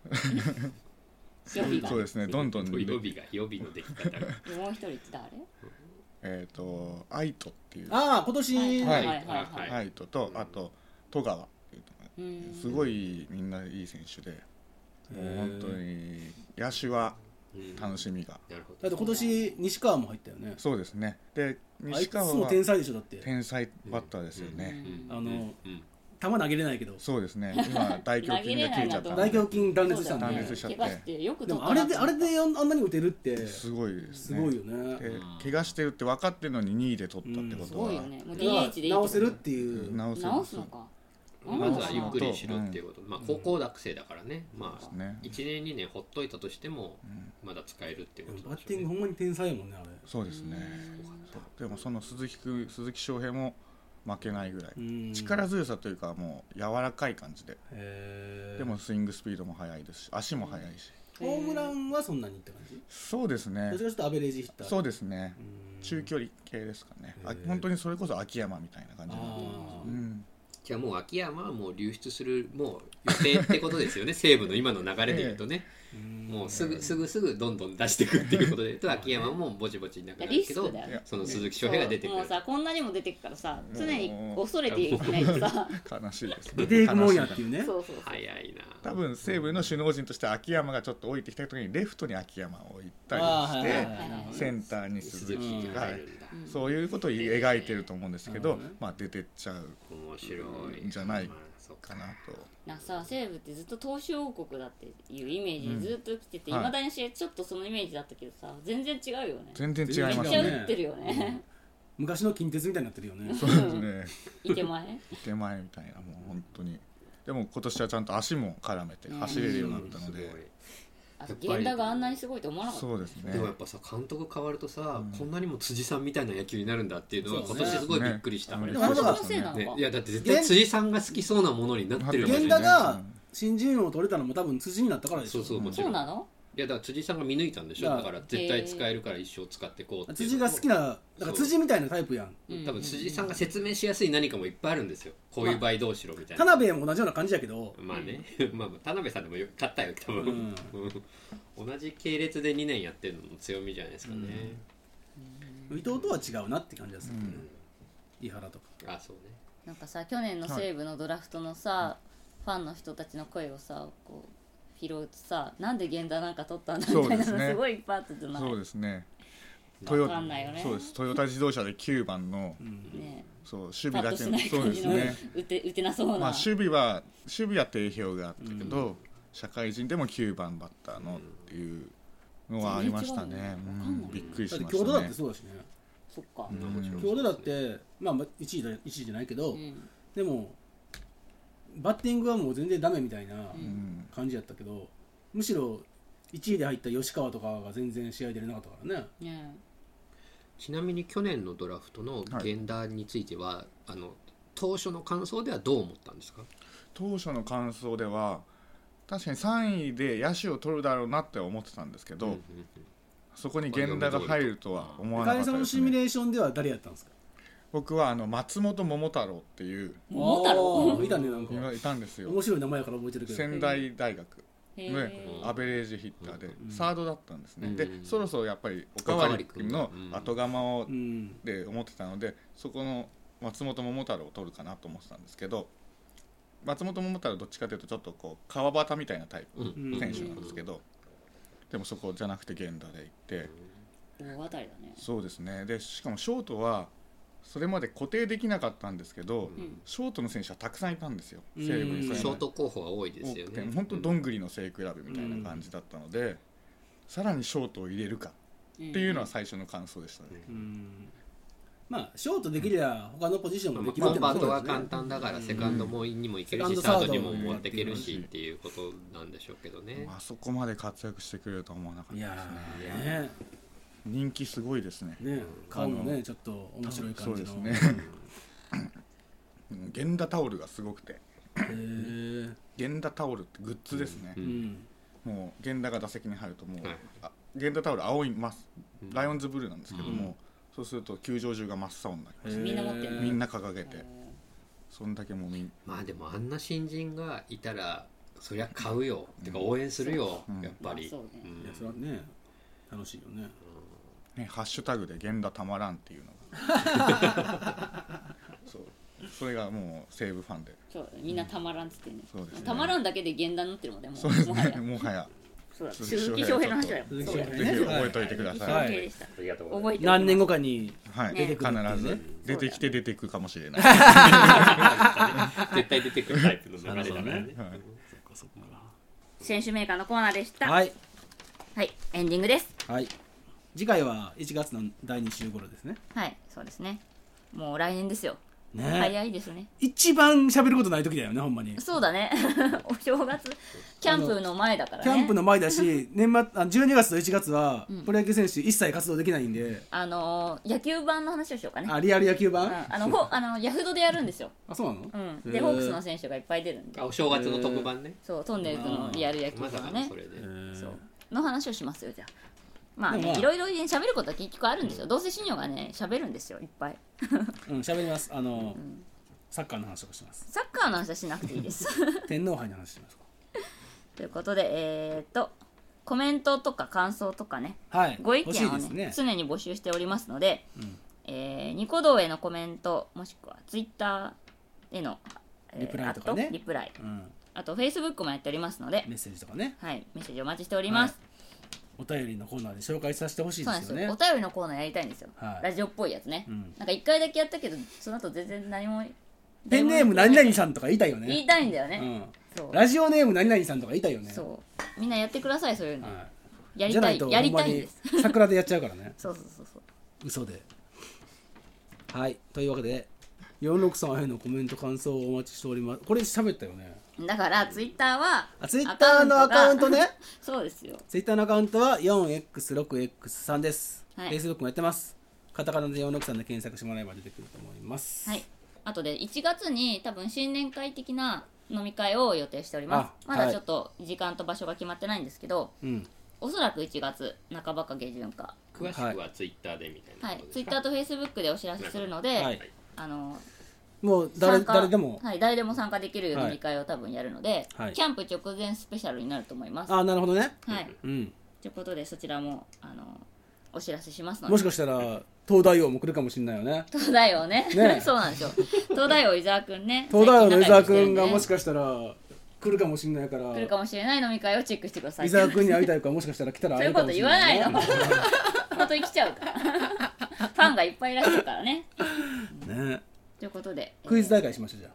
Speaker 1: 予備が
Speaker 3: そうですねどんどん
Speaker 4: 予備が予備の出来 方が
Speaker 1: もう一人って誰
Speaker 3: えっ、とアイトっていう
Speaker 2: ああ今年
Speaker 1: はいいはいはい
Speaker 4: はい
Speaker 1: はい
Speaker 3: アイトとあと戸川っていう
Speaker 1: う
Speaker 3: の
Speaker 1: ん
Speaker 3: がすごいみんないい選手で
Speaker 2: へ
Speaker 3: も
Speaker 2: ー
Speaker 3: う本当に野手は
Speaker 4: うんな
Speaker 3: 楽しみが
Speaker 4: るほ
Speaker 2: だっ
Speaker 4: ど
Speaker 2: て今年西川も入ったよね
Speaker 3: そうですねで
Speaker 2: あい
Speaker 3: 西
Speaker 2: つ
Speaker 3: 川
Speaker 2: も
Speaker 3: は
Speaker 2: 天才でしょだって球
Speaker 3: 天才バッターですよ
Speaker 1: う
Speaker 3: ね
Speaker 1: ん
Speaker 2: あの、
Speaker 4: うんうん
Speaker 2: 投げれないけど
Speaker 3: そうですね今大胸筋が切れちゃっ
Speaker 1: 投げれない
Speaker 3: た
Speaker 1: な
Speaker 2: 大胸筋断裂し
Speaker 1: そ
Speaker 2: た
Speaker 1: うんだよね
Speaker 2: で、
Speaker 3: 断裂しちゃっ
Speaker 1: 怪
Speaker 3: て
Speaker 1: 我してよく
Speaker 2: で
Speaker 1: 取っ
Speaker 2: も
Speaker 1: た
Speaker 2: あれ
Speaker 1: な
Speaker 2: であれであんあんなに打てるってす
Speaker 3: すごいですね
Speaker 2: ごいよね
Speaker 3: で
Speaker 4: うん
Speaker 3: 怪我してるって分かってるのに2位で取ったってこ
Speaker 1: す
Speaker 3: とは、
Speaker 1: ごいよねもう
Speaker 2: だから
Speaker 1: DH でいい
Speaker 2: 直せるっていう
Speaker 3: 直せる
Speaker 1: 直すのか
Speaker 4: まずはゆっく
Speaker 1: り
Speaker 4: りしろっていうこと、まあ高校学生だからね、まあ
Speaker 3: ね
Speaker 4: 1年2年ほっといたとしてもまだ使えるってい
Speaker 2: で
Speaker 4: う
Speaker 2: も
Speaker 4: こと
Speaker 2: バ
Speaker 4: な
Speaker 2: ッ
Speaker 4: んでし
Speaker 2: ティ
Speaker 4: ょ
Speaker 2: ングほ
Speaker 4: うね
Speaker 2: んまに天才やもんねあれ
Speaker 3: そうですねでもその鈴木く鈴木翔平も負けないぐらい、
Speaker 2: うん
Speaker 3: 力強さというかもう柔らかい感じで、
Speaker 2: へー
Speaker 3: でもスイングスピードも速いですし足も速いし、
Speaker 2: ホームランはそんなにって感じ
Speaker 3: そうですね
Speaker 2: どちらかというとアベレージヒッター
Speaker 3: そううですね
Speaker 2: ん
Speaker 3: 中距離系ですかね、あ
Speaker 2: へー
Speaker 3: 本当にそれこそ秋山みたいな感じの、
Speaker 2: あー
Speaker 3: うん、
Speaker 4: じゃあもう秋山はもう流出するもう予定ってこと ですよね西武の今の流れでいうとね、
Speaker 2: うん
Speaker 4: もうすぐすぐすぐどんどん出していくっていうことでいうと秋山もぼちぼちいなくなる
Speaker 1: リ
Speaker 4: け
Speaker 1: スク
Speaker 4: ど
Speaker 1: だよね
Speaker 4: その鈴木翔平が出てく
Speaker 1: も
Speaker 4: る
Speaker 1: うさこんなにも出てくからさ常に恐れていないと さ
Speaker 3: 悲しいですね
Speaker 2: 出ていくもんやっていうね
Speaker 1: そうそう
Speaker 4: 早いな
Speaker 3: 多分西武の首脳陣として秋山がちょっと置いてきた時にレフトに秋山を置いたり
Speaker 2: あー
Speaker 3: し
Speaker 2: はい
Speaker 3: て
Speaker 2: はいはい
Speaker 3: センターに鈴
Speaker 4: 鈴
Speaker 3: 木
Speaker 4: 木が
Speaker 3: が
Speaker 4: 入るんだ、
Speaker 3: そういうことを描いてると思うんですけ
Speaker 2: なる
Speaker 3: ど、
Speaker 2: ほどね
Speaker 3: まあ出てっちゃう
Speaker 4: 面白い
Speaker 3: んじゃない
Speaker 4: まあそうか
Speaker 3: かなと
Speaker 1: なさ西武ってずっと投手王国だっていうイメージでずっと来ててい
Speaker 3: うん
Speaker 1: ま、
Speaker 3: はい
Speaker 1: 未だにしちょっとそのイメージだったけどさ全然違うよね
Speaker 3: 全然違い
Speaker 1: め
Speaker 3: ま
Speaker 1: っ
Speaker 3: す
Speaker 1: ちゃ
Speaker 2: 違う
Speaker 1: 打
Speaker 3: ね
Speaker 1: ってるよね、
Speaker 2: 昔の近鉄みたいになってるよね
Speaker 3: そうですね
Speaker 1: いて前
Speaker 3: 手前みたいなもう本当にでも今年はちゃんと足も絡めて
Speaker 1: うん
Speaker 3: 走れるようになったので、
Speaker 1: あと源田があんなにすごいと思わなかった
Speaker 3: そうですね
Speaker 4: でもやっぱさ監督変わるとさ、こんなにも辻さんみたいな野球になるんだっていうのは
Speaker 2: そう
Speaker 4: 今
Speaker 2: ね
Speaker 4: 年すごいびっくりした、
Speaker 3: ね
Speaker 2: でもあの人が
Speaker 1: そのせいなのか、
Speaker 4: ね、いやだって絶対辻さんが好きそうなものになってる
Speaker 3: ね
Speaker 2: 源
Speaker 4: よ
Speaker 2: 田が新人王を取れたのも多分辻になったからでし
Speaker 4: そ
Speaker 2: ょ
Speaker 4: うそうもち
Speaker 1: そ
Speaker 4: ろ
Speaker 1: うんなの
Speaker 4: いやだから辻さんが見抜いたんでしょ
Speaker 2: だか
Speaker 4: だ
Speaker 2: ら
Speaker 4: から絶対使えるから一生使っていこうっていう
Speaker 2: 辻が好きなだから辻みたいなタイプやん
Speaker 4: 多分辻さんが説明しやすい何かもいっぱいあるんですよこういう場合どうしろみたい
Speaker 2: 田
Speaker 4: な
Speaker 2: 辺も同じような感じやけど
Speaker 4: まあね まあ田辺さんでもよ勝ったよ多
Speaker 2: う
Speaker 4: 分、
Speaker 2: ん
Speaker 4: 同じ系列で2年やってるのも強みじゃないですかね、
Speaker 2: 伊藤とは違うなって感じがするね井原とか
Speaker 4: あそうね
Speaker 1: なんかさ去年の西武のドラフトのさ、ファンの人たちの声をさこう拾うとさなんで源田なんか取ったんだみたいな
Speaker 3: そうです
Speaker 1: の
Speaker 3: ね
Speaker 1: すごいいっぱいあったじゃない
Speaker 3: そうですね
Speaker 1: わかんないよね
Speaker 3: そうですトヨタ自動車で9番の、
Speaker 1: ね
Speaker 3: そう守
Speaker 1: パ
Speaker 3: 備
Speaker 1: ッと
Speaker 3: だけ
Speaker 1: しない
Speaker 3: そう
Speaker 1: 感
Speaker 3: で
Speaker 1: じ
Speaker 3: す
Speaker 1: の、
Speaker 3: ね
Speaker 1: 打て打てなそうな、
Speaker 3: まあ、守備は守備は定評があったけど、社会人でも9番バッターのっていうのはありました
Speaker 1: 全然違う
Speaker 3: ね
Speaker 1: ね、
Speaker 3: うん
Speaker 1: わかんない
Speaker 3: びっくり
Speaker 2: だっ
Speaker 3: してま
Speaker 2: 京
Speaker 3: し
Speaker 2: 都
Speaker 3: た
Speaker 2: だって
Speaker 3: ね
Speaker 2: そうだしね
Speaker 1: そっか、
Speaker 4: まあもちろん
Speaker 2: 京都だってまあ1位だ一位じゃないけど
Speaker 1: うん
Speaker 2: でもバッティングはもう全然ダメみたいな
Speaker 3: うん
Speaker 2: 感じやったけどむしろ1位で入った吉川とかが全然試合出れなかったからね
Speaker 1: ね
Speaker 4: ちなみに去年のドラフトの源田については、あの当初の感想ではどう思ったんですか
Speaker 3: 当初の感想では確かに3位で野手を取るだろうなって思ってたんですけど、そこに源田が入るとは思わな
Speaker 2: 中
Speaker 3: か
Speaker 2: 井
Speaker 3: っ
Speaker 2: さ
Speaker 3: た
Speaker 2: ん
Speaker 3: で
Speaker 2: の
Speaker 3: す
Speaker 2: シミュ
Speaker 3: ね
Speaker 2: レーションでは誰やったんですか
Speaker 3: 僕はあの松本桃太郎っていう
Speaker 1: 桃太
Speaker 2: あー
Speaker 1: 郎
Speaker 2: 見たねなんか
Speaker 3: のがいたんですよ
Speaker 2: 面白い名前やから覚えてるけど
Speaker 3: 仙台大学
Speaker 1: へ
Speaker 3: の
Speaker 1: え
Speaker 3: アベレージヒッターで
Speaker 2: ん
Speaker 3: サードだったんですね、
Speaker 4: うん
Speaker 3: でそろそろやっぱりおかわり君の後釜を
Speaker 2: うん
Speaker 3: で思ってたのでそこの松本桃太郎を取るかなと思ってたんですけど松本桃太郎どっちかというとちょっとこう川端みたいなタイ
Speaker 4: うん
Speaker 3: プの選手なんですけど、でもそこじゃなくて源田で行って
Speaker 1: 大当たりだね
Speaker 3: そうですねでしかもショートはそれまで固定できなかったんですけど、
Speaker 1: うん
Speaker 3: ショートの選手はたくさんいたんですよ
Speaker 2: うん
Speaker 3: 西武にそれまで
Speaker 4: ショート候補は多いですよ
Speaker 3: 多くて
Speaker 4: ね。
Speaker 3: 本当どんぐりの背比べみたいな感じだったので、さらにショートを入れるかっていうのは最初の感想でしたね。
Speaker 2: うんまあショートできりゃ他のポジションもできる
Speaker 4: コ
Speaker 2: って
Speaker 4: ン
Speaker 2: の
Speaker 4: バ
Speaker 2: は
Speaker 4: ー
Speaker 2: そう
Speaker 4: ト
Speaker 2: だ
Speaker 4: は
Speaker 2: ね
Speaker 4: 簡単だから、セカンドもにもいける
Speaker 2: セカン
Speaker 4: し、
Speaker 2: ド
Speaker 4: サード
Speaker 2: サー
Speaker 4: に
Speaker 2: ドも
Speaker 4: も持っていけるしっていうことなんでしょうけどね。
Speaker 3: あそこまで活躍してくれるとは思わなかった
Speaker 2: い
Speaker 3: です
Speaker 2: や
Speaker 3: ね。
Speaker 2: ーね
Speaker 3: 人気すごいですね。
Speaker 2: ね顔もねちょっと面白い感じの
Speaker 3: そうですね。うん源田タオルがすごくて、
Speaker 2: へー
Speaker 3: 源田タオルってグッズですね
Speaker 4: う。
Speaker 2: うん
Speaker 3: もう源田が打席に入るともう、
Speaker 4: はい
Speaker 3: あ源田タオル青います。ライオンズブルーなんですけども、
Speaker 4: う
Speaker 3: そうすると球場中が真っ青になりま
Speaker 1: みんな持って
Speaker 3: す。
Speaker 1: る
Speaker 3: みん
Speaker 2: な
Speaker 3: な掲げて、そんだけもうみん
Speaker 4: まあでもあんな新人がいたら、そりゃ買うよ。てか応援するよ
Speaker 3: うん、
Speaker 4: やっぱり。
Speaker 1: まあそうね
Speaker 4: うん
Speaker 2: いやそれはね楽しいよね
Speaker 3: ね、ハッシュタグで「源田たまらん」っていうのが そうそれがもう西武ファンで
Speaker 1: そうみんなたまらんっつってね
Speaker 3: そうですね
Speaker 1: たまらんだけで源田になってるもんねも
Speaker 3: そうです
Speaker 1: もはや
Speaker 3: ねもはや
Speaker 1: そうだ
Speaker 3: 鈴木
Speaker 1: 鈴木
Speaker 3: 翔
Speaker 1: 翔平
Speaker 3: 平
Speaker 1: の話だよ
Speaker 2: 鈴木
Speaker 1: そうだ
Speaker 2: 翔
Speaker 1: よ
Speaker 2: 平
Speaker 3: ぜひ覚えておいてください、
Speaker 1: 鈴木翔平でした
Speaker 4: ありがとうございま
Speaker 1: 覚
Speaker 4: す
Speaker 1: えておきます
Speaker 2: 何年後かに
Speaker 3: はい
Speaker 1: ね
Speaker 3: 必
Speaker 2: ね
Speaker 3: ず出てきて出てくかもしれないは
Speaker 4: 絶対出てくるタイプの流れだからね。
Speaker 3: い
Speaker 1: 選手メーカーのコーナーでしたは、
Speaker 2: はいい
Speaker 1: エンディングです
Speaker 2: はい次回は1月の第2週頃ですね
Speaker 1: はいそうですねもう来年ですよ
Speaker 2: ね
Speaker 1: 早いですね
Speaker 2: 一番喋ることない時だよねほんまに
Speaker 1: そうだね お正月キャンプの前だから
Speaker 2: キ
Speaker 1: ね
Speaker 2: ャンプの前だし年末あ12月と1月はプロ野球選手一切活動できないんで、
Speaker 1: あのー野球版の話をしようかね
Speaker 2: あリアル野球版、
Speaker 1: うん、あのほあのヤフドでやるんですよ、
Speaker 2: あそうなの、
Speaker 1: うん、
Speaker 2: へ
Speaker 1: でホークスの選手がいっぱい出るんで
Speaker 4: あお正月の特番ね。
Speaker 1: そうトンネルズのリアル野球
Speaker 4: まさ
Speaker 1: の
Speaker 4: かの
Speaker 1: ね
Speaker 4: それで。
Speaker 1: の話をしますよじゃあまあ
Speaker 2: でも
Speaker 1: ね
Speaker 2: まあ
Speaker 1: いろいろね喋ることは結局あるんですよどうせシニョがね喋るんですよいっぱい
Speaker 2: うん喋りますあの、サッカーの話とか します
Speaker 1: サッカーの話はしなくていいです
Speaker 2: 天皇杯の話しますか
Speaker 1: ということでえー、っとコメントとか感想とかね
Speaker 2: はい
Speaker 1: ご意見を
Speaker 2: 欲し
Speaker 1: ね
Speaker 2: いですね
Speaker 1: 常に募集しておりますので、
Speaker 2: ん
Speaker 1: えーニコ動へのコメントもしくはツイッターへの、えー
Speaker 2: リプライとかね
Speaker 1: アットリプライ
Speaker 2: うん、
Speaker 1: あとフェイスブックもやっておりますので、
Speaker 2: メッセージとかね
Speaker 1: はい、メッセージお待ちしております、
Speaker 2: はお便りのコーナーで紹介させてほしい
Speaker 1: そ
Speaker 2: で
Speaker 1: うなんですす
Speaker 2: よ
Speaker 1: よ
Speaker 2: ね
Speaker 1: お便りのコーナーやりたいんですよ、
Speaker 2: はい
Speaker 1: ラジオっぽいやつね、
Speaker 2: うん
Speaker 1: なんか一回だけやったけどその後全然何も
Speaker 2: ペンネーム何々さんとか言いたいよ
Speaker 1: 言い
Speaker 2: ね、、
Speaker 1: たいんだよね、そううん
Speaker 2: ラジオネーム何々さんとか言いたいよね
Speaker 1: そうみんなやってくださいそういうの、
Speaker 2: は
Speaker 1: やり
Speaker 2: じゃ
Speaker 1: た
Speaker 2: ない
Speaker 1: い
Speaker 2: と
Speaker 1: やりたいんです
Speaker 2: ほんまに桜でやっちゃうからね
Speaker 1: そうそうそうそう
Speaker 2: 嘘ではいというわけで463へのコメント感想をお待ちしておりますこれ喋ったよね
Speaker 1: だからツイッターは
Speaker 2: あツイッターのアカウントね
Speaker 1: アカウントが そうですよ
Speaker 2: ツイッターのアカウントは 4x6x3 です、
Speaker 1: はい
Speaker 2: Facebook もやってますカタカナで463で検索してもらえば出てくると思います
Speaker 1: はいあとで1月に多分新年会的な飲み会を予定しております
Speaker 2: あ
Speaker 1: ま
Speaker 2: は
Speaker 1: だ
Speaker 2: い
Speaker 1: ちょっと時間と場所が決まってないんですけど、
Speaker 2: うん
Speaker 1: おそらく1月半ばか下旬か
Speaker 4: 詳しくはツイッターでみたいな。
Speaker 1: はいツイッターとフェイスブックでお知らせするので、
Speaker 2: はい
Speaker 1: あの
Speaker 2: もう誰
Speaker 1: 参加
Speaker 2: 誰でも、
Speaker 1: はい、誰でも参加できる
Speaker 2: はい
Speaker 1: 飲み会を多分やるので、
Speaker 2: はい
Speaker 1: キャンプ直前スペシャルになると思います。は
Speaker 2: あなるほどね
Speaker 1: い、
Speaker 2: うん
Speaker 1: ということでそちらもあのお知らせしますの
Speaker 2: もし
Speaker 1: で
Speaker 2: かしたら東大王も来るかもしれないよね
Speaker 1: 東大王ね
Speaker 2: ね
Speaker 1: そうなんですよ東大王伊沢くんね
Speaker 2: 東大王の伊沢
Speaker 1: 最近仲良くしてるん
Speaker 2: 君
Speaker 1: で
Speaker 2: がもしかしたら来るかもしれないから
Speaker 1: 来るかもしれない飲み会をチェックしてください
Speaker 2: 伊沢君に会いたいからもしかしたら来たら
Speaker 1: そうい
Speaker 2: 会え
Speaker 1: う
Speaker 2: る
Speaker 1: こ
Speaker 2: か
Speaker 1: と
Speaker 2: もし
Speaker 1: 言
Speaker 2: れ
Speaker 1: わ
Speaker 2: な
Speaker 1: ない
Speaker 2: い
Speaker 1: の
Speaker 2: ね
Speaker 1: 本当に来ちゃうからファンがいっぱいいらっしゃるからね
Speaker 2: ね
Speaker 1: ということで
Speaker 2: クイズ
Speaker 1: えー
Speaker 2: 大会しましょうじゃ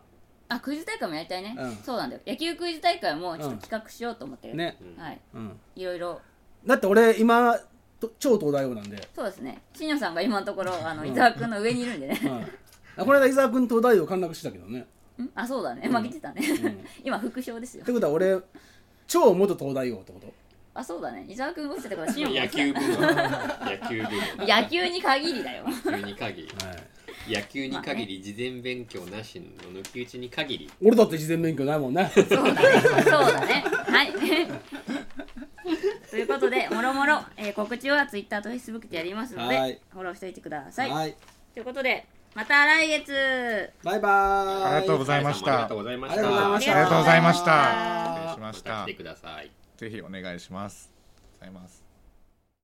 Speaker 1: あクイズ大会もやりたいね、
Speaker 2: うん
Speaker 1: そうなんだよ野球クイズ大会もちょっと企画しようと思ってる、
Speaker 2: あね
Speaker 1: はい
Speaker 2: うん
Speaker 1: いろいろ
Speaker 2: だって俺今と超東大王なんで、
Speaker 1: そうですね新野さんが今のところあの伊沢君の上にいるんでね
Speaker 2: はい、あこれ間伊沢君東大王陥落したけどね
Speaker 1: ん あそうだね負けてたね、
Speaker 2: ん
Speaker 1: 今副賞ですよ
Speaker 2: ってことは俺超元東大王ってこと
Speaker 1: あそうだね伊沢君が落ちてたから新野も
Speaker 4: 野
Speaker 1: 落ち
Speaker 4: 球部門。野球部門。
Speaker 1: た野球に限りだよ
Speaker 4: 野球 に限り。
Speaker 2: はい、
Speaker 4: 野球に限り事前勉強なしの抜き打ちに限り
Speaker 2: 俺だって事前勉強ないもんね
Speaker 1: そうだねそうだねはい ということでもろもろ、えー告知は Twitter と Facebook でやりますので、
Speaker 2: はい
Speaker 1: フォローしておいてください、
Speaker 2: はい
Speaker 1: ということでまた来月
Speaker 2: バイバーイ
Speaker 3: ありがとうございました
Speaker 4: ありがとうございました。
Speaker 2: ありがとうございました
Speaker 3: ありがとうございました
Speaker 1: ありがとうございました
Speaker 3: 失礼しまし
Speaker 4: また
Speaker 3: た
Speaker 4: 来てください。
Speaker 3: ぜひお願いしますありがとうございます